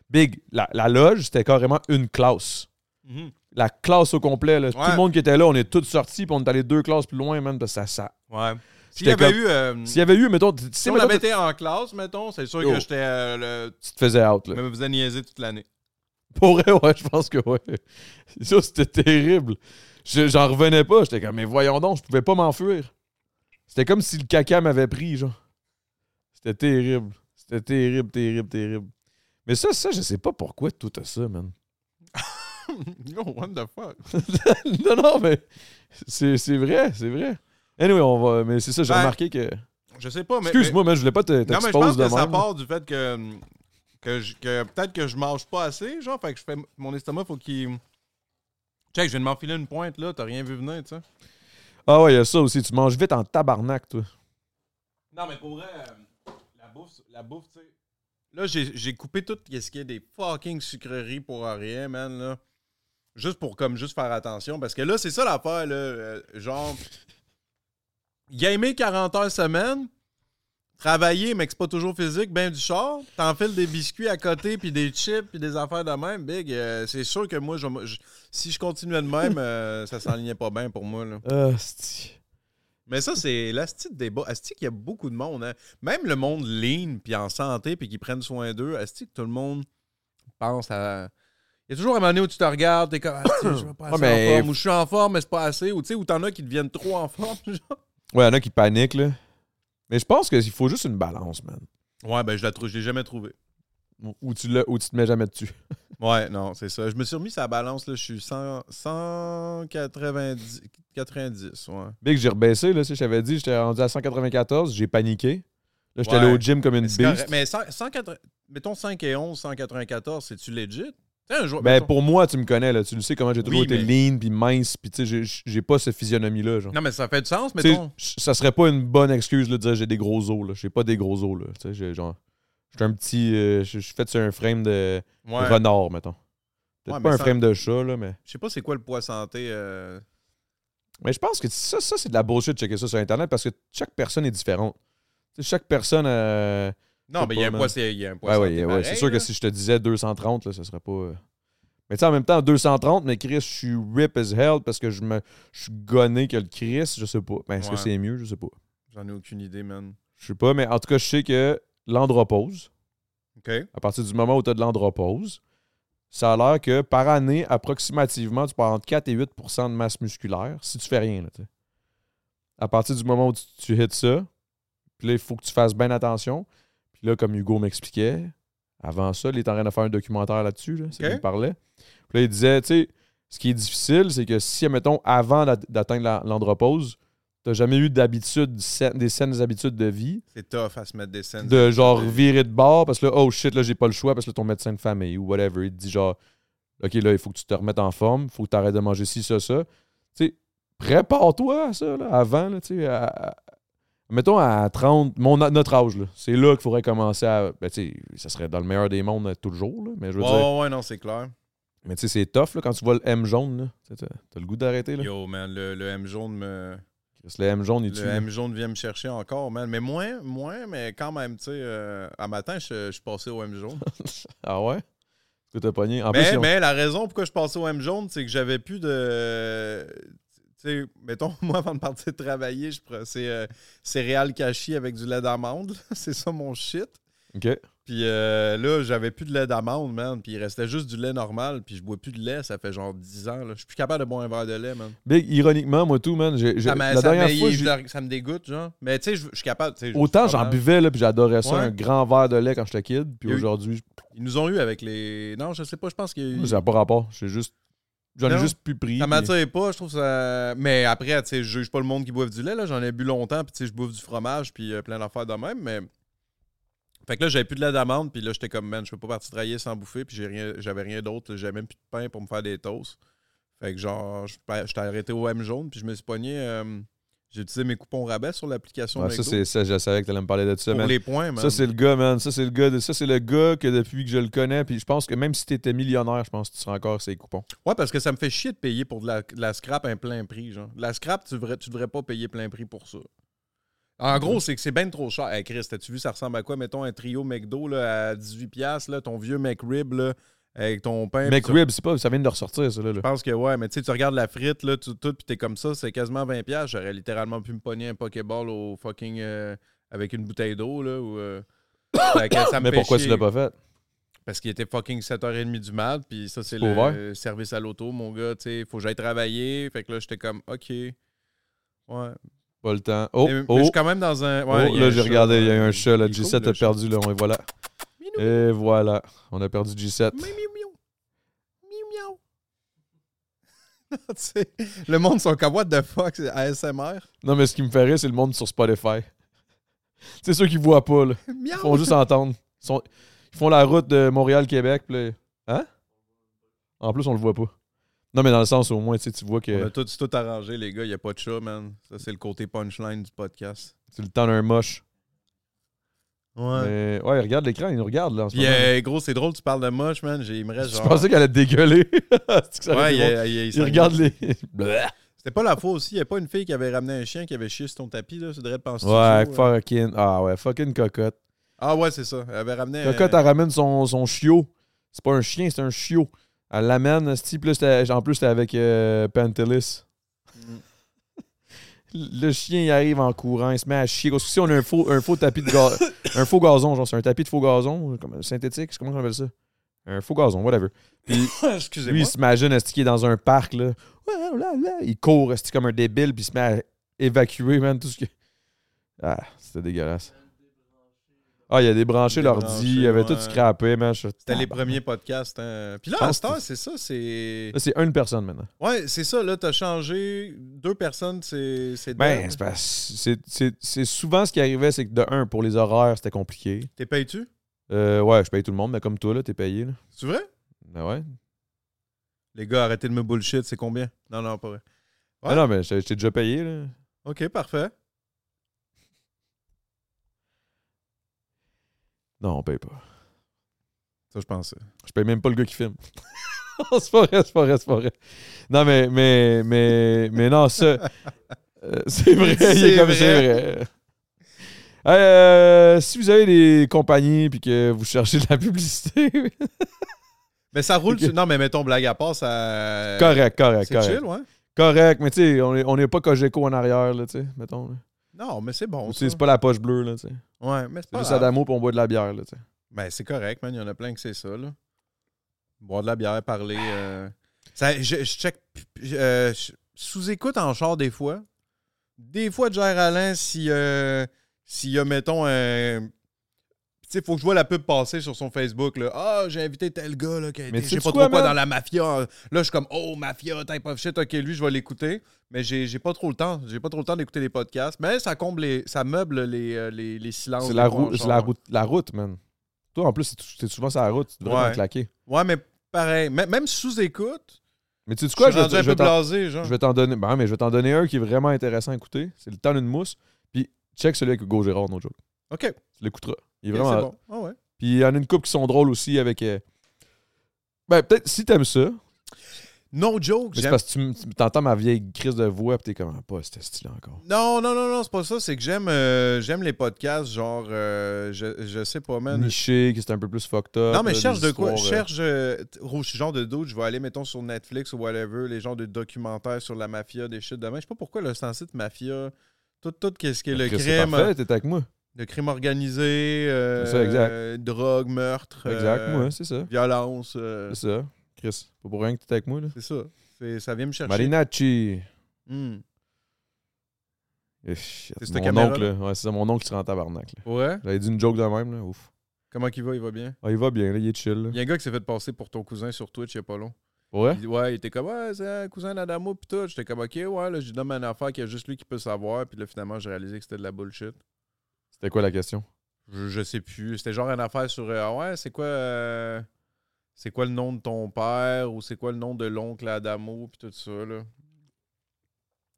[SPEAKER 1] Big, la, la loge, c'était carrément une classe.
[SPEAKER 3] Mhm.
[SPEAKER 1] La classe au complet, là. tout
[SPEAKER 2] Ouais.
[SPEAKER 1] le monde qui était là, on est tous sortis, puis on est allé deux classes plus loin, man, parce que ça. ça...
[SPEAKER 2] Ouais. S'il y
[SPEAKER 1] J'étais
[SPEAKER 2] avait
[SPEAKER 1] comme-
[SPEAKER 2] eu. euh,
[SPEAKER 1] S'il y avait eu, mettons, tu
[SPEAKER 2] si
[SPEAKER 1] sais,
[SPEAKER 2] on
[SPEAKER 1] mettons,
[SPEAKER 2] avait été en classe, mettons, c'est sûr
[SPEAKER 1] Oh.
[SPEAKER 2] que j'étais. euh, le-
[SPEAKER 1] tu te faisais out, là.
[SPEAKER 2] Je me faisais niaiser toute l'année.
[SPEAKER 1] Pour vrai, ouais, je pense que ouais. Ça, c'était terrible. Je- J'en revenais pas. J'étais comme, mais voyons donc, je pouvais pas m'enfuir. C'était comme si le caca m'avait pris, genre. C'était terrible. C'était terrible, terrible, terrible. Mais ça, ça, je sais pas pourquoi tout a ça, man.
[SPEAKER 2] Yo, what the fuck?
[SPEAKER 1] non, non, mais c'est c'est vrai, c'est vrai. Anyway, on va. Mais c'est ça, j'ai
[SPEAKER 2] Ben,
[SPEAKER 1] remarqué que.
[SPEAKER 2] Je sais pas, mais.
[SPEAKER 1] Excuse-moi, mais je voulais pas te-
[SPEAKER 2] mais- Non, mais je
[SPEAKER 1] t'exposer de
[SPEAKER 2] pense que
[SPEAKER 1] même.
[SPEAKER 2] ça
[SPEAKER 1] là.
[SPEAKER 2] part du fait que. mm, que, je- que peut-être que je mange pas assez, genre, fait que je fais. Mon estomac, faut qu'il. Check, je viens de m'enfiler une pointe, là, t'as rien vu venir, tu sais.
[SPEAKER 1] Ah ouais, il y a ça aussi. Tu manges vite en tabarnak, toi.
[SPEAKER 2] Non, mais pour vrai, euh, la bouffe, la bouffe, tu sais. Là, j'ai j'ai coupé tout ce qui est des fucking sucreries pour rien, man, là. Juste pour comme juste faire attention. Parce que là, c'est ça l'affaire, là. euh, genre. Gamer 40 heures semaine, travailler, mais que c'est pas toujours physique, ben du char, t'enfiles des biscuits à côté, puis des chips, puis des affaires de même, big. euh, c'est sûr que moi, je, je- si je continuais de même, euh, ça s'enlignait pas bien pour moi, là.
[SPEAKER 1] Ah, c'est-
[SPEAKER 2] Mais ça, c'est l'asti de débat. Asti qu'il y a beaucoup de monde. hein. Même le monde lean, puis en santé, puis qui prennent soin d'eux. Asti que tout le monde pense à... Il y a toujours un moment donné où tu te regardes, t'es comme « Asti, je suis pas assez
[SPEAKER 1] Ouais, mais-
[SPEAKER 2] en forme » ou « Je suis en forme, mais c'est pas assez » ou tu sais, ou t'en as qui deviennent trop en forme. genre.
[SPEAKER 1] Ouais, il y en a qui paniquent, là. Mais je pense qu'il faut juste une balance, man.
[SPEAKER 2] Ouais, ben je la trouve, je l'ai jamais trouvé.
[SPEAKER 1] Ou tu, l'as- ou tu te mets jamais dessus.
[SPEAKER 2] Ouais, non, c'est ça. Je me suis remis sa balance, là, je suis 100, 190, 90, ouais.
[SPEAKER 1] Big, j'ai rebaissé, là. Si je t'avais dit, j'étais rendu à 194, j'ai paniqué. Là, j'étais
[SPEAKER 2] Ouais.
[SPEAKER 1] allé au gym comme une
[SPEAKER 2] Mais, c'est correct.
[SPEAKER 1] beast.
[SPEAKER 2] mais 100 180 mettons 5 et 11, 194, c'est-tu legit? Tu sais, un joueur-
[SPEAKER 1] Ben,
[SPEAKER 2] mettons-
[SPEAKER 1] pour moi, tu me connais, là. Tu le sais comment j'ai toujours
[SPEAKER 2] Oui,
[SPEAKER 1] été
[SPEAKER 2] mais-
[SPEAKER 1] lean, puis mince, puis tu sais, j'ai- j'ai pas cette physionomie-là, genre.
[SPEAKER 2] Non, mais ça fait du sens,
[SPEAKER 1] Tu sais,
[SPEAKER 2] mettons.
[SPEAKER 1] j- ça serait pas une bonne excuse là, de dire j'ai des gros os, là. J'ai pas des gros os, là. Tu sais, j'ai genre. J'étais un petit. euh, je je suis fait sur un frame de
[SPEAKER 2] Ouais.
[SPEAKER 1] renard, mettons. Peut-être
[SPEAKER 2] Ouais,
[SPEAKER 1] pas
[SPEAKER 2] mais
[SPEAKER 1] un
[SPEAKER 2] ça-
[SPEAKER 1] frame de chat, là, mais.
[SPEAKER 2] Je sais pas c'est quoi le poids santé. euh,
[SPEAKER 1] Mais je pense que ça, ça c'est de la bullshit de checker ça sur Internet parce que chaque personne est différente. Tu sais, chaque personne. euh,
[SPEAKER 2] Non,
[SPEAKER 1] sais
[SPEAKER 2] mais il y a
[SPEAKER 1] pas,
[SPEAKER 2] un
[SPEAKER 1] man.
[SPEAKER 2] poids, c'est- il y a un poids
[SPEAKER 1] Ouais,
[SPEAKER 2] santé.
[SPEAKER 1] ouais, ouais.
[SPEAKER 2] pareil,
[SPEAKER 1] C'est sûr
[SPEAKER 2] là.
[SPEAKER 1] que si je te disais 230, là, ça serait pas. euh, Mais tu sais, en même temps, 230, mais Chris, je suis rip as hell parce que je me. Je suis gonné que le Chris, je sais pas. Ben, est-ce
[SPEAKER 2] Ouais.
[SPEAKER 1] que c'est mieux? Je sais pas.
[SPEAKER 2] J'en ai aucune idée, man.
[SPEAKER 1] Je sais pas, mais en tout cas, je sais que l'andropause.
[SPEAKER 2] OK.
[SPEAKER 1] À partir du moment où tu as de l'andropause, ça a l'air que par année, approximativement, tu pars entre 4 et 8 de masse musculaire si tu fais rien. là, tu sais. à partir du moment où tu, tu hits ça, puis là, il faut que tu fasses bien attention. Puis là, comme Hugo m'expliquait, avant ça, il était en train de faire un documentaire là-dessus, là, c'est
[SPEAKER 2] Ok.
[SPEAKER 1] lui qui parlait. Puis là, il disait, tu sais, ce qui est difficile, c'est que si, mettons, avant d'at- d'atteindre la- l'andropause, t'as jamais eu d'habitude, saine- des saines habitudes de vie,
[SPEAKER 2] C'est tough à se mettre des scènes.
[SPEAKER 1] de genre virer de bord parce que là, oh shit, là, j'ai pas le choix parce que là, ton médecin de famille ou whatever, il te dit genre, OK, là, il faut que tu te remettes en forme, faut que tu arrêtes de manger ci, ça, ça. Tu sais, prépare-toi à ça, là, avant, là, tu sais, à- à- mettons à 30, mon, notre âge, là, c'est là qu'il faudrait commencer à, ben, tu sais, ça serait dans le meilleur des mondes euh, tout le jour, là, mais je veux
[SPEAKER 2] Ouais,
[SPEAKER 1] dire,
[SPEAKER 2] ouais, ouais, non, c'est clair.
[SPEAKER 1] mais tu sais, c'est tough, là, quand tu vois le M jaune, là, Tu sais, t'as t'as le goût d'arrêter, là.
[SPEAKER 2] Yo, man, le, le M jaune me.
[SPEAKER 1] Chris, Le M jaune, il tue.
[SPEAKER 2] Le M jaune vient me chercher encore, man. Mais moins, moins, mais quand même, tu sais, euh, à matin, je je suis passé au M jaune.
[SPEAKER 1] Ah ouais? Est-ce que t'as pogné? En
[SPEAKER 2] mais,
[SPEAKER 1] plus, ils ont-
[SPEAKER 2] mais la raison pourquoi je passais au M jaune, c'est que j'avais plus de. Tu sais, mettons, moi, avant de partir travailler, je prenais c'est, euh, céréales cachées avec du lait d'amande. là. C'est ça mon shit.
[SPEAKER 1] OK.
[SPEAKER 2] Puis euh, là, j'avais plus de lait d'amande, man. Puis il restait juste du lait normal. Puis je bois plus de lait, ça fait genre 10 ans. là. Je suis plus capable de boire un verre de lait, man.
[SPEAKER 1] Big, ironiquement, moi, tout, man, j'ai- j'ai-
[SPEAKER 2] Ça, m'a-
[SPEAKER 1] la
[SPEAKER 2] ça
[SPEAKER 1] dernière
[SPEAKER 2] m'a-
[SPEAKER 1] fois,
[SPEAKER 2] il-
[SPEAKER 1] j'ai-
[SPEAKER 2] ça me dégoûte, genre. Mais tu sais, je je suis capable. tu sais, je-
[SPEAKER 1] Autant
[SPEAKER 2] je suis
[SPEAKER 1] j'en
[SPEAKER 2] capable.
[SPEAKER 1] buvais, là, puis j'adorais ça,
[SPEAKER 2] Ouais.
[SPEAKER 1] un grand verre de lait quand j'étais kid. Puis
[SPEAKER 2] Il y a eu-
[SPEAKER 1] aujourd'hui, je-
[SPEAKER 2] Ils nous ont eu avec les. Non, je sais pas, je pense qu'il y a eu.
[SPEAKER 1] ça n'a pas rapport. J'ai juste. J'en ai
[SPEAKER 2] Non.
[SPEAKER 1] juste plus pris.
[SPEAKER 2] Ça
[SPEAKER 1] puis-
[SPEAKER 2] m'attire pas, je trouve ça. Mais après, tu sais, je juge pas le monde qui boive du lait, là. J'en ai bu longtemps, puis tu sais, je bouffe du fromage, puis euh, plein d'affaires de même, mais. Fait que là, j'avais plus de lait d'amande, puis là, j'étais comme, man, je peux pas partir travailler sans bouffer, puis j'ai rien- j'avais rien d'autre, j'avais même plus de pain pour me faire des toasts. Fait que genre, je- j'étais arrêté au M jaune, puis je me suis pogné. euh, j'ai utilisé mes coupons rabais sur l'application
[SPEAKER 1] Ouais, ça,
[SPEAKER 2] McDo
[SPEAKER 1] c'est, ça, je savais que t'allais me parler de ça,
[SPEAKER 2] pour
[SPEAKER 1] man.
[SPEAKER 2] les points, man.
[SPEAKER 1] Ça, c'est le gars, man. Ça, c'est le gars. de- Ça, c'est le gars que depuis que je le connais, puis je pense que même si t'étais millionnaire, je pense que tu serais encore ses coupons.
[SPEAKER 2] Ouais, parce que ça me fait chier de payer pour de la, de la scrap à un plein prix, genre. De la scrap, tu devrais, tu devrais pas payer plein prix pour ça. En
[SPEAKER 1] Mhm.
[SPEAKER 2] gros, c'est que c'est bien trop cher. Hey, Chris, t'as-tu vu, ça ressemble à quoi, mettons, un trio McDo là, à 18$, là, ton vieux McRib là, avec ton pain. pis ça-
[SPEAKER 1] McRib, c'est pas, ça vient de ressortir, ça. Là, là.
[SPEAKER 2] Je pense que ouais, mais tu sais, tu regardes la frite, là, tout, tout puis t'es comme ça, c'est quasiment 20$. piastres. J'aurais littéralement pu me pogner un Pokéball au fucking. euh, avec une bouteille d'eau, là, ou. euh, fait que ça me
[SPEAKER 1] Mais
[SPEAKER 2] fait
[SPEAKER 1] pourquoi
[SPEAKER 2] chier.
[SPEAKER 1] tu l'as pas fait?
[SPEAKER 2] Parce qu'il était fucking 7h30 du mat, puis ça, c'est
[SPEAKER 1] Pas
[SPEAKER 2] le
[SPEAKER 1] ouvert?
[SPEAKER 2] euh, service à l'auto, mon gars, tu sais, faut que j'aille travailler. Fait que là, j'étais comme, OK. Ouais.
[SPEAKER 1] Pas le temps. Oh,
[SPEAKER 2] mais, mais
[SPEAKER 1] oh,
[SPEAKER 2] je suis quand même dans un.
[SPEAKER 1] oh,
[SPEAKER 2] Ouais, il y a
[SPEAKER 1] là,
[SPEAKER 2] un
[SPEAKER 1] j'ai
[SPEAKER 2] chat,
[SPEAKER 1] regardé, il y a eu
[SPEAKER 2] euh,
[SPEAKER 1] un chat, là.
[SPEAKER 2] il est
[SPEAKER 1] G7
[SPEAKER 2] cool,
[SPEAKER 1] a
[SPEAKER 2] le chat.
[SPEAKER 1] perdu, Eh. là. On est voilà.
[SPEAKER 2] Minou.
[SPEAKER 1] Et voilà. On a perdu G7.
[SPEAKER 2] Miou, miou, miou. Miou, miou. Tu sais, le monde sont comme what the fuck, c'est ASMR.
[SPEAKER 1] Non, mais ce qui me ferait, c'est le monde sur Spotify. c'est ceux qui voient pas, là. Ils
[SPEAKER 2] Miaou.
[SPEAKER 1] font juste entendre. Ils, sont- ils font la route de Montréal-Québec, puis là- Hein? En plus, on le voit pas. Non, mais dans le sens, au moins, tu sais, tu vois
[SPEAKER 2] On
[SPEAKER 1] que
[SPEAKER 2] a tout, c'est tout arrangé, les gars. Il n'y a pas de chat, man. Ça, c'est le côté punchline du podcast.
[SPEAKER 1] c'est le temps d'un moche.
[SPEAKER 2] Ouais.
[SPEAKER 1] Mais, ouais, il regarde l'écran, il nous regarde, là, en ce
[SPEAKER 2] Puis,
[SPEAKER 1] moment.
[SPEAKER 2] euh, gros, c'est drôle, tu parles de moche, man. J'ai- Il me reste
[SPEAKER 1] Je
[SPEAKER 2] genre.
[SPEAKER 1] pensais qu'elle allait dégueuler. C'est que ça aurait
[SPEAKER 2] ouais,
[SPEAKER 1] été
[SPEAKER 2] il,
[SPEAKER 1] drôle.
[SPEAKER 2] il- il- il-
[SPEAKER 1] il regarde les.
[SPEAKER 2] C'était pas la fois aussi. Il n'y a pas une fille qui avait ramené un chien qui avait chié sur ton tapis, là. C'est vrai de penser.
[SPEAKER 1] ouais, fucking. Ah ouais, fucking cocotte.
[SPEAKER 2] euh? Ah, ouais, c'est ça. Elle avait ramené. un-
[SPEAKER 1] Cocotte, elle ramène son, son chiot. C'est pas un chien, c'est un chiot. Elle l'amène, c'ti, plus c'était- en plus, c'était avec euh, Pantelis.
[SPEAKER 2] Mm.
[SPEAKER 1] Le chien, il arrive en courant, il se met à chier. Parce que si on a un faux, un faux tapis de gazon, un faux gazon, genre c'est un tapis de faux gazon, comme un synthétique, comment on appelle ça? Un faux gazon, whatever.
[SPEAKER 2] Excusez-moi.
[SPEAKER 1] Lui, il s'imagine est-ce qu'il est dans un parc, là. Ouais, là, là. Il court, est-ce qu'il est comme un débile, puis il se met à évacuer, man, tout ce que. Ah, c'était dégueulasse. Ah, il a débranché
[SPEAKER 2] Débranché,
[SPEAKER 1] l'ordi, il avait tout
[SPEAKER 2] ouais.
[SPEAKER 1] scrappé, man. Je-
[SPEAKER 2] C'était les
[SPEAKER 1] Tabarnak.
[SPEAKER 2] premiers podcasts. hein. Puis là,
[SPEAKER 1] Je
[SPEAKER 2] à
[SPEAKER 1] pense
[SPEAKER 2] cette heure,
[SPEAKER 1] que-
[SPEAKER 2] c'est ça. C'est.
[SPEAKER 1] Là, c'est une personne maintenant.
[SPEAKER 2] Ouais, c'est ça. Là, t'as changé. Deux personnes, c'est. c'est
[SPEAKER 1] Ben,
[SPEAKER 2] dead.
[SPEAKER 1] c'est parce- c'est c'est- c'est souvent ce qui arrivait, c'est que de un, pour les horaires, c'était compliqué.
[SPEAKER 2] T'es payé-tu?
[SPEAKER 1] Euh, ouais, je paye tout le monde, mais comme toi, là, t'es payé, là.
[SPEAKER 2] C'est vrai?
[SPEAKER 1] Ben ouais.
[SPEAKER 2] Les gars, arrêtez de me bullshit. C'est combien? Non, non, pas vrai. Ouais.
[SPEAKER 1] Ah non, mais je je t'ai déjà payé, là.
[SPEAKER 2] OK, parfait.
[SPEAKER 1] Non, on paye pas.
[SPEAKER 2] Ça, je pensais.
[SPEAKER 1] Je paye même pas le gars qui filme. c'est pas vrai, c'est pas vrai, c'est pas vrai. Non, mais, mais, mais, mais non, ça. euh, c'est vrai, il est
[SPEAKER 2] C'est
[SPEAKER 1] comme
[SPEAKER 2] vrai.
[SPEAKER 1] c'est vrai. Hey, euh, si vous avez des compagnies puis que vous cherchez de la publicité,
[SPEAKER 2] Euh, Mais ça roule.
[SPEAKER 1] Ok.
[SPEAKER 2] sur- Non, mais mettons, blague à part, ça.
[SPEAKER 1] correct, correct,
[SPEAKER 2] C'est
[SPEAKER 1] correct.
[SPEAKER 2] chill, ouais.
[SPEAKER 1] Correct, mais tu sais, on est- on n'est pas Cogeco en arrière, là, tu sais, mettons. là.
[SPEAKER 2] Non, mais c'est
[SPEAKER 1] Ou
[SPEAKER 2] bon.
[SPEAKER 1] tu sais,
[SPEAKER 2] Ça.
[SPEAKER 1] c'est pas la poche bleue, là, tu sais.
[SPEAKER 2] Ouais, mais c'est
[SPEAKER 1] C'est
[SPEAKER 2] pas.
[SPEAKER 1] juste
[SPEAKER 2] grave.
[SPEAKER 1] Adamo pour on boit de la bière, là, tu sais.
[SPEAKER 2] Ben, c'est correct, man. Il y en a plein que c'est ça, là. Boire de la bière, parler. euh, Ça, je, je check. euh, je- Sous-écoute en char des fois. Des fois, Jair Alain, si. euh, S'il y a, mettons, un. Tu sais, faut que je vois la pub passer sur son Facebook, là. Ah, j'ai invité tel gars, là, qui a
[SPEAKER 1] Mais
[SPEAKER 2] été, je sais
[SPEAKER 1] sais-tu
[SPEAKER 2] pas
[SPEAKER 1] quoi,
[SPEAKER 2] trop quoi,
[SPEAKER 1] man?
[SPEAKER 2] dans la mafia. Là, je suis comme, oh, mafia, type of shit, ok, lui, je vais l'écouter. Mais j'ai j'ai pas trop le temps. J'ai pas trop le temps d'écouter les podcasts. Mais ça comble les. Ça meuble les, euh, les, les silences.
[SPEAKER 1] C'est
[SPEAKER 2] des
[SPEAKER 1] la,
[SPEAKER 2] fois en
[SPEAKER 1] route, c'est
[SPEAKER 2] char.
[SPEAKER 1] la, route, la route, man. Toi, en plus, c'est tout- c'est souvent sur la route, tu devrais
[SPEAKER 2] Ouais.
[SPEAKER 1] t'en claquer.
[SPEAKER 2] Ouais, mais pareil. Mê- même sous écoute,
[SPEAKER 1] Mais tu sais
[SPEAKER 2] je
[SPEAKER 1] quoi,
[SPEAKER 2] suis
[SPEAKER 1] je vais
[SPEAKER 2] rendu
[SPEAKER 1] te-
[SPEAKER 2] un
[SPEAKER 1] je vais
[SPEAKER 2] peu
[SPEAKER 1] t'en-
[SPEAKER 2] blasé, genre.
[SPEAKER 1] je vais t'en donner. Ben, mais je vais t'en donner un qui est vraiment intéressant à écouter. C'est le temps d'une mousse. Puis check celui avec Hugo Gérard, no joke.
[SPEAKER 2] Ok, ok,
[SPEAKER 1] Tu l'écouteras. Il est
[SPEAKER 2] c'est
[SPEAKER 1] vraiment.
[SPEAKER 2] bon. Ah ouais.
[SPEAKER 1] Puis il y en a une couple qui sont drôles aussi avec. euh, Ben, peut-être si t'aimes ça,
[SPEAKER 2] No joke,
[SPEAKER 1] mais c'est
[SPEAKER 2] j'aime-
[SPEAKER 1] parce que tu m- tu t'entends ma vieille crise de voix, puis t'es comme, ah, pas c'était stylé encore.
[SPEAKER 2] Non, non, non, non, c'est pas ça. C'est que j'aime euh, j'aime les podcasts, genre, euh, je, je sais pas, man.
[SPEAKER 1] Niché, qui c'est un peu plus fucked up.
[SPEAKER 2] Non, mais
[SPEAKER 1] euh,
[SPEAKER 2] je cherche
[SPEAKER 1] des
[SPEAKER 2] de quoi? Je
[SPEAKER 1] histoires, euh,
[SPEAKER 2] cherche, euh, t- gros, je suis genre de doute, je vais aller, mettons, sur Netflix ou whatever, les genres de documentaires sur la mafia, des shit demain. Je sais pas pourquoi le site mafia, tout, tout, qu'est-ce qui est le
[SPEAKER 1] Chris, c'est
[SPEAKER 2] crime,
[SPEAKER 1] Parfait, t'es avec moi.
[SPEAKER 2] le crime organisé, euh,
[SPEAKER 1] C'est ça, exact.
[SPEAKER 2] euh, drogue, meurtre,
[SPEAKER 1] Exact,
[SPEAKER 2] euh,
[SPEAKER 1] moi, c'est ça.
[SPEAKER 2] violence, euh,
[SPEAKER 1] C'est ça. Chris, pas pour rien que t'es avec moi, là.
[SPEAKER 2] c'est ça. C'est- Ça vient me chercher.
[SPEAKER 1] Marinacci.
[SPEAKER 2] Hmm.
[SPEAKER 1] Eh, shit,
[SPEAKER 2] C'est cette
[SPEAKER 1] Mon
[SPEAKER 2] caméra,
[SPEAKER 1] oncle, là. Ouais, c'est ça, mon oncle qui se rend en tabarnak, là.
[SPEAKER 2] Ouais?
[SPEAKER 1] J'avais dit une joke de même, là. Ouf.
[SPEAKER 2] Comment qu'il va? Il va bien?
[SPEAKER 1] Ah, il va bien, là, il est chill, là.
[SPEAKER 2] Il y a un gars qui s'est fait passer pour ton cousin sur Twitch il y a pas long.
[SPEAKER 1] Ouais?
[SPEAKER 2] Il, ouais, il était comme, ouais, c'est un cousin d'Adamo, pis tout. J'étais comme, ok, ouais, là, je lui donne une affaire qu'il y a juste lui qui peut savoir, puis là, finalement, j'ai réalisé que c'était de la bullshit.
[SPEAKER 1] C'était quoi la question?
[SPEAKER 2] Je, je sais plus. C'était genre une affaire sur, euh, ah ouais, c'est quoi, euh, c'est quoi le nom de ton père, ou c'est quoi le nom de l'oncle Adamo, puis tout ça, là.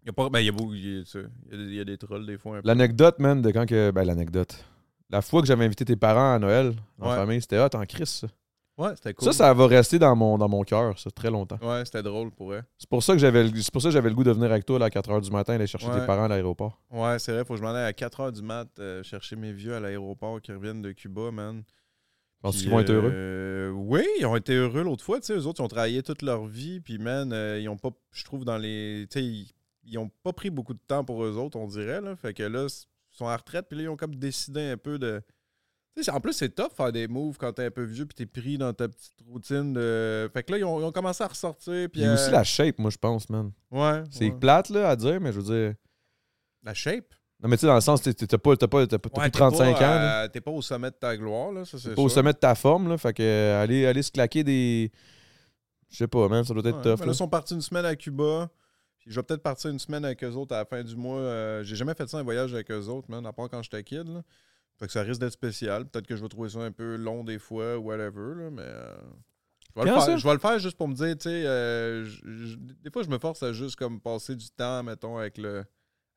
[SPEAKER 2] Il y a pas, ben, il y a beaucoup, il y a, tu sais, il y a des- il y a des trolls des fois. un peu.
[SPEAKER 1] L'anecdote, man, de quand que. Ben, l'anecdote. La fois que j'avais invité tes parents à Noël, en
[SPEAKER 2] Ouais.
[SPEAKER 1] famille, c'était hot en Chris, ça.
[SPEAKER 2] Ouais, c'était cool.
[SPEAKER 1] Ça, ça va rester dans mon, dans mon cœur, ça, très longtemps.
[SPEAKER 2] Ouais, c'était drôle pour elle.
[SPEAKER 1] C'est pour ça que j'avais le- c'est pour ça que j'avais le goût de venir avec toi là, à 4 h du matin aller chercher
[SPEAKER 2] Ouais.
[SPEAKER 1] tes parents à l'aéroport.
[SPEAKER 2] Ouais, c'est vrai, faut que je m'en aille à 4h du mat euh, chercher mes vieux à l'aéroport qui reviennent de Cuba, man.
[SPEAKER 1] Penses-tu
[SPEAKER 2] Puis,
[SPEAKER 1] qu'ils vont être heureux?
[SPEAKER 2] euh, oui, ils ont été heureux l'autre fois, tu sais, eux autres, ils ont travaillé toute leur vie, puis man, euh, ils ont pas, je trouve, dans les, tu sais, ils, ils ont pas pris beaucoup de temps pour eux autres, on dirait, là, fait que là, c- ils sont en retraite, puis là, ils ont comme décidé un peu de... tu sais, En plus, c'est top faire des moves quand t'es un peu vieux puis t'es pris dans ta petite routine. De... Fait que là, ils ont, ils ont commencé à ressortir. Puis
[SPEAKER 1] Puis
[SPEAKER 2] à-
[SPEAKER 1] aussi la shape, moi, je pense, man.
[SPEAKER 2] Ouais,
[SPEAKER 1] C'est
[SPEAKER 2] ouais.
[SPEAKER 1] plate là, à dire, mais je veux dire.
[SPEAKER 2] La shape.
[SPEAKER 1] Non, mais tu sais, dans le sens, t'es- t'es- t'as pas, t'as pas, t'as pas- t'as
[SPEAKER 2] Ouais,
[SPEAKER 1] plus
[SPEAKER 2] t'es
[SPEAKER 1] 35 ans.
[SPEAKER 2] pas,
[SPEAKER 1] là.
[SPEAKER 2] euh, T'es pas au sommet de ta gloire, là, ça, c'est
[SPEAKER 1] T'es pas au
[SPEAKER 2] sûr.
[SPEAKER 1] sommet de ta forme, là. Fait que euh, aller, aller se claquer des. Je sais pas, man, ça doit être
[SPEAKER 2] Ouais,
[SPEAKER 1] tough.
[SPEAKER 2] mais
[SPEAKER 1] là.
[SPEAKER 2] là, ils sont partis une semaine à Cuba. Puis je vais peut-être partir une semaine avec eux autres à la fin du mois. Euh, J'ai jamais fait ça un voyage avec eux autres, man, à part quand j'étais kid. Là. Fait que ça risque d'être spécial. Peut-être que je vais trouver ça un peu long des fois, whatever, là, mais. euh, je vais, le
[SPEAKER 1] Quand
[SPEAKER 2] faire,
[SPEAKER 1] ça?
[SPEAKER 2] je vais le faire juste pour me dire, tu sais, euh, je- je- des fois je me force à juste comme passer du temps, mettons, avec le,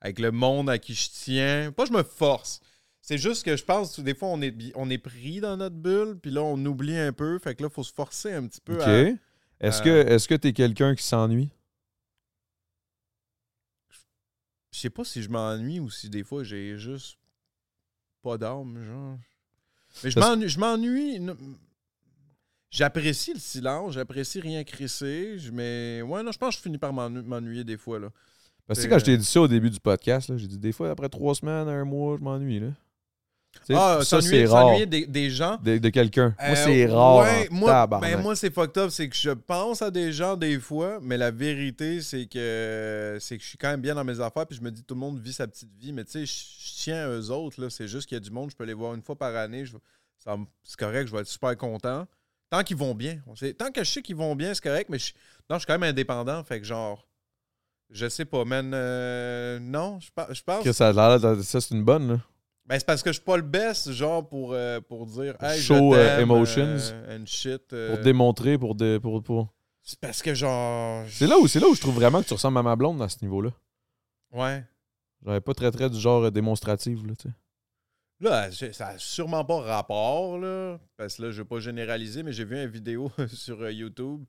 [SPEAKER 2] avec le monde à qui je tiens. Pas que je me force. C'est juste que je pense, des fois on est, on est pris dans notre bulle, puis là on oublie un peu. Fait que là, il faut se forcer un petit peu
[SPEAKER 1] OK.
[SPEAKER 2] à, euh,
[SPEAKER 1] Est-ce
[SPEAKER 2] à-
[SPEAKER 1] que est-ce que t'es quelqu'un qui s'ennuie?
[SPEAKER 2] Je sais pas si je m'ennuie ou si des fois j'ai juste pas d'âme, genre. Mais je
[SPEAKER 1] Parce-
[SPEAKER 2] m'ennuie- je m'ennuie. non. J'apprécie le silence, j'apprécie rien crisser, je- mais ouais, non, je pense que je finis par m'ennu- m'ennuyer des fois, là.
[SPEAKER 1] Parce que tu sais,
[SPEAKER 2] C'est,
[SPEAKER 1] quand je
[SPEAKER 2] euh,
[SPEAKER 1] t'ai dit ça au début du podcast, là, j'ai dit des fois après trois semaines, un mois, je m'ennuie. Là. Tu sais, ça, c'est
[SPEAKER 2] Ah, s'ennuyer-
[SPEAKER 1] rare
[SPEAKER 2] s'ennuyer des, des gens.
[SPEAKER 1] de, de quelqu'un.
[SPEAKER 2] Euh,
[SPEAKER 1] moi, c'est rare.
[SPEAKER 2] ouais,
[SPEAKER 1] en
[SPEAKER 2] moi, ben,
[SPEAKER 1] tabarnak.
[SPEAKER 2] moi, c'est fucked up, c'est que je pense à des gens des fois, mais la vérité, c'est que c'est que je suis quand même bien dans mes affaires, puis je me dis tout le monde vit sa petite vie, mais tu sais, je je tiens à eux autres, là, c'est juste qu'il y a du monde, je peux les voir une fois par année, je- ça me- c'est correct, je vais être super content. Tant qu'ils vont bien. On sait- Tant que je sais qu'ils vont bien, c'est correct, mais je, non, je suis quand même indépendant, fait que genre, je sais pas, man, euh, non, je, pa- je pense...
[SPEAKER 1] Que ça, a l'air de- ça, c'est une bonne. Là.
[SPEAKER 2] Ben, c'est parce que je suis pas le best, genre, pour, euh, pour dire. Hey,
[SPEAKER 1] Show,
[SPEAKER 2] je
[SPEAKER 1] euh,
[SPEAKER 2] t'aime,
[SPEAKER 1] emotions.
[SPEAKER 2] euh, and shit. euh,
[SPEAKER 1] Pour démontrer, pour, dé- pour, pour-
[SPEAKER 2] C'est parce que, genre.
[SPEAKER 1] C'est là où c'est là où je trouve vraiment que tu ressembles à ma blonde à ce niveau-là.
[SPEAKER 2] Ouais.
[SPEAKER 1] J'avais pas très très du genre euh, démonstrative. Là, tu sais.
[SPEAKER 2] Là, j'ai- ça a sûrement pas rapport, là. Parce que là, je vais pas généraliser, mais j'ai vu une vidéo sur euh, YouTube.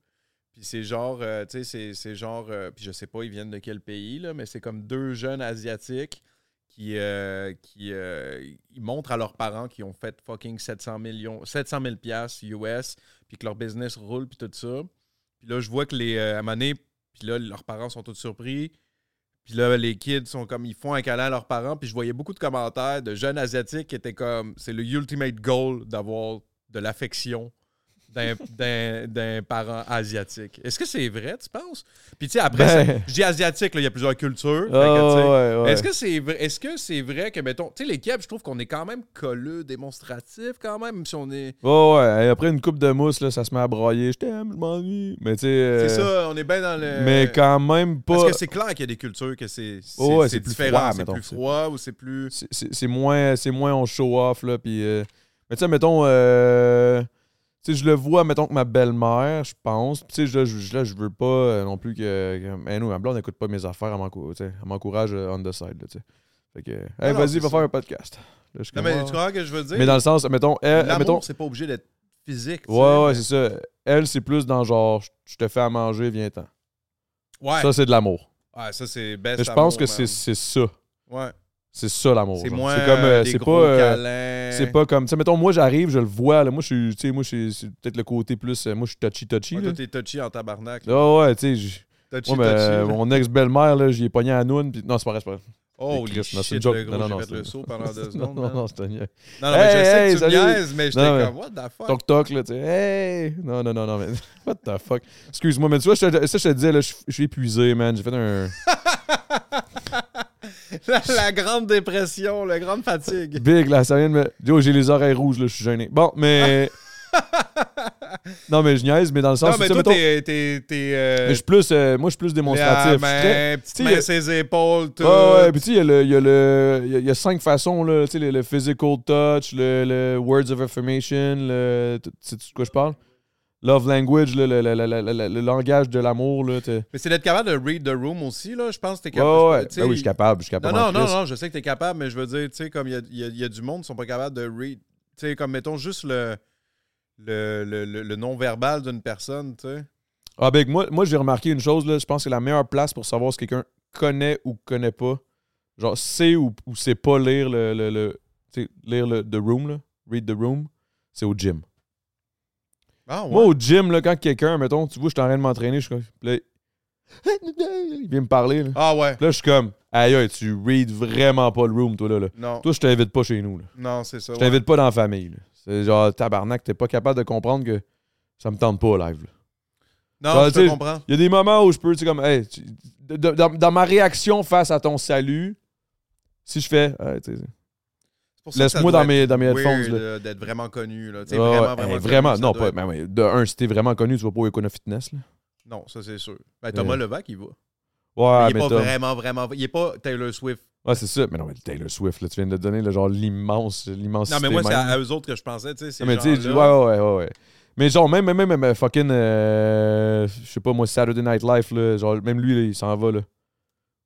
[SPEAKER 2] Puis c'est genre, euh, tu sais, c'est- c'est genre, euh, puis je sais pas, ils viennent de quel pays, là, mais c'est comme deux jeunes asiatiques qui, euh, qui euh, ils montrent à leurs parents qu'ils ont fait fucking 700 millions, 700 000 piastres US, puis que leur business roule, puis tout ça. Puis là, je vois que les, euh, à un moment donné, puis là, leurs parents sont tous surpris. Puis là, les kids sont comme, ils font un câlin à leurs parents. Puis je voyais beaucoup de commentaires de jeunes asiatiques qui étaient comme, c'est le ultimate goal d'avoir de l'affection d'un- d'un d'un parent asiatique. Est-ce que c'est vrai, tu penses? Puis tu sais, après,
[SPEAKER 1] Ben.
[SPEAKER 2] ça- je dis asiatique, là, il y a plusieurs cultures. Fait que,
[SPEAKER 1] Ah,
[SPEAKER 2] tu sais,
[SPEAKER 1] ouais, ouais.
[SPEAKER 2] est-ce que c'est vrai, est-ce que c'est vrai que, mettons, tu sais, les kebabs, je trouve qu'on est quand même colleux, démonstratif quand même, même si on est.
[SPEAKER 1] Ouais, ouais, et Après une coupe de mousse, là, ça se met à broyer. Je t'aime, je m'ennuie. Mais tu sais. euh,
[SPEAKER 2] c'est ça, on est bien dans le.
[SPEAKER 1] Mais quand même pas.
[SPEAKER 2] Parce que c'est clair qu'il y a des cultures que c'est c'est-
[SPEAKER 1] Oh ouais,
[SPEAKER 2] c'est
[SPEAKER 1] c'est plus
[SPEAKER 2] différent,
[SPEAKER 1] froid,
[SPEAKER 2] c'est
[SPEAKER 1] mettons.
[SPEAKER 2] plus froid ou c'est plus.
[SPEAKER 1] c'est- c'est c'est moins c'est moins on show off là puis euh, mais tu sais mettons euh, tu sais je le vois mettons que ma belle-mère je pense Puis tu sais là, je je- là, je veux pas euh, non plus que, que eh, non, ma blonde n'écoute pas mes affaires elle m'encou- tu sais, elle m'encourage euh, on the side là, tu sais fait que euh, hey,
[SPEAKER 2] Ah non,
[SPEAKER 1] vas-y
[SPEAKER 2] c'est
[SPEAKER 1] va
[SPEAKER 2] ça.
[SPEAKER 1] faire un podcast Là, je suis
[SPEAKER 2] Non,
[SPEAKER 1] comme,
[SPEAKER 2] mais
[SPEAKER 1] ah.
[SPEAKER 2] tu comprends ce que je veux dire?
[SPEAKER 1] Mais dans le sens mettons elle,
[SPEAKER 2] L'amour,
[SPEAKER 1] mettons
[SPEAKER 2] c'est pas obligé d'être physique. tu sais,
[SPEAKER 1] ouais ouais
[SPEAKER 2] mais-
[SPEAKER 1] c'est ça elle c'est plus dans genre je- je te fais à manger viens ten
[SPEAKER 2] Ouais,
[SPEAKER 1] ça c'est de l'amour
[SPEAKER 2] Ouais, ça c'est
[SPEAKER 1] Mais
[SPEAKER 2] best.
[SPEAKER 1] je pense
[SPEAKER 2] amour,
[SPEAKER 1] que c'est
[SPEAKER 2] man.
[SPEAKER 1] c'est ça
[SPEAKER 2] Ouais.
[SPEAKER 1] c'est ça l'amour
[SPEAKER 2] C'est
[SPEAKER 1] genre.
[SPEAKER 2] moins.
[SPEAKER 1] c'est comme euh,
[SPEAKER 2] euh, des
[SPEAKER 1] c'est pas
[SPEAKER 2] gros
[SPEAKER 1] euh,
[SPEAKER 2] câlins.
[SPEAKER 1] C'est pas comme, tu sais, mettons, moi j'arrive, je le vois, là, moi je suis, tu sais, moi je suis- c'est peut-être le côté plus, euh, moi je suis touchy-touchy,
[SPEAKER 2] Ouais,
[SPEAKER 1] là.
[SPEAKER 2] toi, t'es touchy en tabarnak. là.
[SPEAKER 1] Ah ouais, tu sais, j-
[SPEAKER 2] Touchy,
[SPEAKER 1] moi, mais,
[SPEAKER 2] touchy.
[SPEAKER 1] euh,
[SPEAKER 2] là.
[SPEAKER 1] mon ex-belle-mère, là, j'y ai pogné à Noun, puis non, c'est pas vrai, c'est pas vrai.
[SPEAKER 2] Oh,
[SPEAKER 1] Christ,
[SPEAKER 2] les
[SPEAKER 1] non, c'est une
[SPEAKER 2] shit,
[SPEAKER 1] joke.
[SPEAKER 2] le gros,
[SPEAKER 1] Non, non,
[SPEAKER 2] j'ai
[SPEAKER 1] non,
[SPEAKER 2] fait le
[SPEAKER 1] c'est-
[SPEAKER 2] saut pendant deux
[SPEAKER 1] Non,
[SPEAKER 2] secondes.
[SPEAKER 1] non,
[SPEAKER 2] man.
[SPEAKER 1] non, c'est un niais.
[SPEAKER 2] Non, non, mais je
[SPEAKER 1] Hey,
[SPEAKER 2] sais
[SPEAKER 1] hey,
[SPEAKER 2] que tu me
[SPEAKER 1] salut.
[SPEAKER 2] niaises, mais j'étais
[SPEAKER 1] Non, mais-
[SPEAKER 2] comme, what the fuck?
[SPEAKER 1] Toc-toc, là, tu sais, hey! Non, non, non, non, mais, what the fuck? Excuse-moi, mais tu vois, je te- ça, je te disais, là, je je suis épuisé, man, j'ai fait un...
[SPEAKER 2] la, la grande dépression, la grande fatigue.
[SPEAKER 1] Big, là, ça vient de me... Yo, j'ai les oreilles rouges, là, je suis gêné. Bon, mais... non, mais je niaise, mais dans le sens,
[SPEAKER 2] Non,
[SPEAKER 1] où,
[SPEAKER 2] mais
[SPEAKER 1] tu sais,
[SPEAKER 2] toi,
[SPEAKER 1] mettons,
[SPEAKER 2] t'es. t'es- t'es, euh,
[SPEAKER 1] je suis plus, euh, moi, je suis plus démonstratif.
[SPEAKER 2] ah,
[SPEAKER 1] Je suis très-
[SPEAKER 2] ben,
[SPEAKER 1] Tu sais,
[SPEAKER 2] Petite
[SPEAKER 1] il y a-
[SPEAKER 2] main, ses épaules, tout. euh,
[SPEAKER 1] Ouais, ouais, puis tu sais, il y a le- il y, a le- il y a- il y a cinq façons, là, tu sais, le, le physical touch, le, le words of affirmation, le, tu sais de quoi je parle? Love language, le, le- le- le- le- le- le langage de l'amour, là, t'es-
[SPEAKER 2] Mais c'est d'être capable de read the room aussi, là. Je pense que t'es
[SPEAKER 1] Ouais,
[SPEAKER 2] capable.
[SPEAKER 1] ouais, ouais.
[SPEAKER 2] tu sais,
[SPEAKER 1] Ben oui, je suis capable, je suis
[SPEAKER 2] Non,
[SPEAKER 1] capable. en
[SPEAKER 2] non, non,
[SPEAKER 1] Christ.
[SPEAKER 2] non, je sais que t'es capable, mais je veux dire, tu sais, comme il y a, il y a- il y a du monde qui sont pas capables de read. Tu sais, comme mettons juste le. le, le- le- le non-verbal d'une personne, tu sais.
[SPEAKER 1] Ah ben moi, moi j'ai remarqué une chose, là, je pense que la meilleure place pour savoir si quelqu'un connaît ou connaît pas, genre sait ou, ou sait pas lire le, le, le- tu sais, lire le The Room, là, Read the Room, c'est au gym.
[SPEAKER 2] Ah, ouais.
[SPEAKER 1] Moi au gym, là, quand quelqu'un, mettons, tu vois, je suis en train de m'entraîner, je suis comme. puis là, il vient me parler. Là,
[SPEAKER 2] Ah, ouais.
[SPEAKER 1] Puis là je suis comme Aïe aïe, tu read vraiment pas le room, toi là. là.
[SPEAKER 2] Non,
[SPEAKER 1] Toi, je t'invite pas chez nous. Là.
[SPEAKER 2] non c'est ça.
[SPEAKER 1] Je
[SPEAKER 2] ouais.
[SPEAKER 1] t'invite pas dans la famille. là. C'est genre tabarnak, t'es pas capable de comprendre que ça me tente pas au live. là.
[SPEAKER 2] Non,
[SPEAKER 1] Bah, tu
[SPEAKER 2] je te
[SPEAKER 1] sais,
[SPEAKER 2] comprends.
[SPEAKER 1] Il y a des moments où je peux, tu sais, comme, hey, tu- de- de- dans, dans ma réaction face à ton salut, si je fais, hey, tu sais,
[SPEAKER 2] C'est pour ça que ça
[SPEAKER 1] laisse-moi
[SPEAKER 2] doit
[SPEAKER 1] dans mes, dans mes
[SPEAKER 2] être
[SPEAKER 1] headphones.
[SPEAKER 2] weird,
[SPEAKER 1] là.
[SPEAKER 2] euh, d'être vraiment connu, là. tu sais,
[SPEAKER 1] Ah,
[SPEAKER 2] vraiment,
[SPEAKER 1] hey,
[SPEAKER 2] vraiment, connu,
[SPEAKER 1] vraiment,
[SPEAKER 2] ça
[SPEAKER 1] non,
[SPEAKER 2] doit
[SPEAKER 1] pas.
[SPEAKER 2] être-
[SPEAKER 1] mais ouais, de un, si t'es vraiment connu, tu vas pas au Econo Fitness. Là.
[SPEAKER 2] Non, ça, c'est sûr. Ben, Thomas
[SPEAKER 1] Euh,
[SPEAKER 2] Levac, il va.
[SPEAKER 1] Ouais,
[SPEAKER 2] il est
[SPEAKER 1] mais
[SPEAKER 2] pas
[SPEAKER 1] t'as- Ah,
[SPEAKER 2] vraiment, vraiment... Il est pas Taylor Swift.
[SPEAKER 1] Ouais, c'est ça. Mais non, mais Taylor Swift, là, tu viens de donner le genre l'immense, l'immense.
[SPEAKER 2] Non, mais moi, c'est à à eux autres que je pensais, tu sais. ces
[SPEAKER 1] Non, mais tu sais,
[SPEAKER 2] gens-là.
[SPEAKER 1] ouais, ouais, ouais, ouais. Mais genre, même, même, même, même, fucking, euh, je sais pas, moi, Saturday Night Live, là, genre, même lui, là, il s'en va, là.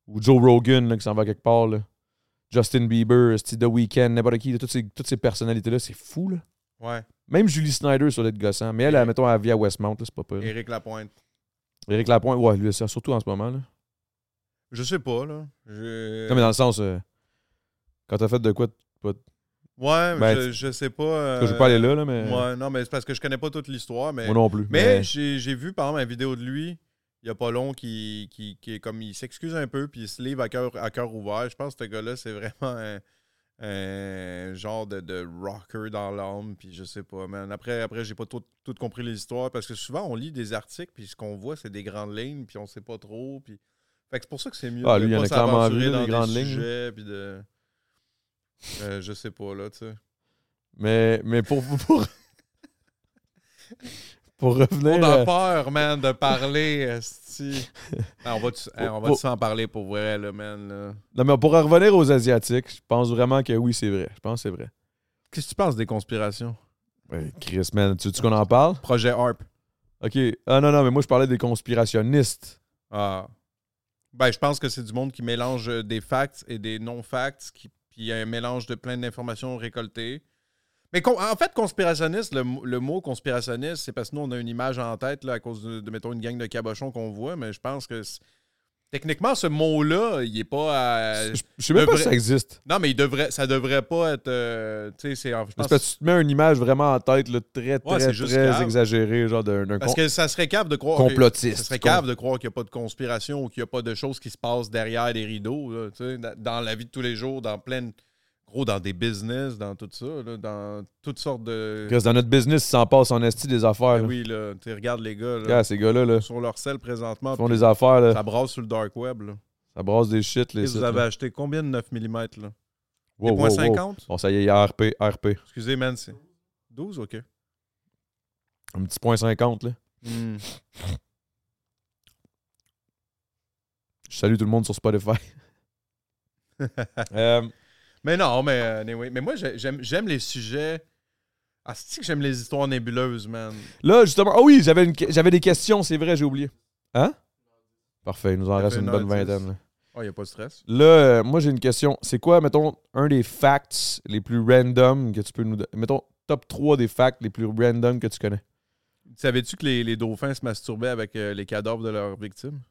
[SPEAKER 1] Ou Joe Rogan, là, qui s'en va quelque part, là. Justin Bieber, esti, The Weeknd, n'importe qui, là, toutes ces, toutes ces personnalités-là, c'est fou, là.
[SPEAKER 2] Ouais,
[SPEAKER 1] Même Julie Snyder, ça doit être gossant. Mais elle,
[SPEAKER 2] Ouais.
[SPEAKER 1] elle, mettons, elle vit à Westmount, là, c'est pas pire.
[SPEAKER 2] Éric Lapointe.
[SPEAKER 1] Éric Lapointe, ouais, lui, c'est surtout en ce moment, là.
[SPEAKER 2] Je sais pas, là. Je-
[SPEAKER 1] Non, mais dans le sens, euh, quand t'as fait de quoi, t-
[SPEAKER 2] Ouais,
[SPEAKER 1] Ben,
[SPEAKER 2] je, je sais pas. euh,
[SPEAKER 1] je veux pas aller là, euh. là, mais
[SPEAKER 2] Ouais, non, mais c'est parce que je connais pas toute l'histoire, mais...
[SPEAKER 1] moi non plus.
[SPEAKER 2] Mais, j'ai j'ai vu, par exemple, la vidéo de lui, il y a pas long, qui, qui, qui est comme... Il s'excuse un peu, puis il se livre à cœur, à cœur ouvert. Je pense que ce gars-là, c'est vraiment un, un genre de, de rocker dans l'âme, puis je sais pas. Mais après, après j'ai pas tout, tout compris l'histoire, parce que souvent, on lit des articles, puis ce qu'on voit, c'est des grandes lignes, puis on sait pas trop, puis... Fait que c'est pour ça que c'est mieux
[SPEAKER 1] Ah,
[SPEAKER 2] de
[SPEAKER 1] lui, il y en
[SPEAKER 2] pas
[SPEAKER 1] a clairement
[SPEAKER 2] s'aventurer
[SPEAKER 1] vu,
[SPEAKER 2] dans
[SPEAKER 1] des
[SPEAKER 2] des
[SPEAKER 1] grandes lignes.
[SPEAKER 2] sujets, puis de... Euh, je sais pas, là, tu sais.
[SPEAKER 1] mais, mais pour, pour, pour revenir.
[SPEAKER 2] On
[SPEAKER 1] euh,
[SPEAKER 2] a peur, man, de parler, esti. Ah, on va tu- eh, on va
[SPEAKER 1] Pour-
[SPEAKER 2] s'en parler pour vrai, là, man. là.
[SPEAKER 1] Non, mais pour en revenir aux Asiatiques, je pense vraiment que oui, c'est vrai. Je pense que c'est vrai.
[SPEAKER 2] Qu'est-ce que tu penses des conspirations?
[SPEAKER 1] Ouais, Chris, man, tu veux qu'on en parle?
[SPEAKER 2] Projet HARP.
[SPEAKER 1] OK. Ah non, non, mais moi, je parlais des conspirationnistes.
[SPEAKER 2] Ah. Ben, je pense que c'est du monde qui mélange euh, des facts et des non-facts, qui- puis il y a un mélange de plein d'informations récoltées. Mais con- en fait, conspirationniste, le, mo- le mot conspirationniste, c'est parce que nous, on a une image en tête là, à cause de, de, mettons, une gang de cabochons qu'on voit, mais je pense que c'est- techniquement, ce mot-là, il est pas à...
[SPEAKER 1] je, je sais même
[SPEAKER 2] Euh, le
[SPEAKER 1] pas
[SPEAKER 2] vrai-
[SPEAKER 1] si ça existe.
[SPEAKER 2] Non, mais il devrait, ça devrait pas être. euh, tu sais, c'est. en- je
[SPEAKER 1] C'est
[SPEAKER 2] pense-
[SPEAKER 1] parce que tu te mets une image vraiment en tête, là, très, très,
[SPEAKER 2] c'est juste grave.
[SPEAKER 1] très exagérée, genre d'un d'un
[SPEAKER 2] parce
[SPEAKER 1] con-
[SPEAKER 2] que ça serait cave de croire. que-
[SPEAKER 1] complotiste.
[SPEAKER 2] ça serait cave de croire qu'il n'y a pas de conspiration ou qu'il n'y a pas de choses qui se passent derrière les rideaux, là, tu sais, dans- dans la vie de tous les jours, dans plein. Gros, dans des business, dans tout ça, là, dans toutes sortes de.
[SPEAKER 1] Chris, dans notre business, il s'en passe en esti des affaires.
[SPEAKER 2] Ben
[SPEAKER 1] là.
[SPEAKER 2] oui, là. Tu sais, regardes les gars, là,
[SPEAKER 1] Regarde, ces gars-là, là,
[SPEAKER 2] ils sont sur leur selle présentement.
[SPEAKER 1] font
[SPEAKER 2] puis
[SPEAKER 1] des affaires, là.
[SPEAKER 2] Ça brasse sur le dark web, là.
[SPEAKER 1] ça brasse des shit. Les
[SPEAKER 2] Qu'est-ce que vous
[SPEAKER 1] sites,
[SPEAKER 2] avez
[SPEAKER 1] là.
[SPEAKER 2] acheté combien de 9 mm, là
[SPEAKER 1] Wow, wow, wow.
[SPEAKER 2] 0.50
[SPEAKER 1] Bon, ça y est, il y a RP, RP.
[SPEAKER 2] Excusez, man, c'est. 12, ok.
[SPEAKER 1] Un petit point 50, là.
[SPEAKER 2] Hmm.
[SPEAKER 1] Je salue tout le monde sur Spotify. Euh,
[SPEAKER 2] Mais non, mais euh, anyway. Mais moi, j'ai- j'aime j'aime les sujets. Ah, c'est que j'aime les histoires nébuleuses, man.
[SPEAKER 1] Là, justement. Ah oui, j'avais, une que- j'avais des questions, c'est vrai, j'ai oublié. Hein? Parfait, il nous en
[SPEAKER 2] Ça
[SPEAKER 1] reste
[SPEAKER 2] fait
[SPEAKER 1] une
[SPEAKER 2] une
[SPEAKER 1] bonne
[SPEAKER 2] heure dix.
[SPEAKER 1] vingtaine. Là,
[SPEAKER 2] Oh, y a pas de stress.
[SPEAKER 1] Là, euh, moi, j'ai une question. C'est quoi, mettons, un des facts les plus random que tu peux nous donner? Mettons, top 3 des facts les plus random que tu connais.
[SPEAKER 2] Savais-tu que les, les dauphins se masturbaient avec euh, les cadavres de leurs victimes?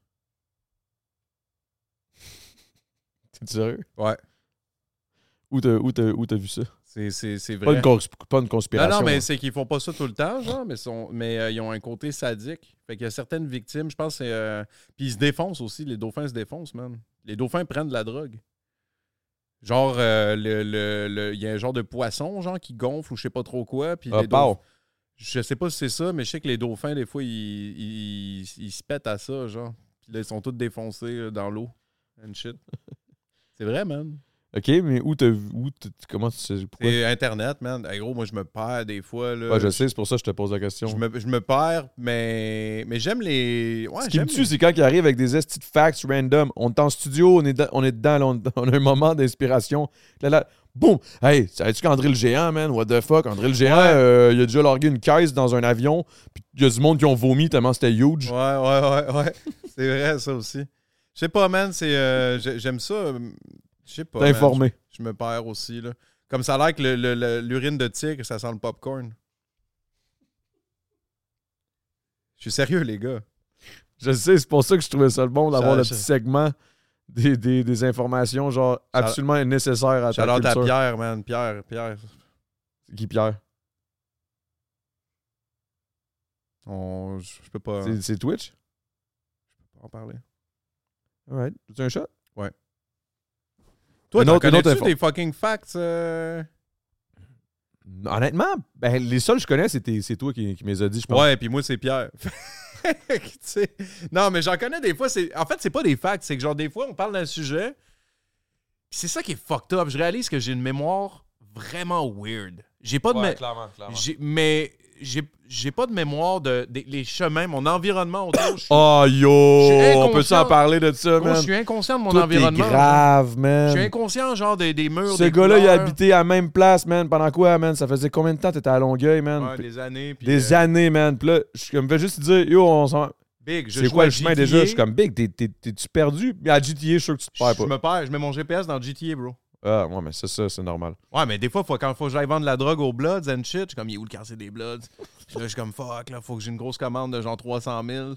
[SPEAKER 1] T'es sérieux?
[SPEAKER 2] Ouais.
[SPEAKER 1] Où t'as, où t'as- où t'as vu ça?
[SPEAKER 2] C'est- C'est c'est
[SPEAKER 1] Pas une,
[SPEAKER 2] vrai.
[SPEAKER 1] cons- pas une
[SPEAKER 2] Non,
[SPEAKER 1] conspiration.
[SPEAKER 2] non, mais
[SPEAKER 1] hein.
[SPEAKER 2] c'est qu'ils font pas ça tout le temps, genre, mais, sont, mais euh, ils ont un côté sadique. Fait qu'il y a certaines victimes, je pense, c'est. euh, Puis ils se défoncent aussi, les dauphins se défoncent, man. Les dauphins prennent de la drogue. Genre, euh, le- le- le- il y a un genre de poisson, genre, qui gonfle ou je sais pas trop quoi. Puis
[SPEAKER 1] Ah,
[SPEAKER 2] les
[SPEAKER 1] pau.
[SPEAKER 2] dauphins- Je sais pas si c'est ça, mais je sais que les dauphins, des fois, ils, ils, ils- ils se pètent à ça, genre. Puis là, ils sont tous défoncés euh, dans l'eau. And shit. C'est vrai, man.
[SPEAKER 1] OK, mais où t'as vu? Où t'as- comment tu sais? Pourquoi?
[SPEAKER 2] C'est Internet, man. Hey, gros, moi, je me perds des fois, là.
[SPEAKER 1] Ouais, je sais, c'est pour ça que je te pose la question.
[SPEAKER 2] Je me, je me perds, mais, mais j'aime les. Ouais,
[SPEAKER 1] Ce qui me
[SPEAKER 2] j'aime
[SPEAKER 1] tue, c'est quand il arrive avec des esti de facts random. On est en studio, on est, dans- on est dedans, là, on, on a un moment d'inspiration. Là, là, boum! Hey, savais-tu qu'André le Géant, man? What the fuck? André le Géant, euh, il a déjà largué une caisse dans un avion, puis il y a du monde qui ont vomi tellement c'était
[SPEAKER 2] les-
[SPEAKER 1] huge.
[SPEAKER 2] Ouais, ouais, ouais, ouais. c'est vrai, ça aussi. Je sais pas, man. C'est, euh, j'ai- j'aime ça. euh, Je sais pas.
[SPEAKER 1] T'es
[SPEAKER 2] man.
[SPEAKER 1] informé.
[SPEAKER 2] Je je me perds aussi, là. Comme ça a l'air que le- le- le- l'urine de tigre, ça sent le popcorn. Je suis sérieux, les gars.
[SPEAKER 1] Je sais, c'est pour ça que je trouvais ça le bon d'avoir
[SPEAKER 2] Ça-
[SPEAKER 1] le
[SPEAKER 2] ça-
[SPEAKER 1] petit segment des, des- des informations, genre, absolument nécessaires à ta
[SPEAKER 2] J'adore ta
[SPEAKER 1] culture.
[SPEAKER 2] Pierre, man. Pierre, Pierre.
[SPEAKER 1] Guy Pierre.
[SPEAKER 2] On... Je je peux pas
[SPEAKER 1] C'est- C'est Twitch?
[SPEAKER 2] en parler.
[SPEAKER 1] All right. Tu un shot?
[SPEAKER 2] Toi,
[SPEAKER 1] Une
[SPEAKER 2] t'en
[SPEAKER 1] autre- une autre
[SPEAKER 2] connais-tu
[SPEAKER 1] info.
[SPEAKER 2] des fucking facts? euh?
[SPEAKER 1] Honnêtement, ben, les seuls que je connais, c'était- c'est toi qui, qui me les as dit, je pense.
[SPEAKER 2] Ouais, puis moi, c'est Pierre. Fait que, tu sais, non, mais j'en connais des fois. c'est- En fait, c'est pas des facts. C'est que, genre, des fois, on parle d'un sujet. puis C'est ça qui est fucked up. Je réalise que j'ai une mémoire vraiment weird. J'ai pas de. mé-
[SPEAKER 1] clairement, clairement.
[SPEAKER 2] j'ai- mais j'ai j'ai pas de mémoire de, des- les chemins, mon environnement autour. Je suis-
[SPEAKER 1] Oh
[SPEAKER 2] Je suis
[SPEAKER 1] yo! On peut
[SPEAKER 2] inconscient.
[SPEAKER 1] s'en parler de ça,
[SPEAKER 2] gros, je
[SPEAKER 1] Oh, man?
[SPEAKER 2] suis inconscient de mon
[SPEAKER 1] Tout est
[SPEAKER 2] environnement.
[SPEAKER 1] grave,
[SPEAKER 2] Je
[SPEAKER 1] man.
[SPEAKER 2] suis inconscient, genre, des, des murs.
[SPEAKER 1] Ce
[SPEAKER 2] des
[SPEAKER 1] gars-là, il a
[SPEAKER 2] couleurs.
[SPEAKER 1] habité à la même place, man. Pendant quoi, man? Ça faisait combien de temps que t'étais à Longueuil, man?
[SPEAKER 2] Ouais,
[SPEAKER 1] Puis-
[SPEAKER 2] des années. puis,
[SPEAKER 1] des
[SPEAKER 2] euh,
[SPEAKER 1] années, man. Puis là, je me fais juste dire, yo, on s'en.
[SPEAKER 2] Big, je
[SPEAKER 1] C'est
[SPEAKER 2] joue
[SPEAKER 1] quoi
[SPEAKER 2] à
[SPEAKER 1] le chemin
[SPEAKER 2] GTA,
[SPEAKER 1] déjà? Je suis comme, big, t'es- t'es- t'es-tu perdu? Mais à GTA, je suis sûr que tu te perds
[SPEAKER 2] Je
[SPEAKER 1] pas.
[SPEAKER 2] me perds, je mets mon GPS dans GTA, bro.
[SPEAKER 1] Ah, ouais, mais c'est ça, c'est normal.
[SPEAKER 2] Ouais, mais des fois, faut, quand faut que j'aille vendre la drogue aux Bloods and shit, je suis comme, il est où le quartier des Bloods? Puis là, je suis comme, fuck, là, faut que j'ai une grosse commande de genre 300 000.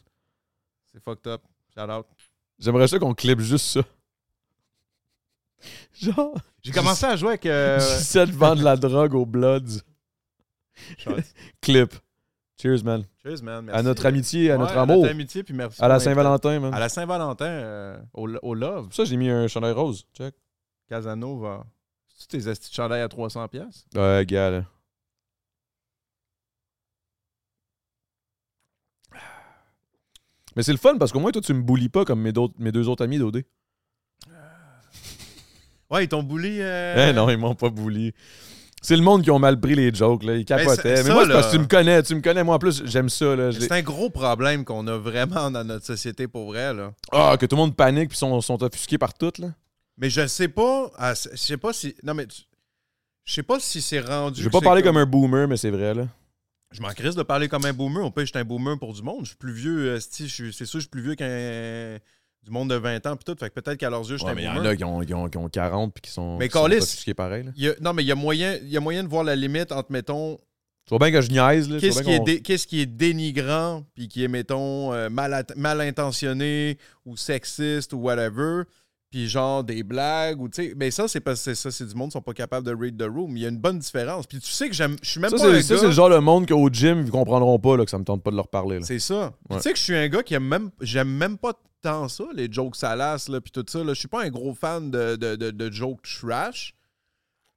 [SPEAKER 2] C'est fucked up. Shout out.
[SPEAKER 1] J'aimerais ça qu'on clip juste ça. Genre,
[SPEAKER 2] J'ai commencé à jouer avec. euh,
[SPEAKER 1] 17 vend de la drogue aux Bloods.
[SPEAKER 2] Shots.
[SPEAKER 1] Clip. Cheers, man.
[SPEAKER 2] Cheers, man. Merci.
[SPEAKER 1] À notre amitié, à
[SPEAKER 2] Ouais,
[SPEAKER 1] notre amour.
[SPEAKER 2] notre amitié, puis merci.
[SPEAKER 1] À la
[SPEAKER 2] pour l'invitation.
[SPEAKER 1] Saint-Valentin, man.
[SPEAKER 2] À la Saint-Valentin, euh, au, au Love,
[SPEAKER 1] Pour ça, j'ai mis un chandail rose. Check.
[SPEAKER 2] Casanova. Tu tes astis de chandail à 300$? piastres?
[SPEAKER 1] Ouais, gars, là. Mais c'est le fun parce qu'au moins, toi, tu me boulies pas comme mes, d'autres- mes deux autres amis d'OD.
[SPEAKER 2] Ouais, ils t'ont bouli. euh,
[SPEAKER 1] Eh non, ils m'ont pas bouli. C'est le monde qui ont mal pris les jokes, là. Ils capotaient.
[SPEAKER 2] ça-
[SPEAKER 1] Mais
[SPEAKER 2] ça,
[SPEAKER 1] moi, c'est
[SPEAKER 2] là-
[SPEAKER 1] parce que tu me connais. Tu me connais. Moi, en plus, j'aime ça, là. Je les-
[SPEAKER 2] C'est un gros problème qu'on a vraiment dans notre société pour vrai, là.
[SPEAKER 1] Ah, que tout le monde panique puis sont, sont offusqués par tout, là.
[SPEAKER 2] Mais je sais pas. ah, c- Je sais pas si. Non, mais. tu- Je sais pas si c'est rendu.
[SPEAKER 1] Je vais
[SPEAKER 2] que
[SPEAKER 1] pas
[SPEAKER 2] c'est
[SPEAKER 1] parler comme un boomer, mais c'est vrai, là.
[SPEAKER 2] Je m'en crisse de parler comme un boomer. On peut être un boomer pour du monde. Je suis plus vieux. euh, sti, je suis- C'est sûr, je suis plus vieux qu'un. Du monde de 20 ans, puis tout. Fait que peut-être qu'à leurs yeux, je suis
[SPEAKER 1] Ouais,
[SPEAKER 2] un
[SPEAKER 1] mais il y en
[SPEAKER 2] boomer.
[SPEAKER 1] a qui ont, qui ont- qui ont 40 puis qui sont,
[SPEAKER 2] Mais
[SPEAKER 1] qui sont
[SPEAKER 2] câlisse.
[SPEAKER 1] offusqués pareil, là.
[SPEAKER 2] Il y a- non, mais il y, a moyen, il y a moyen de voir la limite entre, mettons,
[SPEAKER 1] Tu vois bien que je niaise, là. Je
[SPEAKER 2] qu'est-ce
[SPEAKER 1] vois
[SPEAKER 2] qui,
[SPEAKER 1] bien
[SPEAKER 2] est
[SPEAKER 1] qu'on-
[SPEAKER 2] dé- qu'est-ce qui est dénigrant, puis qui est, mettons, euh, mal, at- mal intentionné, ou sexiste, ou whatever, puis genre des blagues, ou tu sais. Mais ça, c'est parce que c'est ça, c'est du monde qui sont pas capables de read the room. Il y a une bonne différence. Puis tu sais que j'aime. Je suis même
[SPEAKER 1] Ça,
[SPEAKER 2] pas un
[SPEAKER 1] c'est ça,
[SPEAKER 2] gars-
[SPEAKER 1] c'est le genre de monde qu'au gym, ils comprendront pas, là, que ça me tente pas de leur parler, là.
[SPEAKER 2] C'est ça. Puis
[SPEAKER 1] Ouais.
[SPEAKER 2] Tu sais que je suis un gars qui aime même. J'aime même pas tant ça, les jokes salaces, là, puis tout ça. Là. Je suis pas un gros fan de, de, de- de jokes trash,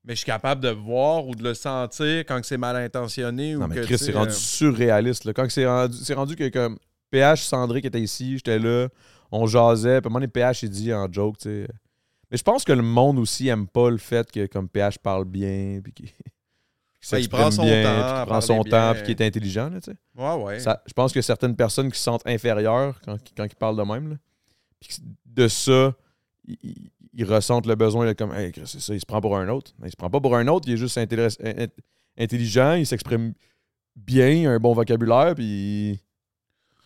[SPEAKER 2] mais je suis capable de voir ou de le sentir quand que c'est mal intentionné. ou
[SPEAKER 1] Non, mais
[SPEAKER 2] que,
[SPEAKER 1] Chris,
[SPEAKER 2] tu sais,
[SPEAKER 1] c'est rendu
[SPEAKER 2] euh,
[SPEAKER 1] surréaliste, là. Quand que c'est rendu, c'est rendu que, comme, PH Sandré qui était ici, j'étais là, on jasait, puis à un moment donné, PH, il dit en joke, tu sais. Mais je pense que le monde aussi aime pas le fait que, comme, PH parle bien, puis qu'il.
[SPEAKER 2] Ouais, Ben, il prend son
[SPEAKER 1] s'exprime
[SPEAKER 2] temps
[SPEAKER 1] puis
[SPEAKER 2] à
[SPEAKER 1] qu'il prend
[SPEAKER 2] parler
[SPEAKER 1] son temps,
[SPEAKER 2] bien.
[SPEAKER 1] puis qu'il est intelligent, là, tu sais.
[SPEAKER 2] euh, Ouais, ouais.
[SPEAKER 1] Ça- je pense que certaines personnes qui se sentent inférieures quand, quand ils parlent de même, là, puis que de ça, ils, ils- ils ressentent le besoin de comme, Hey, Chris, c'est ça, il se prend pour un autre. Il se prend pas pour un autre, il est juste intéress- in- in- intelligent, il s'exprime bien, il a un bon vocabulaire, puis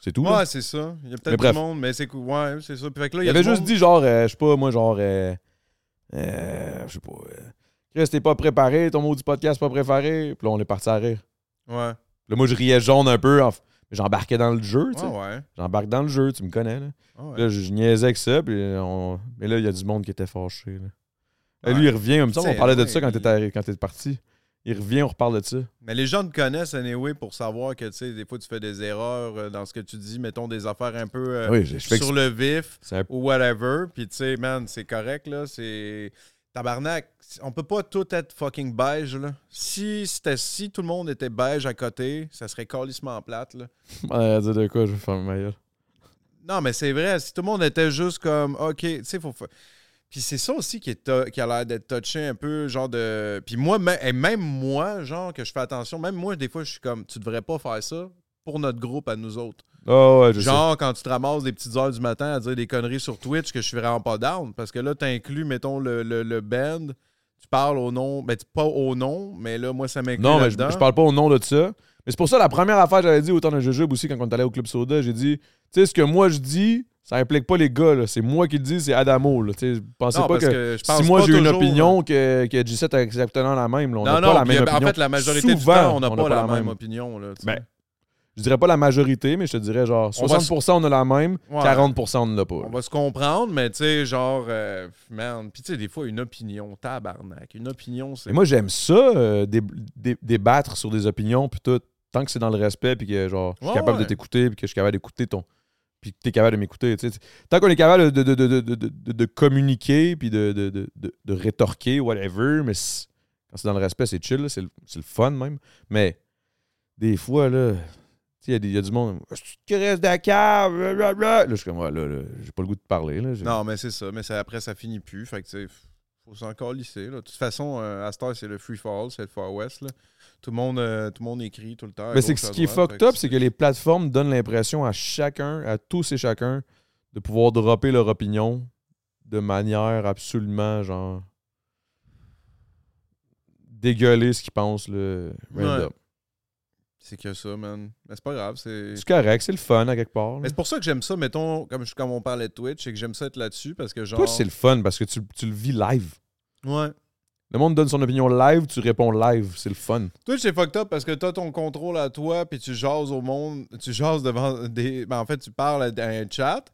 [SPEAKER 1] c'est tout. là.
[SPEAKER 2] Ouais, c'est ça. Il y a
[SPEAKER 1] Mais
[SPEAKER 2] peut-être du
[SPEAKER 1] bref.
[SPEAKER 2] monde, mais c'est cool. Ouais, c'est ça. Puis fait que là, il
[SPEAKER 1] il
[SPEAKER 2] y a
[SPEAKER 1] avait
[SPEAKER 2] du
[SPEAKER 1] juste
[SPEAKER 2] monde-
[SPEAKER 1] dit, genre, euh, je sais pas, moi, genre, euh, euh, je sais pas, euh, Chris, t'es pas préparé, ton mot du podcast pas préparé, puis là, on est parti à rire.
[SPEAKER 2] Ouais.
[SPEAKER 1] Puis là, moi, je riais jaune un peu, en f- j'embarquais dans le jeu, tu sais.
[SPEAKER 2] Ouais, Ah ouais. Ah
[SPEAKER 1] J'embarque dans le jeu, tu me connais, là.
[SPEAKER 2] Ouais,
[SPEAKER 1] Là, je je niaisais avec ça, puis euh, on... mais là, il y a du monde qui était fâché. Là. Et
[SPEAKER 2] Ouais.
[SPEAKER 1] lui, il revient, comme ça, on
[SPEAKER 2] C'est-
[SPEAKER 1] parlait de
[SPEAKER 2] ouais,
[SPEAKER 1] ça quand
[SPEAKER 2] il-
[SPEAKER 1] t'étais arri- quand t'es parti. Il revient, on reparle de ça.
[SPEAKER 2] Mais les gens te connaissent, anyway, pour savoir que, tu sais, des fois, tu fais des erreurs euh, dans ce que tu dis, mettons des affaires un peu euh,
[SPEAKER 1] oui, je, je fais
[SPEAKER 2] sur le vif.
[SPEAKER 1] que c'est un-
[SPEAKER 2] ou whatever. Puis tu sais, man, c'est correct, là. C'est. Tabarnak, on peut pas tout être fucking beige, là. Si, c'était, si tout le monde était beige à côté, ça serait calissement plate, là.
[SPEAKER 1] Ouais, dire de quoi, je vais faire ma gueule.
[SPEAKER 2] Non, mais c'est vrai, si tout le monde était juste comme, OK, tu sais, faut. fa- Puis c'est ça aussi qui, est to- qui a l'air d'être touché un peu, genre de. Puis moi, me- et même moi, genre, que je fais attention, même moi, des fois, je suis comme, tu devrais pas faire ça pour notre groupe à nous autres.
[SPEAKER 1] Ah ouais, je
[SPEAKER 2] Genre, quand tu te ramasses des petites heures du matin à dire des conneries sur Twitch que je suis vraiment pas down. Parce que là, t'inclus, mettons, le, le, le band. Tu parles au nom. Ben, tu- pas au nom, mais là, moi, ça
[SPEAKER 1] sais.
[SPEAKER 2] m'inclut.
[SPEAKER 1] Non, mais je,
[SPEAKER 2] là-dedans.
[SPEAKER 1] je parle pas au nom de ça. Mais c'est pour ça, la première affaire que j'avais dit autant de jujube aussi, quand on est allé au Club Soda, j'ai dit, tu sais, ce que moi je dis, ça implique pas les gars, là. C'est moi qui le dis, c'est Adamo, là. Tu sais, pensez
[SPEAKER 2] Non,
[SPEAKER 1] pas
[SPEAKER 2] parce
[SPEAKER 1] que.
[SPEAKER 2] que, je pense
[SPEAKER 1] si moi
[SPEAKER 2] pas
[SPEAKER 1] j'ai une
[SPEAKER 2] toujours, euh, hein.
[SPEAKER 1] opinion que, que G7 a exactement la même, là, on
[SPEAKER 2] Non,
[SPEAKER 1] n'a
[SPEAKER 2] non,
[SPEAKER 1] pas la
[SPEAKER 2] puis,
[SPEAKER 1] même
[SPEAKER 2] ben,
[SPEAKER 1] opinion.
[SPEAKER 2] En fait, la majorité du
[SPEAKER 1] Souvent,
[SPEAKER 2] temps, on n'a pas, la même, opinion. Là, tu sais.
[SPEAKER 1] Ben, Je dirais pas la majorité, mais je te dirais genre
[SPEAKER 2] On va
[SPEAKER 1] 60% on, a la même,
[SPEAKER 2] Ouais.
[SPEAKER 1] 40% on n'en a
[SPEAKER 2] On
[SPEAKER 1] pas.
[SPEAKER 2] va se comprendre, mais tu sais, genre, euh, man. Puis tu sais, des fois, une opinion, tabarnak. Une opinion, c'est.
[SPEAKER 1] Et moi, j'aime ça, euh, dé- dé- débattre sur des opinions, puis tout, tant que c'est dans le respect, puis que genre, je suis
[SPEAKER 2] Ouais,
[SPEAKER 1] capable
[SPEAKER 2] ouais.
[SPEAKER 1] de t'écouter, puis que je suis capable d'écouter ton. Puis que t'es capable de m'écouter. tu sais. Tant qu'on est capable de, de, de, de, de- de- de communiquer, puis de, de, de, de- de rétorquer, whatever, mais c'est- quand c'est dans le respect, c'est chill, là, c'est le c'est le fun même. Mais des fois, là. tu sais, Il y, a des- il y a du monde, tu te restes de la cave, blablabla. Là, je suis comme, ouais, là, là, j'ai pas le goût de parler. Là, J'ai-
[SPEAKER 2] Non, mais c'est ça. Mais ça, après, ça finit plus. Fait que, tu sais, faut s'en lisser. De toute façon, euh, à cette heure, c'est le free fall, c'est le far west. Là. Tout, le monde, euh, tout le monde écrit tout le temps. à
[SPEAKER 1] Mais c'est que
[SPEAKER 2] gauche,
[SPEAKER 1] ce
[SPEAKER 2] à
[SPEAKER 1] qui est
[SPEAKER 2] droite.
[SPEAKER 1] fucked
[SPEAKER 2] Fait
[SPEAKER 1] up, c'est que les plateformes donnent l'impression à chacun, à tous et chacun, de pouvoir dropper leur opinion de manière absolument genre dégueuler ce qu'ils pensent le random.
[SPEAKER 2] C'est que ça, man. Mais c'est pas grave. C'est
[SPEAKER 1] C'est correct, c'est le fun à quelque part. là.
[SPEAKER 2] mais c'est pour ça que j'aime ça, mettons, comme, je- comme on parlait de Twitch, c'est que j'aime ça être là-dessus parce que, genre.
[SPEAKER 1] Toi, c'est le fun parce que tu, tu le vis live.
[SPEAKER 2] Ouais.
[SPEAKER 1] Le monde donne son opinion live, tu réponds live, c'est le fun.
[SPEAKER 2] Twitch, c'est fucked up parce que t'as ton contrôle à toi, puis tu jases au monde, tu jases devant des. ben, en fait, tu parles à un chat,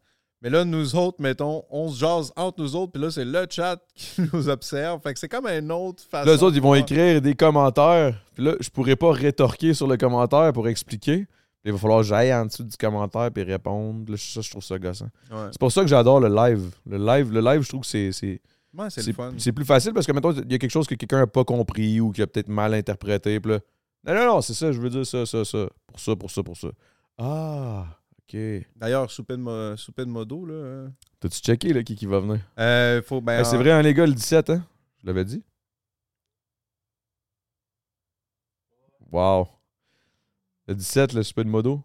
[SPEAKER 2] mais là, nous autres, mettons, on se jase entre nous autres, puis là, c'est le chat qui nous observe. Fait que c'est comme une autre façon.
[SPEAKER 1] Là, eux autres, ils vont
[SPEAKER 2] de-
[SPEAKER 1] écrire des commentaires. Puis là, je pourrais pas rétorquer sur le commentaire pour expliquer. Il va falloir que j'aille en dessous du commentaire puis répondre. Là, ça, je trouve ça gossant.
[SPEAKER 2] Ouais,
[SPEAKER 1] C'est pour ça que j'adore le live. Le live, le live je trouve que c'est, c'est,
[SPEAKER 2] Ouais, c'est
[SPEAKER 1] c'est-
[SPEAKER 2] le fun.
[SPEAKER 1] c'est plus facile parce que, maintenant il y a quelque chose que quelqu'un n'a pas compris ou qui a peut-être mal interprété. puis là, non, non, non, c'est ça, je veux dire ça, ça, ça. Pour ça, pour ça, pour ça. Ah, OK.
[SPEAKER 2] D'ailleurs, souper de, mo- souper de modo, là. euh,
[SPEAKER 1] T'as-tu checké là, qui, qui va venir?
[SPEAKER 2] euh, faut, ben,
[SPEAKER 1] Eh, c'est
[SPEAKER 2] en-
[SPEAKER 1] vrai, hein, les gars, le 17, hein? Je l'avais dit. Wow. Le 17, le super de modo.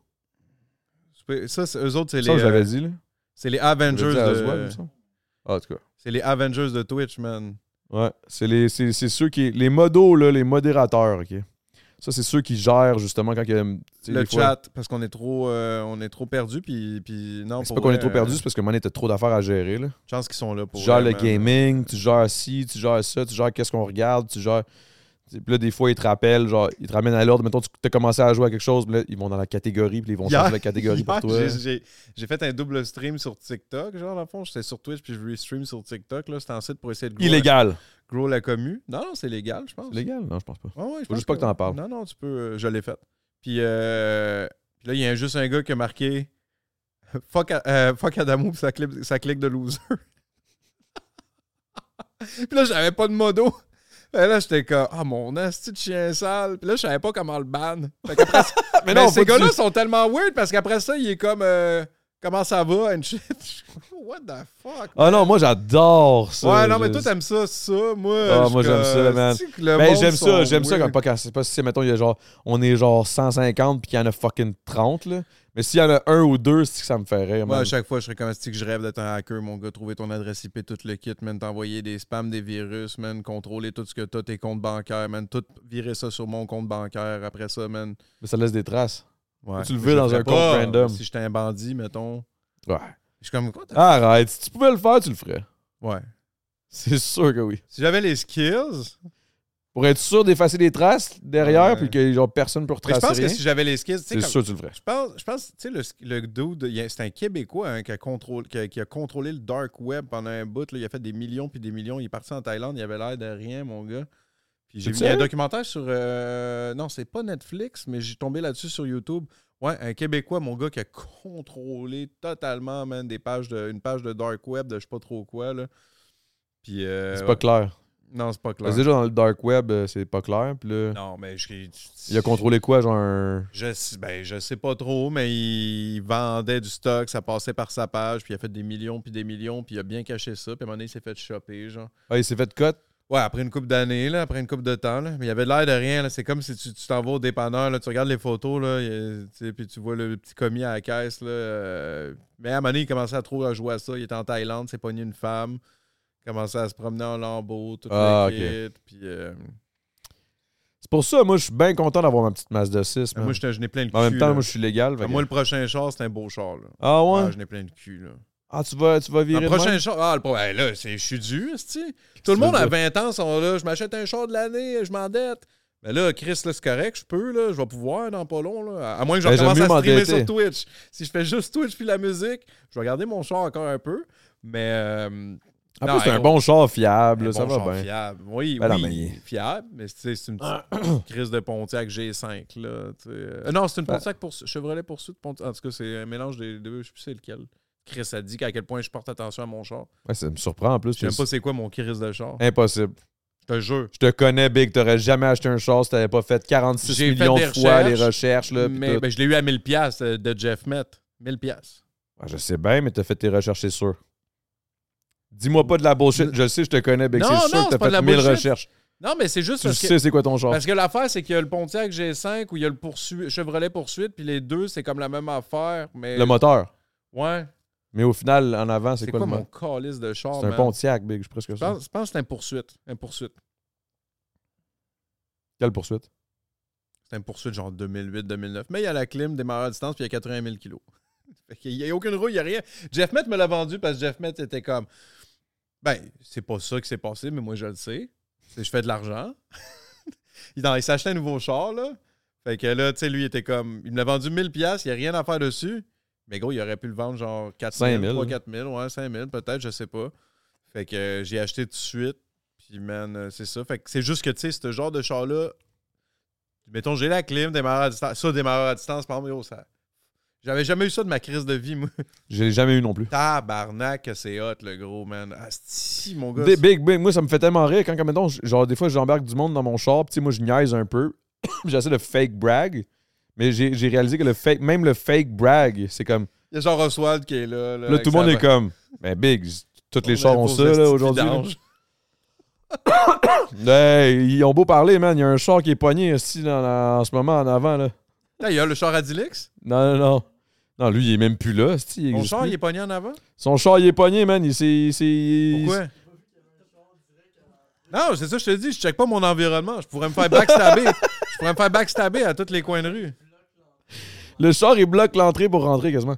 [SPEAKER 2] souper- ça, c'est- eux autres, c'est les,
[SPEAKER 1] Ça, je l'avais
[SPEAKER 2] euh,
[SPEAKER 1] dit, là.
[SPEAKER 2] c'est les
[SPEAKER 1] Je l'avais
[SPEAKER 2] Avengers
[SPEAKER 1] dit à Oswald, il
[SPEAKER 2] de.
[SPEAKER 1] me semble. Ah, en tout cas.
[SPEAKER 2] C'est les Avengers de Twitch, man.
[SPEAKER 1] Ouais, c'est les c'est, c'est ceux qui les modos là, les modérateurs, OK. Ça c'est ceux qui gèrent justement quand il y a tu sais,
[SPEAKER 2] Le
[SPEAKER 1] des fois-
[SPEAKER 2] chat, parce qu'on est trop, euh, on est trop perdu, puis, puis non.
[SPEAKER 1] C'est
[SPEAKER 2] pour
[SPEAKER 1] pas qu'on
[SPEAKER 2] vrai,
[SPEAKER 1] est trop perdu,
[SPEAKER 2] euh,
[SPEAKER 1] c'est parce que man, t'as trop d'affaires à gérer là.
[SPEAKER 2] Chance qu'ils sont là pour.
[SPEAKER 1] tu gères
[SPEAKER 2] vrai,
[SPEAKER 1] le
[SPEAKER 2] man.
[SPEAKER 1] gaming, tu gères ci, tu gères ça, tu gères qu'est-ce qu'on regarde, tu gères tu sais, puis là, des fois, ils te rappellent, genre, ils te ramènent à l'ordre. Mettons, tu as commencé à jouer à quelque chose, puis là, ils vont dans la catégorie, puis ils vont
[SPEAKER 2] Hier-
[SPEAKER 1] changer la catégorie pour
[SPEAKER 2] Hier,
[SPEAKER 1] toi.
[SPEAKER 2] j'ai- J'ai j'ai fait un double stream sur TikTok, genre, dans le fond. J'étais sur Twitch, puis je restream sur TikTok. là. C'était en site pour essayer de grow,
[SPEAKER 1] Illégal.
[SPEAKER 2] grow la commu. Non, non, c'est légal, je pense.
[SPEAKER 1] C'est légal? Non, je pense pas.
[SPEAKER 2] Ouais, ouais, je
[SPEAKER 1] Faut
[SPEAKER 2] pense
[SPEAKER 1] juste pas que t'en parles.
[SPEAKER 2] Non, non, tu peux. euh, je l'ai fait. Puis, euh, puis là, il y a juste un gars qui a marqué Fuck, A- euh, fuck Adamo, puis ça clique, ça clique de loser. puis là, j'avais pas de modo. Et là, j'étais comme, ah mon asti de chien sale. Puis là, je savais pas comment le ban. Fait qu'après ça- Ah, mais,
[SPEAKER 1] non, faut
[SPEAKER 2] ces
[SPEAKER 1] que
[SPEAKER 2] gars-là
[SPEAKER 1] tu-
[SPEAKER 2] sont tellement weird parce qu'après ça, il est comme, euh, comment ça va, and shit. Je suis comme, oh, What the fuck?
[SPEAKER 1] Ah non, moi, j'adore ça.
[SPEAKER 2] Ouais, non, mais
[SPEAKER 1] Je-
[SPEAKER 2] toi, t'aimes ça, ça. Moi,
[SPEAKER 1] Ah,
[SPEAKER 2] je suis
[SPEAKER 1] moi, j'aime
[SPEAKER 2] comme,
[SPEAKER 1] ça, man.
[SPEAKER 2] c'est-tu que le
[SPEAKER 1] Ben,
[SPEAKER 2] monde
[SPEAKER 1] j'aime ça,
[SPEAKER 2] sont
[SPEAKER 1] j'aime ça
[SPEAKER 2] weird?
[SPEAKER 1] quand pas quand c'est pas si mettons il y a genre on est genre 150 puis qu'il y en a fucking 30 là. Mais s'il y en a un ou deux, c'est que ça me fait rire.
[SPEAKER 2] Moi,
[SPEAKER 1] man.
[SPEAKER 2] à chaque fois, je serais comme si que je rêve d'être un hacker, mon gars, trouver ton adresse IP, tout le kit, man, t'envoyer des spams, des virus, man, contrôler tout ce que t'as, tes comptes bancaires, man, tout virer ça sur mon compte bancaire après ça, man.
[SPEAKER 1] Mais ça laisse des traces.
[SPEAKER 2] Ouais.
[SPEAKER 1] Tu le
[SPEAKER 2] Mais
[SPEAKER 1] veux
[SPEAKER 2] je
[SPEAKER 1] dans
[SPEAKER 2] ferais
[SPEAKER 1] un Ah.
[SPEAKER 2] pas,
[SPEAKER 1] compte
[SPEAKER 2] euh,
[SPEAKER 1] random.
[SPEAKER 2] Si j'étais un bandit, mettons.
[SPEAKER 1] Ouais.
[SPEAKER 2] Je suis comme quoi t'as-
[SPEAKER 1] Arrête, si tu pouvais le faire, tu le ferais.
[SPEAKER 2] Ouais.
[SPEAKER 1] C'est sûr que oui.
[SPEAKER 2] Si j'avais les skills,
[SPEAKER 1] Pour être sûr d'effacer des traces derrière
[SPEAKER 2] Ouais.
[SPEAKER 1] puis que genre personne peut
[SPEAKER 2] mais je
[SPEAKER 1] retracer
[SPEAKER 2] pense que
[SPEAKER 1] rien,
[SPEAKER 2] si j'avais les skills, tu sais,
[SPEAKER 1] c'est
[SPEAKER 2] comme-
[SPEAKER 1] sûr que tu le ferais.
[SPEAKER 2] Je pense, je pense, tu sais, le, le dude, il y a- c'est un Québécois hein, qui, a contrôle, qui, a, qui a contrôlé le dark web pendant un bout. là. il a fait des millions puis des millions. Il est parti en Thaïlande, il avait l'air de rien, mon gars. Puis j'ai
[SPEAKER 1] C'est
[SPEAKER 2] vu il y a un
[SPEAKER 1] sérieux?
[SPEAKER 2] documentaire sur. euh, non, c'est pas Netflix, mais j'ai tombé là-dessus sur YouTube. Ouais, un Québécois, mon gars, qui a contrôlé totalement, man, des pages de, une page de dark web de je sais pas trop quoi, là. Puis. euh,
[SPEAKER 1] C'est pas clair.
[SPEAKER 2] Non, c'est pas
[SPEAKER 1] Parce
[SPEAKER 2] clair.
[SPEAKER 1] que déjà dans le dark web, euh, c'est pas clair puis là,
[SPEAKER 2] Non, mais je.
[SPEAKER 1] il a contrôlé quoi genre un-
[SPEAKER 2] Je, sais- ben, je sais pas trop, mais il vendait du stock, ça passait par sa page, puis il a fait des millions, puis des millions, puis il a bien caché ça, puis à un moment donné, il s'est fait choper, genre.
[SPEAKER 1] Ah, il s'est fait cote.
[SPEAKER 2] Ouais, après une couple d'années, là, après une couple de temps, là, mais il avait l'air de rien, là. C'est comme si tu tu t'en vas au dépanneur, là, tu regardes les photos, là, il- tu sais, puis tu vois le petit commis à la caisse, là. euh, mais à un moment donné, il commençait à trop à jouer à ça. Il était en Thaïlande, s'est pogné une femme, commençait à se promener en lambeau, tout
[SPEAKER 1] Ah,
[SPEAKER 2] le
[SPEAKER 1] ok.
[SPEAKER 2] kit, puis... euh,
[SPEAKER 1] C'est pour ça moi je suis bien content d'avoir ma petite masse de 6.
[SPEAKER 2] Ben, moi, je n'ai plein le cul,
[SPEAKER 1] Ah. En même temps,
[SPEAKER 2] là.
[SPEAKER 1] moi je suis légal. fait que-
[SPEAKER 2] Moi, le prochain char, c'est un beau char, là.
[SPEAKER 1] Ah ouais.
[SPEAKER 2] Ah, je n'ai plein le cul, là.
[SPEAKER 1] Ah tu vas tu vas virer
[SPEAKER 2] Le
[SPEAKER 1] de même?
[SPEAKER 2] prochain char. Ah, le pro- hey, là, c'est- je suis dû, esti. Tout
[SPEAKER 1] tu
[SPEAKER 2] le monde
[SPEAKER 1] veux
[SPEAKER 2] à 20 ans sont là. Je m'achète un char de l'année, je m'endette. Mais là, Chris, là, c'est correct, je peux, là, je vais pouvoir dans pas long. Là. À moins que je
[SPEAKER 1] Ben, j'aime
[SPEAKER 2] recommence
[SPEAKER 1] mieux
[SPEAKER 2] à streamer
[SPEAKER 1] m'endetter.
[SPEAKER 2] sur Twitch. Si je fais juste Twitch puis la musique, je vais garder mon char encore un peu. Mais. euh,
[SPEAKER 1] En
[SPEAKER 2] Non,
[SPEAKER 1] plus, c'est
[SPEAKER 2] hey,
[SPEAKER 1] un bon char fiable,
[SPEAKER 2] un
[SPEAKER 1] ça
[SPEAKER 2] bon
[SPEAKER 1] va
[SPEAKER 2] char
[SPEAKER 1] bien.
[SPEAKER 2] Fiable. Oui,
[SPEAKER 1] Ben non,
[SPEAKER 2] oui,
[SPEAKER 1] mais il- Ah.
[SPEAKER 2] fiable, mais tu sais, c'est une petite crise de Pontiac G5. Là, tu sais. Euh, non, c'est une
[SPEAKER 1] Ben-
[SPEAKER 2] Pontiac pour, Chevrolet Poursuite. Pontiac. En tout cas, c'est un mélange des deux. Je sais plus c'est lequel. Chris a dit à quel point je porte attention à mon char.
[SPEAKER 1] Ouais, ça me surprend en plus.
[SPEAKER 2] Je sais même
[SPEAKER 1] c'est Eh,
[SPEAKER 2] pas c'est quoi mon Chris de char.
[SPEAKER 1] Impossible.
[SPEAKER 2] Je te jure.
[SPEAKER 1] Je te connais, Big. T'aurais jamais acheté un char si t'avais pas fait 46
[SPEAKER 2] J'ai fait
[SPEAKER 1] millions
[SPEAKER 2] des
[SPEAKER 1] de fois les
[SPEAKER 2] recherches,
[SPEAKER 1] recherches. Là, pis
[SPEAKER 2] mais
[SPEAKER 1] tout.
[SPEAKER 2] ben, je l'ai eu à 1000$ piastres, euh, de Jeff Met. 1000$. piastres.
[SPEAKER 1] Ouais, Ah, je sais bien, mais t'as fait tes recherches, c'est sûr. Dis-moi pas de la bullshit. Je le sais, je te connais, Big.
[SPEAKER 2] Non,
[SPEAKER 1] C'est sûr
[SPEAKER 2] non,
[SPEAKER 1] que
[SPEAKER 2] c'est pas
[SPEAKER 1] t'as
[SPEAKER 2] de la
[SPEAKER 1] fait 1000
[SPEAKER 2] bullshit.
[SPEAKER 1] recherches.
[SPEAKER 2] Non, mais c'est juste
[SPEAKER 1] Tu
[SPEAKER 2] parce que.
[SPEAKER 1] sais c'est quoi ton char.
[SPEAKER 2] Parce que l'affaire, c'est qu'il y a le Pontiac G5 ou il y a le poursu- Chevrolet Poursuite, puis les deux, c'est comme la même affaire. Mais...
[SPEAKER 1] Le moteur.
[SPEAKER 2] Ouais.
[SPEAKER 1] Mais au final, en avant, c'est
[SPEAKER 2] C'est
[SPEAKER 1] quoi,
[SPEAKER 2] quoi,
[SPEAKER 1] le
[SPEAKER 2] mon
[SPEAKER 1] moteur?
[SPEAKER 2] calice de char?
[SPEAKER 1] C'est un
[SPEAKER 2] man?
[SPEAKER 1] Pontiac, Big. Je suis presque
[SPEAKER 2] Je
[SPEAKER 1] sûr.
[SPEAKER 2] pense, je pense que c'est un poursuite. Un poursuite.
[SPEAKER 1] Quelle poursuite?
[SPEAKER 2] C'est un poursuite genre 2008-2009. Mais il y a la clim, démarreur à distance, puis il y a 80 000 kilos. Fait qu'il y a aucune roue, il n'y a rien. Jeff Met me l'a vendu parce que Jeff Met était comme Ben, c'est pas ça qui s'est passé, mais moi je le sais. C'est je fais de l'argent. il dans- il s'achetait un nouveau char, là. Fait que là, tu sais, lui, il était comme Il me l'a vendu 1000$, piastres, il n'y a rien à faire dessus. Mais gros, il aurait pu le vendre genre 4 000,
[SPEAKER 1] 5 000,
[SPEAKER 2] 3
[SPEAKER 1] là.
[SPEAKER 2] 4 000, ouais, 5 000, peut-être, je sais pas. Fait que euh, j'ai acheté tout de suite. Puis, man, euh, c'est ça. Fait que c'est juste que, tu sais, ce genre de char-là, Mettons, j'ai la clim, démarreur à distance. Ça, démarreur à distance, par exemple, ça. J'avais jamais eu ça de ma crise de vie, moi.
[SPEAKER 1] Je l'ai jamais eu non plus.
[SPEAKER 2] Tabarnak, que c'est hot, le gros, man. Asti, mon gars.
[SPEAKER 1] Des
[SPEAKER 2] c'est-
[SPEAKER 1] big, big, moi, ça me fait tellement rire quand, quand mettons, j- genre, des fois, j'embarque du monde dans mon char, pis tu sais, moi, je niaise un peu. J'essaie de fake brag, mais j'ai j'ai réalisé que le fake, même le fake brag, c'est comme.
[SPEAKER 2] Il y a genre Oswald qui est là. Là,
[SPEAKER 1] Là, tout le monde est comme. Ben, big, j- toutes les chars ont ça, là, aujourd'hui. là. Hey, ils ont beau parler, man. Il y a un char qui est pogné aussi dans la- en ce moment, en avant, là.
[SPEAKER 2] Il y a le char Adilix.
[SPEAKER 1] Non, non, non. Non, lui, il est même plus là, c'ti, il
[SPEAKER 2] Mon
[SPEAKER 1] existe
[SPEAKER 2] char,
[SPEAKER 1] plus.
[SPEAKER 2] il est pogné en avant.
[SPEAKER 1] Son char, il est pogné, man. Il s'est. il s'est- il-
[SPEAKER 2] Pourquoi? Non, c'est ça, je te dis, je check pas mon environnement. Je pourrais me faire backstabber. je pourrais me faire backstabber à tous les coins de rue.
[SPEAKER 1] Le char, il bloque l'entrée pour rentrer quasiment.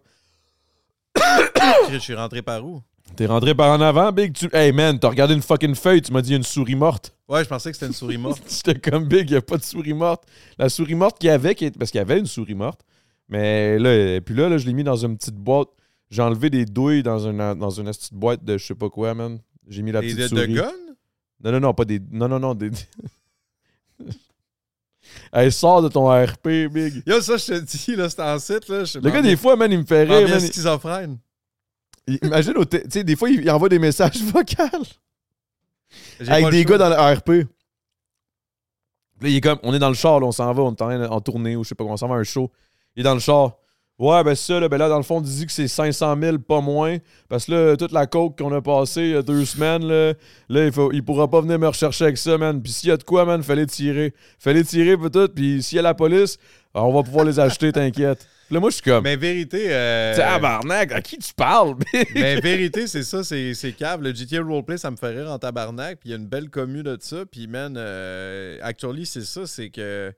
[SPEAKER 2] Je suis rentré par où?
[SPEAKER 1] T'es rentré par en avant, Big. Tu... Hey, man, t'as regardé une fucking feuille, tu m'as dit y a une souris morte.
[SPEAKER 2] Ouais, je pensais que c'était une souris morte.
[SPEAKER 1] J'étais comme Big, il n'y a pas de souris morte. La souris morte qu'il y avait, qui est- parce qu'il y avait une souris morte, mais là, et puis là, là, je l'ai mis dans une petite boîte. J'ai enlevé des douilles dans une, dans une petite boîte de je sais pas quoi, man. J'ai mis la
[SPEAKER 2] Et
[SPEAKER 1] petite
[SPEAKER 2] de, de
[SPEAKER 1] souris.
[SPEAKER 2] gun?
[SPEAKER 1] non, non, non, pas des. Non, non, non, des. Elle sort de ton RP, Big.
[SPEAKER 2] Yo, ça, je te dis, là, c'est en site, là. Je
[SPEAKER 1] Le gars, des fois, man, il me fait rire,
[SPEAKER 2] bien
[SPEAKER 1] man.
[SPEAKER 2] schizophrène.
[SPEAKER 1] Il- Imagine, au té- tu sais, des fois, il il envoie des messages vocaux.
[SPEAKER 2] J'ai
[SPEAKER 1] avec
[SPEAKER 2] pas le
[SPEAKER 1] des
[SPEAKER 2] choix.
[SPEAKER 1] gars dans le RP. Puis Là, il est comme, on est dans le char, là, on s'en va, on est en, train de- en tournée ou je sais pas, on s'en va à un show. Il est dans le char. Ouais, ben ça, là, ben là, dans le fond, dis que c'est 500 000, pas moins. Parce que là, toute la coke qu'on a passée il y a deux semaines, là, là, il, faut, il pourra pas venir me rechercher avec ça, man. Puis s'il y a de quoi, man, fallait tirer. Fallait tirer, peut-être. Puis s'il y a la police, on va pouvoir les acheter, t'inquiète. Puis là, moi, je suis comme,
[SPEAKER 2] Mais vérité, euh,
[SPEAKER 1] tabarnak, à qui tu parles, mec?
[SPEAKER 2] mais Ben, vérité, c'est ça, c'est c'est cave. Le GTA Roleplay, ça me fait rire en tabarnak. Puis il y a une belle commu de ça. Puis, man, euh, actually, c'est ça, c'est que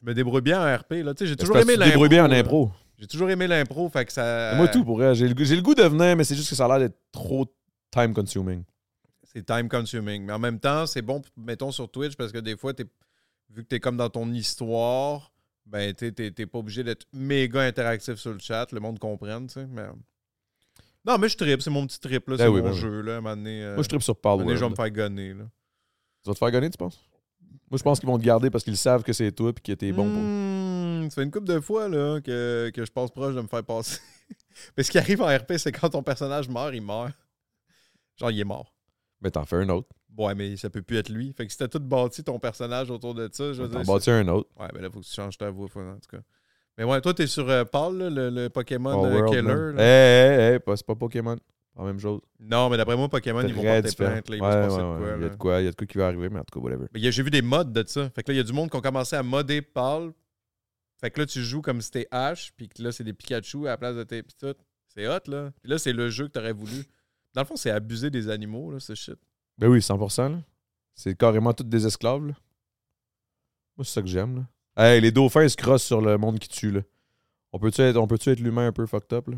[SPEAKER 2] je me débrouille bien en RP. là. Tu sais,
[SPEAKER 1] Ben, C'est
[SPEAKER 2] J'ai toujours
[SPEAKER 1] parce que
[SPEAKER 2] aimé
[SPEAKER 1] tu te débrouilles
[SPEAKER 2] l'impro.
[SPEAKER 1] bien en impro.
[SPEAKER 2] J'ai toujours aimé l'impro, fait que ça.
[SPEAKER 1] Euh, Moi, tout pour vrai. J'ai le, goût- j'ai le goût de venir, mais c'est juste que ça a l'air d'être trop time consuming.
[SPEAKER 2] Euh, C'est time consuming. Mais en même temps, c'est bon, mettons, sur Twitch, parce que des fois, t'es- vu que t'es comme dans ton histoire, ben, t'es- t'es t'es pas obligé d'être méga interactif sur le chat. Le monde comprenne, tu sais. mais- Non, mais je trip, c'est mon petit trip, là.
[SPEAKER 1] Ben
[SPEAKER 2] c'est
[SPEAKER 1] oui,
[SPEAKER 2] mon
[SPEAKER 1] ben oui.
[SPEAKER 2] jeu, là. À un moment donné, euh,
[SPEAKER 1] Moi, je tripe sur
[SPEAKER 2] un moment donné,
[SPEAKER 1] Palworld.
[SPEAKER 2] je vais me faire gonner, là.
[SPEAKER 1] Tu vas te faire gonner, tu penses? Moi, je pense qu'ils vont te garder parce qu'ils savent que c'est toi et que t'es bon pour.
[SPEAKER 2] Hmm, ça fait une couple de fois, là, que, que je passe proche de me faire passer. mais ce qui arrive en RP, c'est quand ton personnage meurt, il meurt. Genre, il est mort.
[SPEAKER 1] Mais t'en fais un autre.
[SPEAKER 2] Ouais, mais ça peut plus être lui. Fait que si t'as tout bâti ton personnage autour de ça, je veux
[SPEAKER 1] T'en
[SPEAKER 2] dire,
[SPEAKER 1] bâtis un autre.
[SPEAKER 2] Ouais, mais là, faut que tu changes ta voix, faut- en tout cas. Mais ouais, toi, t'es sur euh, Paul, là, le, le Pokémon
[SPEAKER 1] Oh,
[SPEAKER 2] euh,
[SPEAKER 1] World,
[SPEAKER 2] Killer.
[SPEAKER 1] man.
[SPEAKER 2] là.
[SPEAKER 1] Hey, hey, hey, pas- c'est pas Pokémon. Pas la même chose.
[SPEAKER 2] Non, mais d'après moi, Pokémon,
[SPEAKER 1] C'est
[SPEAKER 2] ils vont
[SPEAKER 1] très
[SPEAKER 2] porter
[SPEAKER 1] différent.
[SPEAKER 2] plainte. Là, il
[SPEAKER 1] Ouais,
[SPEAKER 2] va se passer
[SPEAKER 1] ouais,
[SPEAKER 2] de quoi.
[SPEAKER 1] ouais, Il y
[SPEAKER 2] là.
[SPEAKER 1] a de quoi, il y a de quoi qui va arriver, mais en tout cas, whatever.
[SPEAKER 2] Mais il y a- J'ai vu des mods de ça. Fait que là, il y a du monde qui ont commencé à modder Paul. Fait que là, tu joues comme si t'es Ash, puis que là, c'est des Pikachu à la place de tes. Puis tout. C'est hot, là. Puis là, c'est le jeu que t'aurais voulu. Dans le fond, c'est abuser des animaux, là, ce shit.
[SPEAKER 1] Ben oui, 100%. là. C'est carrément toutes des esclaves. Là. Moi, c'est ça que j'aime. là. Hey, les dauphins se crossent sur le monde qui tue. Là. On peut-tu être, on peut-tu être l'humain un peu fucked up? Là?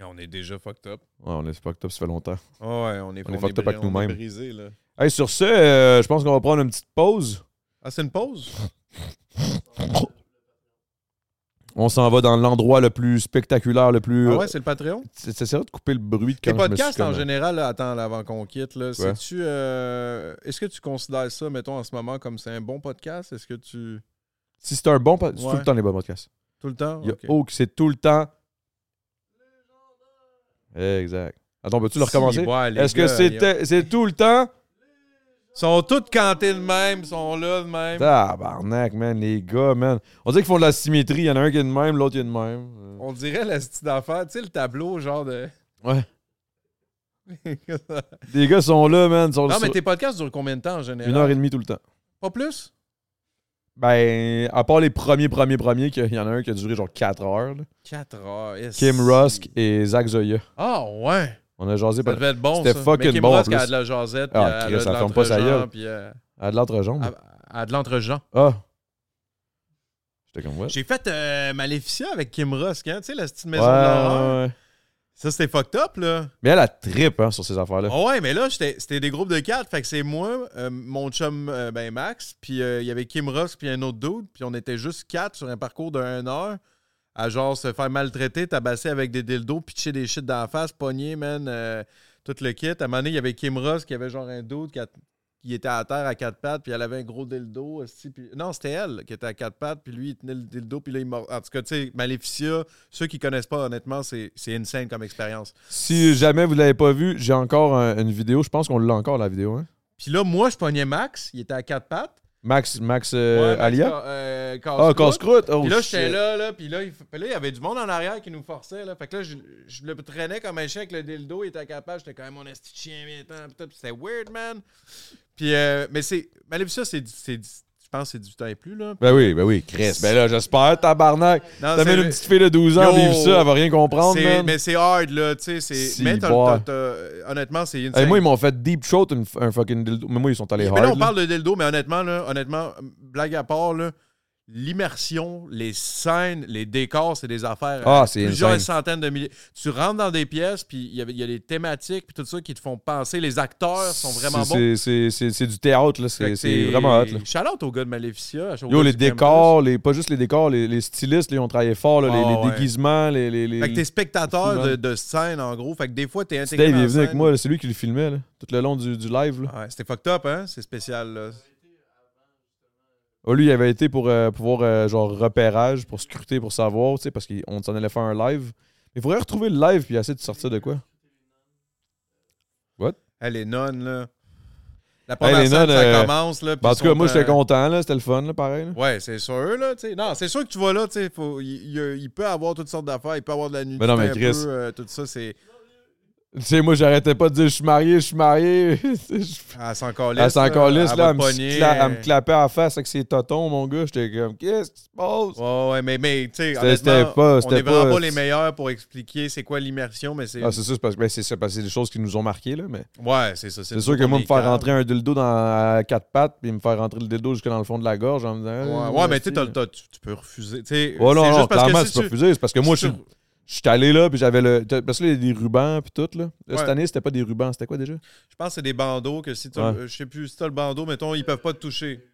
[SPEAKER 2] Ah, On est déjà fucked up.
[SPEAKER 1] Ouais, on est fucked up, ça fait longtemps.
[SPEAKER 2] Ah ouais, on est,
[SPEAKER 1] On est fucked up
[SPEAKER 2] bri-
[SPEAKER 1] avec nous-mêmes.
[SPEAKER 2] brisés, là.
[SPEAKER 1] Hey, sur ce, euh, je pense qu'on va prendre une petite pause.
[SPEAKER 2] Ah, c'est une pause?
[SPEAKER 1] On s'en va dans l'endroit le plus spectaculaire, le plus.
[SPEAKER 2] Ah ouais, c'est le Patreon?
[SPEAKER 1] C'est c'est sérieux de couper le bruit de Euh, quand
[SPEAKER 2] Les
[SPEAKER 1] je me suis
[SPEAKER 2] podcasts, en
[SPEAKER 1] comme-
[SPEAKER 2] général, là, attends, là, avant qu'on quitte, là,
[SPEAKER 1] Ouais.
[SPEAKER 2] tu Est-ce que tu considères ça, mettons, en ce moment, comme c'est un bon podcast? Est-ce que tu...
[SPEAKER 1] Si c'est un bon podcast, c'est tout
[SPEAKER 2] Ouais.
[SPEAKER 1] le temps les bons podcasts.
[SPEAKER 2] Tout le temps?
[SPEAKER 1] Il y a
[SPEAKER 2] Ok.
[SPEAKER 1] aucun- c'est tout le temps. Exact. Attends, peux-tu le recommencer?
[SPEAKER 2] Si, ouais, les
[SPEAKER 1] Est-ce que
[SPEAKER 2] gars,
[SPEAKER 1] c'est
[SPEAKER 2] ils
[SPEAKER 1] c'est tout le temps?
[SPEAKER 2] sont toutes cantées de même, sont là de même.
[SPEAKER 1] Tabarnak, man, les gars, man. On dirait qu'ils font de la symétrie. Il y en a un qui est de même, l'autre qui est de même. Euh,
[SPEAKER 2] On dirait la petite d'affaires, tu sais, le tableau, genre de.
[SPEAKER 1] Ouais. Les gars sont là, man. Sont
[SPEAKER 2] non,
[SPEAKER 1] sur-
[SPEAKER 2] mais tes podcasts durent combien de temps en général?
[SPEAKER 1] Une heure et demie tout le temps.
[SPEAKER 2] Pas plus?
[SPEAKER 1] Ben, à part les premiers, premiers, premiers, qu'il y en a un qui a duré genre 4 heures. là.
[SPEAKER 2] Quatre heures. yes.
[SPEAKER 1] Kim Rusk et Zach Zoya.
[SPEAKER 2] Ah, ouais.
[SPEAKER 1] On a jasé
[SPEAKER 2] Ça
[SPEAKER 1] pas
[SPEAKER 2] devait être bon.
[SPEAKER 1] C'était
[SPEAKER 2] ça.
[SPEAKER 1] fucking
[SPEAKER 2] Mais Kim
[SPEAKER 1] bon, en
[SPEAKER 2] Rusk, elle a
[SPEAKER 1] plus.
[SPEAKER 2] de la jasette.
[SPEAKER 1] Ah,
[SPEAKER 2] puis elle a
[SPEAKER 1] Chris,
[SPEAKER 2] de
[SPEAKER 1] ça ferme pas sa
[SPEAKER 2] l'entrejan,
[SPEAKER 1] gueule.
[SPEAKER 2] Puis euh,
[SPEAKER 1] à de l'entrejambe.
[SPEAKER 2] elle elle a de l'entrejan.
[SPEAKER 1] Ah! J'étais comme, ouais.
[SPEAKER 2] J'ai fait euh, Maléficia avec Kim Rusk, hein, tu sais, la petite
[SPEAKER 1] Ouais,
[SPEAKER 2] maison de l'horreur.
[SPEAKER 1] ouais, ouais.
[SPEAKER 2] Ça, c'était fucked up, là.
[SPEAKER 1] Mais elle a trip hein, sur ces affaires-là.
[SPEAKER 2] Ah ouais, mais là, j'étais- c'était des groupes de quatre. Fait que c'est moi, euh, mon chum, euh, ben Max, puis euh, il y avait Kim Ross, puis un autre dude, puis on était juste quatre sur un parcours de 1 heure à genre se faire maltraiter, tabasser avec des dildos, pitcher des shit dans la face, pogner, man, euh, tout le kit. À un moment donné, il y avait Kim Ross qui avait genre un dude qui, a- qui était à terre à quatre pattes, puis elle avait un gros dildo. aussi, puis- Non, c'était elle qui était à quatre pattes, puis lui, il tenait le dildo, puis là, il mord. En tout cas, tu sais, Maleficia, ceux qui connaissent pas, honnêtement, c'est c'est insane comme expérience.
[SPEAKER 1] Si jamais vous l'avez pas vu, j'ai encore un- une vidéo. Je pense qu'on l'a encore, la vidéo. Hein?
[SPEAKER 2] Puis là, moi, je pognais Max, il était à quatre pattes.
[SPEAKER 1] Max, Max, euh,
[SPEAKER 2] Ouais, Max
[SPEAKER 1] Alia?
[SPEAKER 2] Ca- euh,
[SPEAKER 1] Ah,
[SPEAKER 2] Casse-croûte.
[SPEAKER 1] casse-croûte! Oh,
[SPEAKER 2] Puis là,
[SPEAKER 1] shit.
[SPEAKER 2] j'étais là, là, puis là, il, f- puis là, il y avait du monde en arrière qui nous forçait, là. Fait que là, je, je le traînais comme un chien avec le dildo, il était capable, j'étais quand même mon esti de chien, mais attends, putain, puis c'était weird, man. Puis, euh, mais c'est, Maléficia, c'est, du- c'est, du- je pense que c'est du temps et plus, là.
[SPEAKER 1] Ben oui, ben oui, Chris. Ben là, j'espère, tabarnak.
[SPEAKER 2] Non,
[SPEAKER 1] T'as mis
[SPEAKER 2] Ah, c'est-
[SPEAKER 1] une petite fille de 12 ans,
[SPEAKER 2] Yo.
[SPEAKER 1] vivre ça, elle va rien comprendre,
[SPEAKER 2] c'est-
[SPEAKER 1] man.
[SPEAKER 2] mais c'est hard, là, tu sais, c'est,
[SPEAKER 1] Si,
[SPEAKER 2] mais t'as-
[SPEAKER 1] boy.
[SPEAKER 2] t'as- t'as- honnêtement, c'est une
[SPEAKER 1] Hey, Eh, moi, ils m'ont fait deep throat une- un fucking dildo. Mais moi, ils sont allés
[SPEAKER 2] Mais là,
[SPEAKER 1] hard.
[SPEAKER 2] on
[SPEAKER 1] là.
[SPEAKER 2] parle de dildo, mais honnêtement, là, honnêtement, blague à part, là, l'immersion, les scènes, les décors, c'est des affaires.
[SPEAKER 1] Ah,
[SPEAKER 2] à
[SPEAKER 1] c'est
[SPEAKER 2] Euh, plusieurs
[SPEAKER 1] insane.
[SPEAKER 2] centaines de milliers. Tu rentres dans des pièces, puis il y, avait- il y a des thématiques, puis tout ça qui te font penser. Les acteurs sont vraiment
[SPEAKER 1] C'est- c'est-
[SPEAKER 2] bons.
[SPEAKER 1] C'est c'est- c'est du théâtre, là.
[SPEAKER 2] Fait
[SPEAKER 1] C'est
[SPEAKER 2] que
[SPEAKER 1] c'est vraiment hot, là.
[SPEAKER 2] Shout-out au gars de Maléficia. au
[SPEAKER 1] Yo,
[SPEAKER 2] gars
[SPEAKER 1] les
[SPEAKER 2] du campus.
[SPEAKER 1] décors, les, pas juste les décors, les, les stylistes, là, ils ont travaillé fort, là, les-
[SPEAKER 2] Ah,
[SPEAKER 1] les,
[SPEAKER 2] ouais.
[SPEAKER 1] déguisements, les. les, les-
[SPEAKER 2] Fait que t'es spectateur
[SPEAKER 1] Fou,
[SPEAKER 2] de, de scène, en gros. Fait que des fois, t'es intégré.
[SPEAKER 1] Dave, il
[SPEAKER 2] dans
[SPEAKER 1] est
[SPEAKER 2] la
[SPEAKER 1] venu avec
[SPEAKER 2] scène.
[SPEAKER 1] moi, là, c'est lui qui le filmait, là, tout le long du, du live. Là.
[SPEAKER 2] Ouais, C'était fucked up, hein? C'est spécial, là.
[SPEAKER 1] Ah, lui, il avait été pour euh, pouvoir, euh, genre, repérage, pour scruter, pour savoir, tu sais, parce qu'on s'en allait faire un live. Mais il faudrait retrouver le live puis essayer de sortir de quoi.
[SPEAKER 2] Elle est nonne, là. La
[SPEAKER 1] Hey,
[SPEAKER 2] première
[SPEAKER 1] les
[SPEAKER 2] scène,
[SPEAKER 1] nonnes,
[SPEAKER 2] ça
[SPEAKER 1] euh,
[SPEAKER 2] commence, là. puis
[SPEAKER 1] Ben, en tout cas,
[SPEAKER 2] ils
[SPEAKER 1] moi,
[SPEAKER 2] sont,
[SPEAKER 1] j'étais
[SPEAKER 2] euh,
[SPEAKER 1] content, là, c'était le fun, là, pareil. là.
[SPEAKER 2] Ouais, c'est sûr, là, tu sais. Non, c'est sûr que tu vas là, tu sais. faut- Il il- il peut avoir toutes sortes d'affaires, il peut avoir de la nudité
[SPEAKER 1] Mais non, mais
[SPEAKER 2] un
[SPEAKER 1] Chris.
[SPEAKER 2] peu, euh, tout ça, c'est...
[SPEAKER 1] Tu sais, moi, j'arrêtais pas de dire, je suis marié, je suis marié. Je-
[SPEAKER 2] Elle s'en calisse,
[SPEAKER 1] Elle s'en calisse,
[SPEAKER 2] elle
[SPEAKER 1] là,
[SPEAKER 2] va
[SPEAKER 1] elle me,
[SPEAKER 2] te
[SPEAKER 1] se
[SPEAKER 2] pogner.
[SPEAKER 1] cla- elle me clapait en face avec ses totons, mon gars. J'étais comme, qu'est-ce qui se passe?
[SPEAKER 2] Ouais, ouais, mais, mais tu sais,
[SPEAKER 1] C'était- c'était
[SPEAKER 2] honnêtement,
[SPEAKER 1] pas-
[SPEAKER 2] on
[SPEAKER 1] c'était
[SPEAKER 2] est vraiment
[SPEAKER 1] pas-
[SPEAKER 2] pas les meilleurs pour expliquer c'est quoi l'immersion, mais c'est...
[SPEAKER 1] Ah, c'est ça, c'est parce que ben, c'est ça, parce que c'est des choses qui nous ont marqué, là, mais.
[SPEAKER 2] ouais, c'est ça.
[SPEAKER 1] C'est sûr que moi, me faire rentrer un dildo dans à quatre pattes, puis me faire rentrer le dildo jusque dans le fond de la gorge en me disant.
[SPEAKER 2] Ouais,
[SPEAKER 1] euh,
[SPEAKER 2] ouais, mais tu sais, t'as
[SPEAKER 1] merci.
[SPEAKER 2] le temps, tu tu peux refuser, tu sais.
[SPEAKER 1] Ouais,
[SPEAKER 2] c'est
[SPEAKER 1] non, non,
[SPEAKER 2] juste parce que
[SPEAKER 1] clairement,
[SPEAKER 2] si
[SPEAKER 1] tu peux refuser. C'est parce que
[SPEAKER 2] si
[SPEAKER 1] moi,
[SPEAKER 2] tu-
[SPEAKER 1] je suis je suis allé là, puis j'avais le. t'as- Parce que là, il y a des rubans, puis tout, là. Là, Cette
[SPEAKER 2] Ouais.
[SPEAKER 1] année, c'était pas des rubans, c'était quoi déjà?
[SPEAKER 2] Je pense que c'est des bandeaux que si tu... euh,
[SPEAKER 1] Ouais.
[SPEAKER 2] Je sais plus, si t'as le bandeau, mettons, ils peuvent pas te toucher.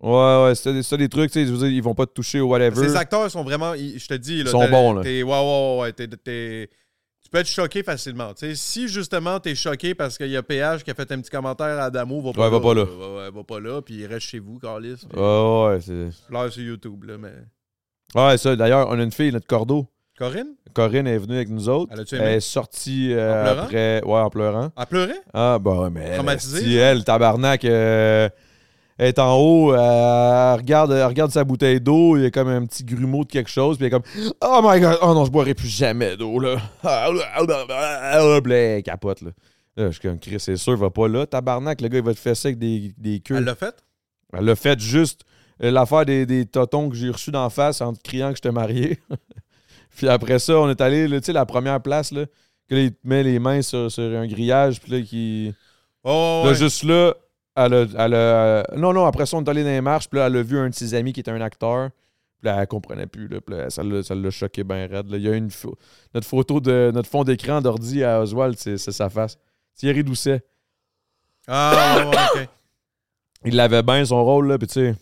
[SPEAKER 1] Ouais, ouais, c'était des- c'était des trucs, tu sais, je veux dire, ils vont pas te toucher ou whatever.
[SPEAKER 2] Ces acteurs sont vraiment. ils- Je te dis,
[SPEAKER 1] Ils
[SPEAKER 2] là,
[SPEAKER 1] sont
[SPEAKER 2] t'as-
[SPEAKER 1] bons, là.
[SPEAKER 2] t'es- ouais, ouais, ouais, ouais, t'es- t'es- tu peux être choqué facilement. tu sais. si justement t'es choqué parce qu'il y a PH qui a fait un petit commentaire à Adamo, va pas
[SPEAKER 1] Ouais,
[SPEAKER 2] là.
[SPEAKER 1] va pas là.
[SPEAKER 2] Va, va- va pas là, puis reste chez vous, Carlis.
[SPEAKER 1] Ouais, ouais, c'est.
[SPEAKER 2] Pleure sur YouTube, là, mais.
[SPEAKER 1] Ouais, ça, d'ailleurs, on a une fille, notre cordeau.
[SPEAKER 2] Corinne,
[SPEAKER 1] Corinne est venue avec nous autres.
[SPEAKER 2] elle a-tu
[SPEAKER 1] Elle
[SPEAKER 2] aimé?
[SPEAKER 1] est sortie euh,
[SPEAKER 2] En pleurant?
[SPEAKER 1] après. Ouais, en pleurant.
[SPEAKER 2] Elle pleurait?
[SPEAKER 1] Ah, bah ouais, mais.
[SPEAKER 2] Traumatisée,
[SPEAKER 1] Si elle, tabarnak, euh, elle est en haut, euh, elle, regarde, elle regarde sa bouteille d'eau, il y a comme un petit grumeau de quelque chose, puis elle est comme Oh my god, oh non, je boirai plus jamais d'eau, là. Puis là, elle capote, là. Là, je suis comme Chris, c'est sûr, va pas là. Tabarnak, le gars, il va te fesser avec des, des queues.
[SPEAKER 2] Elle l'a faite?
[SPEAKER 1] Elle l'a fait juste euh, l'affaire des, des totons que j'ai reçus d'en face en te criant que j'étais marié. puis après ça, on est allé, là, tu sais, la première place, là, que là, il te met les mains sur, sur un grillage, puis là, qui.
[SPEAKER 2] Oh,
[SPEAKER 1] Là,
[SPEAKER 2] ouais.
[SPEAKER 1] juste là, elle a, elle a- Non, non, après ça, on est allé dans les marches, puis là, elle a vu un de ses amis qui était un acteur. Puis là, elle comprenait plus, là, puis là, ça l'a ça l'a choqué bien raide. là. Il y a une. pho- Notre photo de. Notre fond d'écran d'ordi à Oswald, c'est c'est sa face. Thierry Doucet.
[SPEAKER 2] Ah, ouais, ok.
[SPEAKER 1] Il l'avait bien son rôle, là, puis tu sais.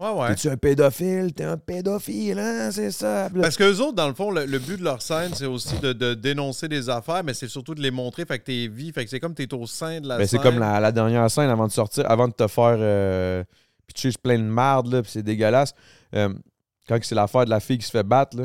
[SPEAKER 2] Ouais, ouais.
[SPEAKER 1] T'es-tu un pédophile? T'es un pédophile, hein? C'est ça. Puis là,
[SPEAKER 2] Parce qu'eux autres, dans le fond, le, le but de leur scène, c'est aussi de, de dénoncer des affaires, mais c'est surtout de les montrer. Fait que t'es vie, fait que c'est comme t'es au sein de la
[SPEAKER 1] Ben, c'est
[SPEAKER 2] scène.
[SPEAKER 1] comme la, la dernière scène avant de sortir, avant de te faire euh, pitcher plein de marde, là, puis c'est dégueulasse. Euh, quand c'est l'affaire de la fille qui se fait battre, là.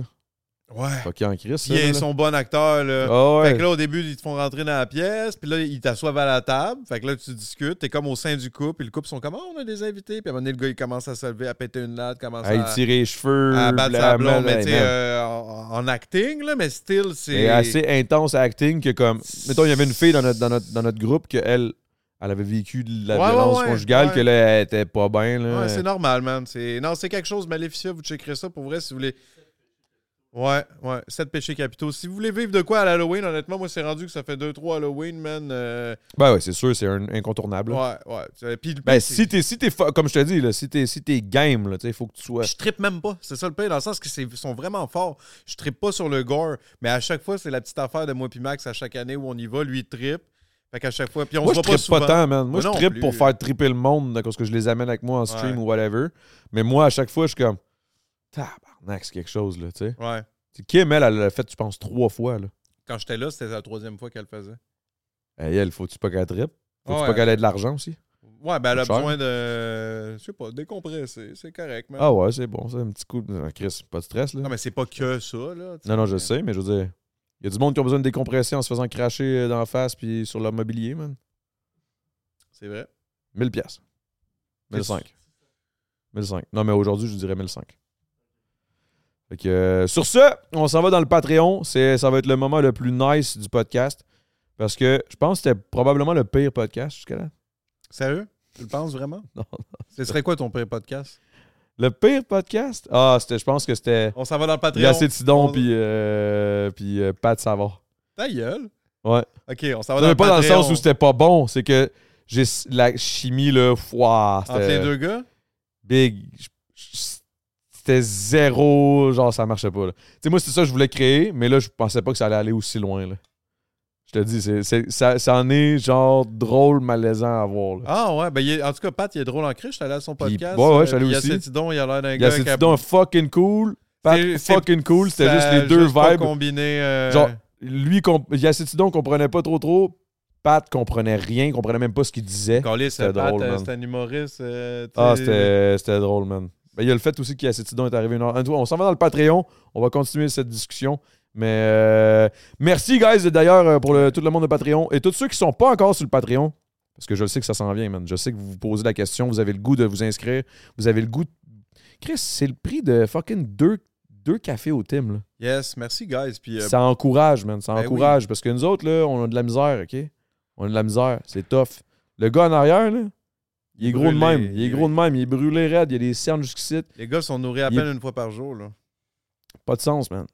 [SPEAKER 2] Ouais.
[SPEAKER 1] Fuck, il en crise, ça,
[SPEAKER 2] Puis
[SPEAKER 1] là,
[SPEAKER 2] ils
[SPEAKER 1] là.
[SPEAKER 2] sont bons acteurs, là.
[SPEAKER 1] Ah ouais.
[SPEAKER 2] Fait que là, au début, ils te font rentrer dans la pièce, puis là, ils t'assoivent à la table. Fait que là, tu discutes, t'es comme au sein du couple, puis le couple sont comme, oh, on a des invités. Puis à un moment donné, le gars, il commence à se lever, à péter une latte, commence
[SPEAKER 1] à y
[SPEAKER 2] à,
[SPEAKER 1] tirer les cheveux.
[SPEAKER 2] à Ah, battre
[SPEAKER 1] blablabla,
[SPEAKER 2] sa blonde, mais
[SPEAKER 1] hey,
[SPEAKER 2] tu sais,
[SPEAKER 1] man.
[SPEAKER 2] euh, en, en acting, là, mais still, c'est.
[SPEAKER 1] C'est assez intense à acting que comme. Mettons, il y avait une fille dans notre, dans notre, dans notre groupe que elle, elle avait vécu de la
[SPEAKER 2] Ouais, ouais,
[SPEAKER 1] violence
[SPEAKER 2] ouais,
[SPEAKER 1] conjugale,
[SPEAKER 2] ouais.
[SPEAKER 1] que là, elle était pas bien. là.
[SPEAKER 2] Ouais, c'est normal, man. C'est... Non, c'est quelque chose, Maleficia, vous checkerez ça pour vrai si vous voulez. Ouais, ouais, 7 péchés capitaux. Si vous voulez vivre de quoi à l'Halloween, honnêtement, moi, c'est rendu que ça fait 2-3 Halloween, man. euh,
[SPEAKER 1] Ben ouais, c'est sûr, c'est un incontournable. là.
[SPEAKER 2] ouais, ouais. Puis, le
[SPEAKER 1] Ben,
[SPEAKER 2] pire,
[SPEAKER 1] si t'es, si t'es, fa- comme je te dis, là, si t'es, si t'es game, là, tu sais, il faut que tu sois.
[SPEAKER 2] Je trippe même pas. C'est ça le pire, dans le sens que c'est- ils sont vraiment forts. Je trippe pas sur le gore, mais à chaque fois, c'est la petite affaire de moi puis Max à chaque année où on y va, lui, il trippe. Fait qu'à chaque fois, puis on
[SPEAKER 1] Moi,
[SPEAKER 2] se
[SPEAKER 1] je
[SPEAKER 2] voit pas
[SPEAKER 1] trippe pas,
[SPEAKER 2] souvent.
[SPEAKER 1] tant, man.
[SPEAKER 2] Moi
[SPEAKER 1] Moi, je
[SPEAKER 2] non
[SPEAKER 1] trippe
[SPEAKER 2] plus.
[SPEAKER 1] pour faire tripper le monde, là, parce que je les amène avec moi en stream
[SPEAKER 2] Ouais.
[SPEAKER 1] ou whatever. Mais moi, à chaque fois, je suis comme. Tabarnak, c'est quelque chose, là, tu sais.
[SPEAKER 2] Ouais.
[SPEAKER 1] Tu sais. Kim, elle, elle l'a fait, je pense, trois fois, là.
[SPEAKER 2] Quand j'étais là, c'était la troisième fois qu'elle le faisait.
[SPEAKER 1] Et elle, faut-tu pas qu'elle trippe? Faut-tu
[SPEAKER 2] Ouais.
[SPEAKER 1] pas qu'elle ait de l'argent aussi?
[SPEAKER 2] Ouais, ben elle a
[SPEAKER 1] Cher.
[SPEAKER 2] besoin de. Je sais pas, décompresser. C'est correct, man.
[SPEAKER 1] Ah ouais, c'est bon, c'est un petit coup. de- Ah, Chris, pas de stress, là.
[SPEAKER 2] Non, mais c'est pas que ça, là. tu
[SPEAKER 1] Non, non, je sais, mais je veux dire, il y a du monde qui a besoin de décompression en se faisant cracher euh, dans la face puis sur leur mobilier, man.
[SPEAKER 2] C'est vrai.
[SPEAKER 1] 1000 piastres. 1005. 1005. Non, mais aujourd'hui, je vous dirais 1005. Fait que, euh, sur ce, on s'en va dans le Patreon. C'est, ça va être le moment le plus nice du podcast. Parce que je pense que c'était probablement le pire podcast jusqu'à là.
[SPEAKER 2] Sérieux? Tu le penses vraiment?
[SPEAKER 1] Non.
[SPEAKER 2] Ce serait quoi ton pire podcast?
[SPEAKER 1] Le pire podcast? Ah, c'était, je pense que c'était
[SPEAKER 2] On s'en va dans le Patreon.
[SPEAKER 1] L'acétidon
[SPEAKER 2] On-
[SPEAKER 1] puis, euh, puis euh, Pat Savard.
[SPEAKER 2] Ta gueule.
[SPEAKER 1] Ouais.
[SPEAKER 2] OK, on s'en
[SPEAKER 1] Non,
[SPEAKER 2] va dans
[SPEAKER 1] mais
[SPEAKER 2] le
[SPEAKER 1] pas dans le
[SPEAKER 2] Patreon.
[SPEAKER 1] sens où c'était pas bon, c'est que j'ai s- la chimie là, fouah,
[SPEAKER 2] Entre les
[SPEAKER 1] c'était
[SPEAKER 2] deux gars?
[SPEAKER 1] big. Je- je- C'était zéro, genre ça marchait pas. là. Tu sais, moi c'est ça que je voulais créer, mais là je pensais pas que ça allait aller aussi loin. Là. Je te dis, c'est, c'est- ça, ça en est genre drôle, malaisant à voir. Là.
[SPEAKER 2] Ah ouais, ben il est- en tout cas, Pat, il est drôle en cri. Je suis allé à son
[SPEAKER 1] Puis-
[SPEAKER 2] podcast.
[SPEAKER 1] ouais, ouais, je suis
[SPEAKER 2] euh,
[SPEAKER 1] allé
[SPEAKER 2] puis
[SPEAKER 1] aussi.
[SPEAKER 2] Il y a Cétidon, il a l'air d'un
[SPEAKER 1] Il y a
[SPEAKER 2] gars.
[SPEAKER 1] cet
[SPEAKER 2] qui a-
[SPEAKER 1] idon fucking cool, Pat
[SPEAKER 2] C'est- c'est-
[SPEAKER 1] fucking cool, c'était
[SPEAKER 2] ça
[SPEAKER 1] juste
[SPEAKER 2] a
[SPEAKER 1] les deux
[SPEAKER 2] pas
[SPEAKER 1] vibes.
[SPEAKER 2] combiné. euh,
[SPEAKER 1] Genre, Lui, comp- il y a cet idon comprenait pas trop trop, Pat comprenait rien, comprenait même pas ce qu'il disait.
[SPEAKER 2] Calais,
[SPEAKER 1] c'était
[SPEAKER 2] c'est Pat,
[SPEAKER 1] drôle,
[SPEAKER 2] euh,
[SPEAKER 1] man.
[SPEAKER 2] c'est un humoriste. euh, t'sais-
[SPEAKER 1] Ah, c'était c'était drôle, man. Ben, Il y a le fait aussi qu'Acétidon est arrivé une heure. En tout cas, On s'en va dans le Patreon. On va continuer cette discussion. Mais euh, merci, guys, d'ailleurs, euh, pour le- tout le monde de Patreon. Et tous ceux qui sont pas encore sur le Patreon, parce que je le sais que ça s'en vient, man. Je sais que vous vous posez la question, vous avez le goût de vous inscrire, vous avez le goût. de- Chris, c'est le prix de fucking deux, deux cafés au Tim. là.
[SPEAKER 2] Yes, merci, guys. Puis, euh,
[SPEAKER 1] Ça encourage, man. Ça
[SPEAKER 2] Ben oui.
[SPEAKER 1] encourage. Parce que nous autres, là, on a de la misère, OK? On a de la misère. C'est tough. Le gars en arrière, là, il est gros de
[SPEAKER 2] Brûlé,
[SPEAKER 1] même. Il est
[SPEAKER 2] il-
[SPEAKER 1] gros de même. Il est brûlé raide. Il y a des cernes jusqu'ici.
[SPEAKER 2] les gars sont nourris à
[SPEAKER 1] Il-
[SPEAKER 2] peine une fois par jour. Là.
[SPEAKER 1] Pas de sens, man.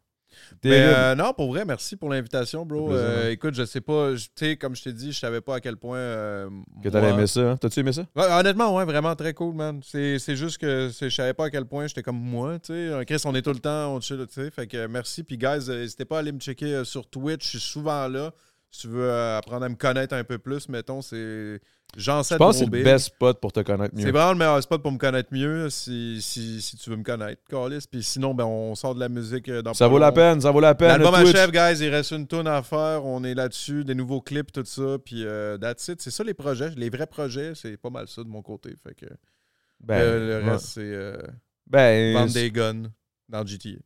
[SPEAKER 2] Mais,
[SPEAKER 1] Terrible.
[SPEAKER 2] euh, non, pour vrai, merci pour l'invitation, bro.
[SPEAKER 1] Ça fait plaisir, hein.
[SPEAKER 2] Euh, écoute, je sais pas, je- tu sais, comme je t'ai dit, je savais pas à quel point. euh,
[SPEAKER 1] que t'allais
[SPEAKER 2] moi-
[SPEAKER 1] aimer ça. hein? T'as-tu aimé ça?
[SPEAKER 2] Ouais, honnêtement, ouais, vraiment très cool, man. C'est c'est juste que c'est- je savais pas à quel point j'étais comme moi, tu sais. Chris, on est tout le temps, on chill, tu sais. Fait que euh, merci. Puis, guys, euh, n'hésitez pas à aller me checker euh, sur Twitch. Je suis souvent là. Si tu veux euh, apprendre à me connaître un peu plus, mettons, c'est jean
[SPEAKER 1] Je pense que c'est le best spot pour te connaître
[SPEAKER 2] C'est
[SPEAKER 1] mieux.
[SPEAKER 2] vraiment le meilleur spot pour me connaître mieux si, si, si tu veux me connaître, Carlis. Puis sinon, ben, on sort de la musique euh, dans
[SPEAKER 1] Ça
[SPEAKER 2] pas
[SPEAKER 1] vaut la
[SPEAKER 2] long.
[SPEAKER 1] peine, ça vaut la peine.
[SPEAKER 2] L'album
[SPEAKER 1] Twitch.
[SPEAKER 2] achève, guys. Il reste une tonne à faire. On est là-dessus. Des nouveaux clips, tout ça. Puis euh, that's it. C'est ça les projets. Les vrais projets, c'est pas mal ça de mon côté. Fait que,
[SPEAKER 1] Ben,
[SPEAKER 2] euh, le
[SPEAKER 1] ouais.
[SPEAKER 2] reste, c'est euh,
[SPEAKER 1] Ben,
[SPEAKER 2] vendre des guns dans GTA.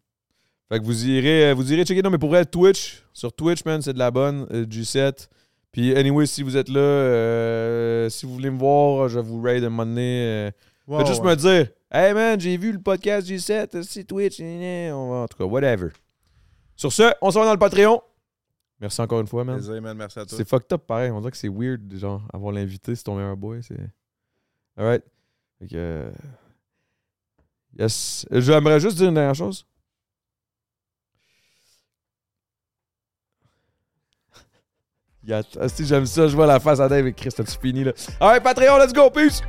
[SPEAKER 1] Fait que vous irez, euh, vous irez checker. Non, mais pour vrai, Twitch, sur Twitch, man, c'est de la bonne, euh, G7. Puis, anyway, si vous êtes là, euh, si vous voulez me voir, je vous raid un moment donné. euh,
[SPEAKER 2] Ouais,
[SPEAKER 1] faites juste
[SPEAKER 2] ouais.
[SPEAKER 1] me dire, hey man, j'ai vu le podcast G7, euh, c'est Twitch, gna, gna, on va- en tout cas, whatever. Sur ce, on se voit dans le Patreon. Merci encore une fois, man.
[SPEAKER 2] Désolé, man. Merci à toi.
[SPEAKER 1] C'est fucked up pareil. On dirait que c'est weird, genre, avoir l'invité, c'est ton meilleur boy. C'est. Alright. Fait que. euh, Yes. Euh, J'aimerais juste dire une dernière chose. Si j'aime ça, je vois la face à Dave et Chris, t'as-tu fini là? Alright, Patreon, let's go, peace!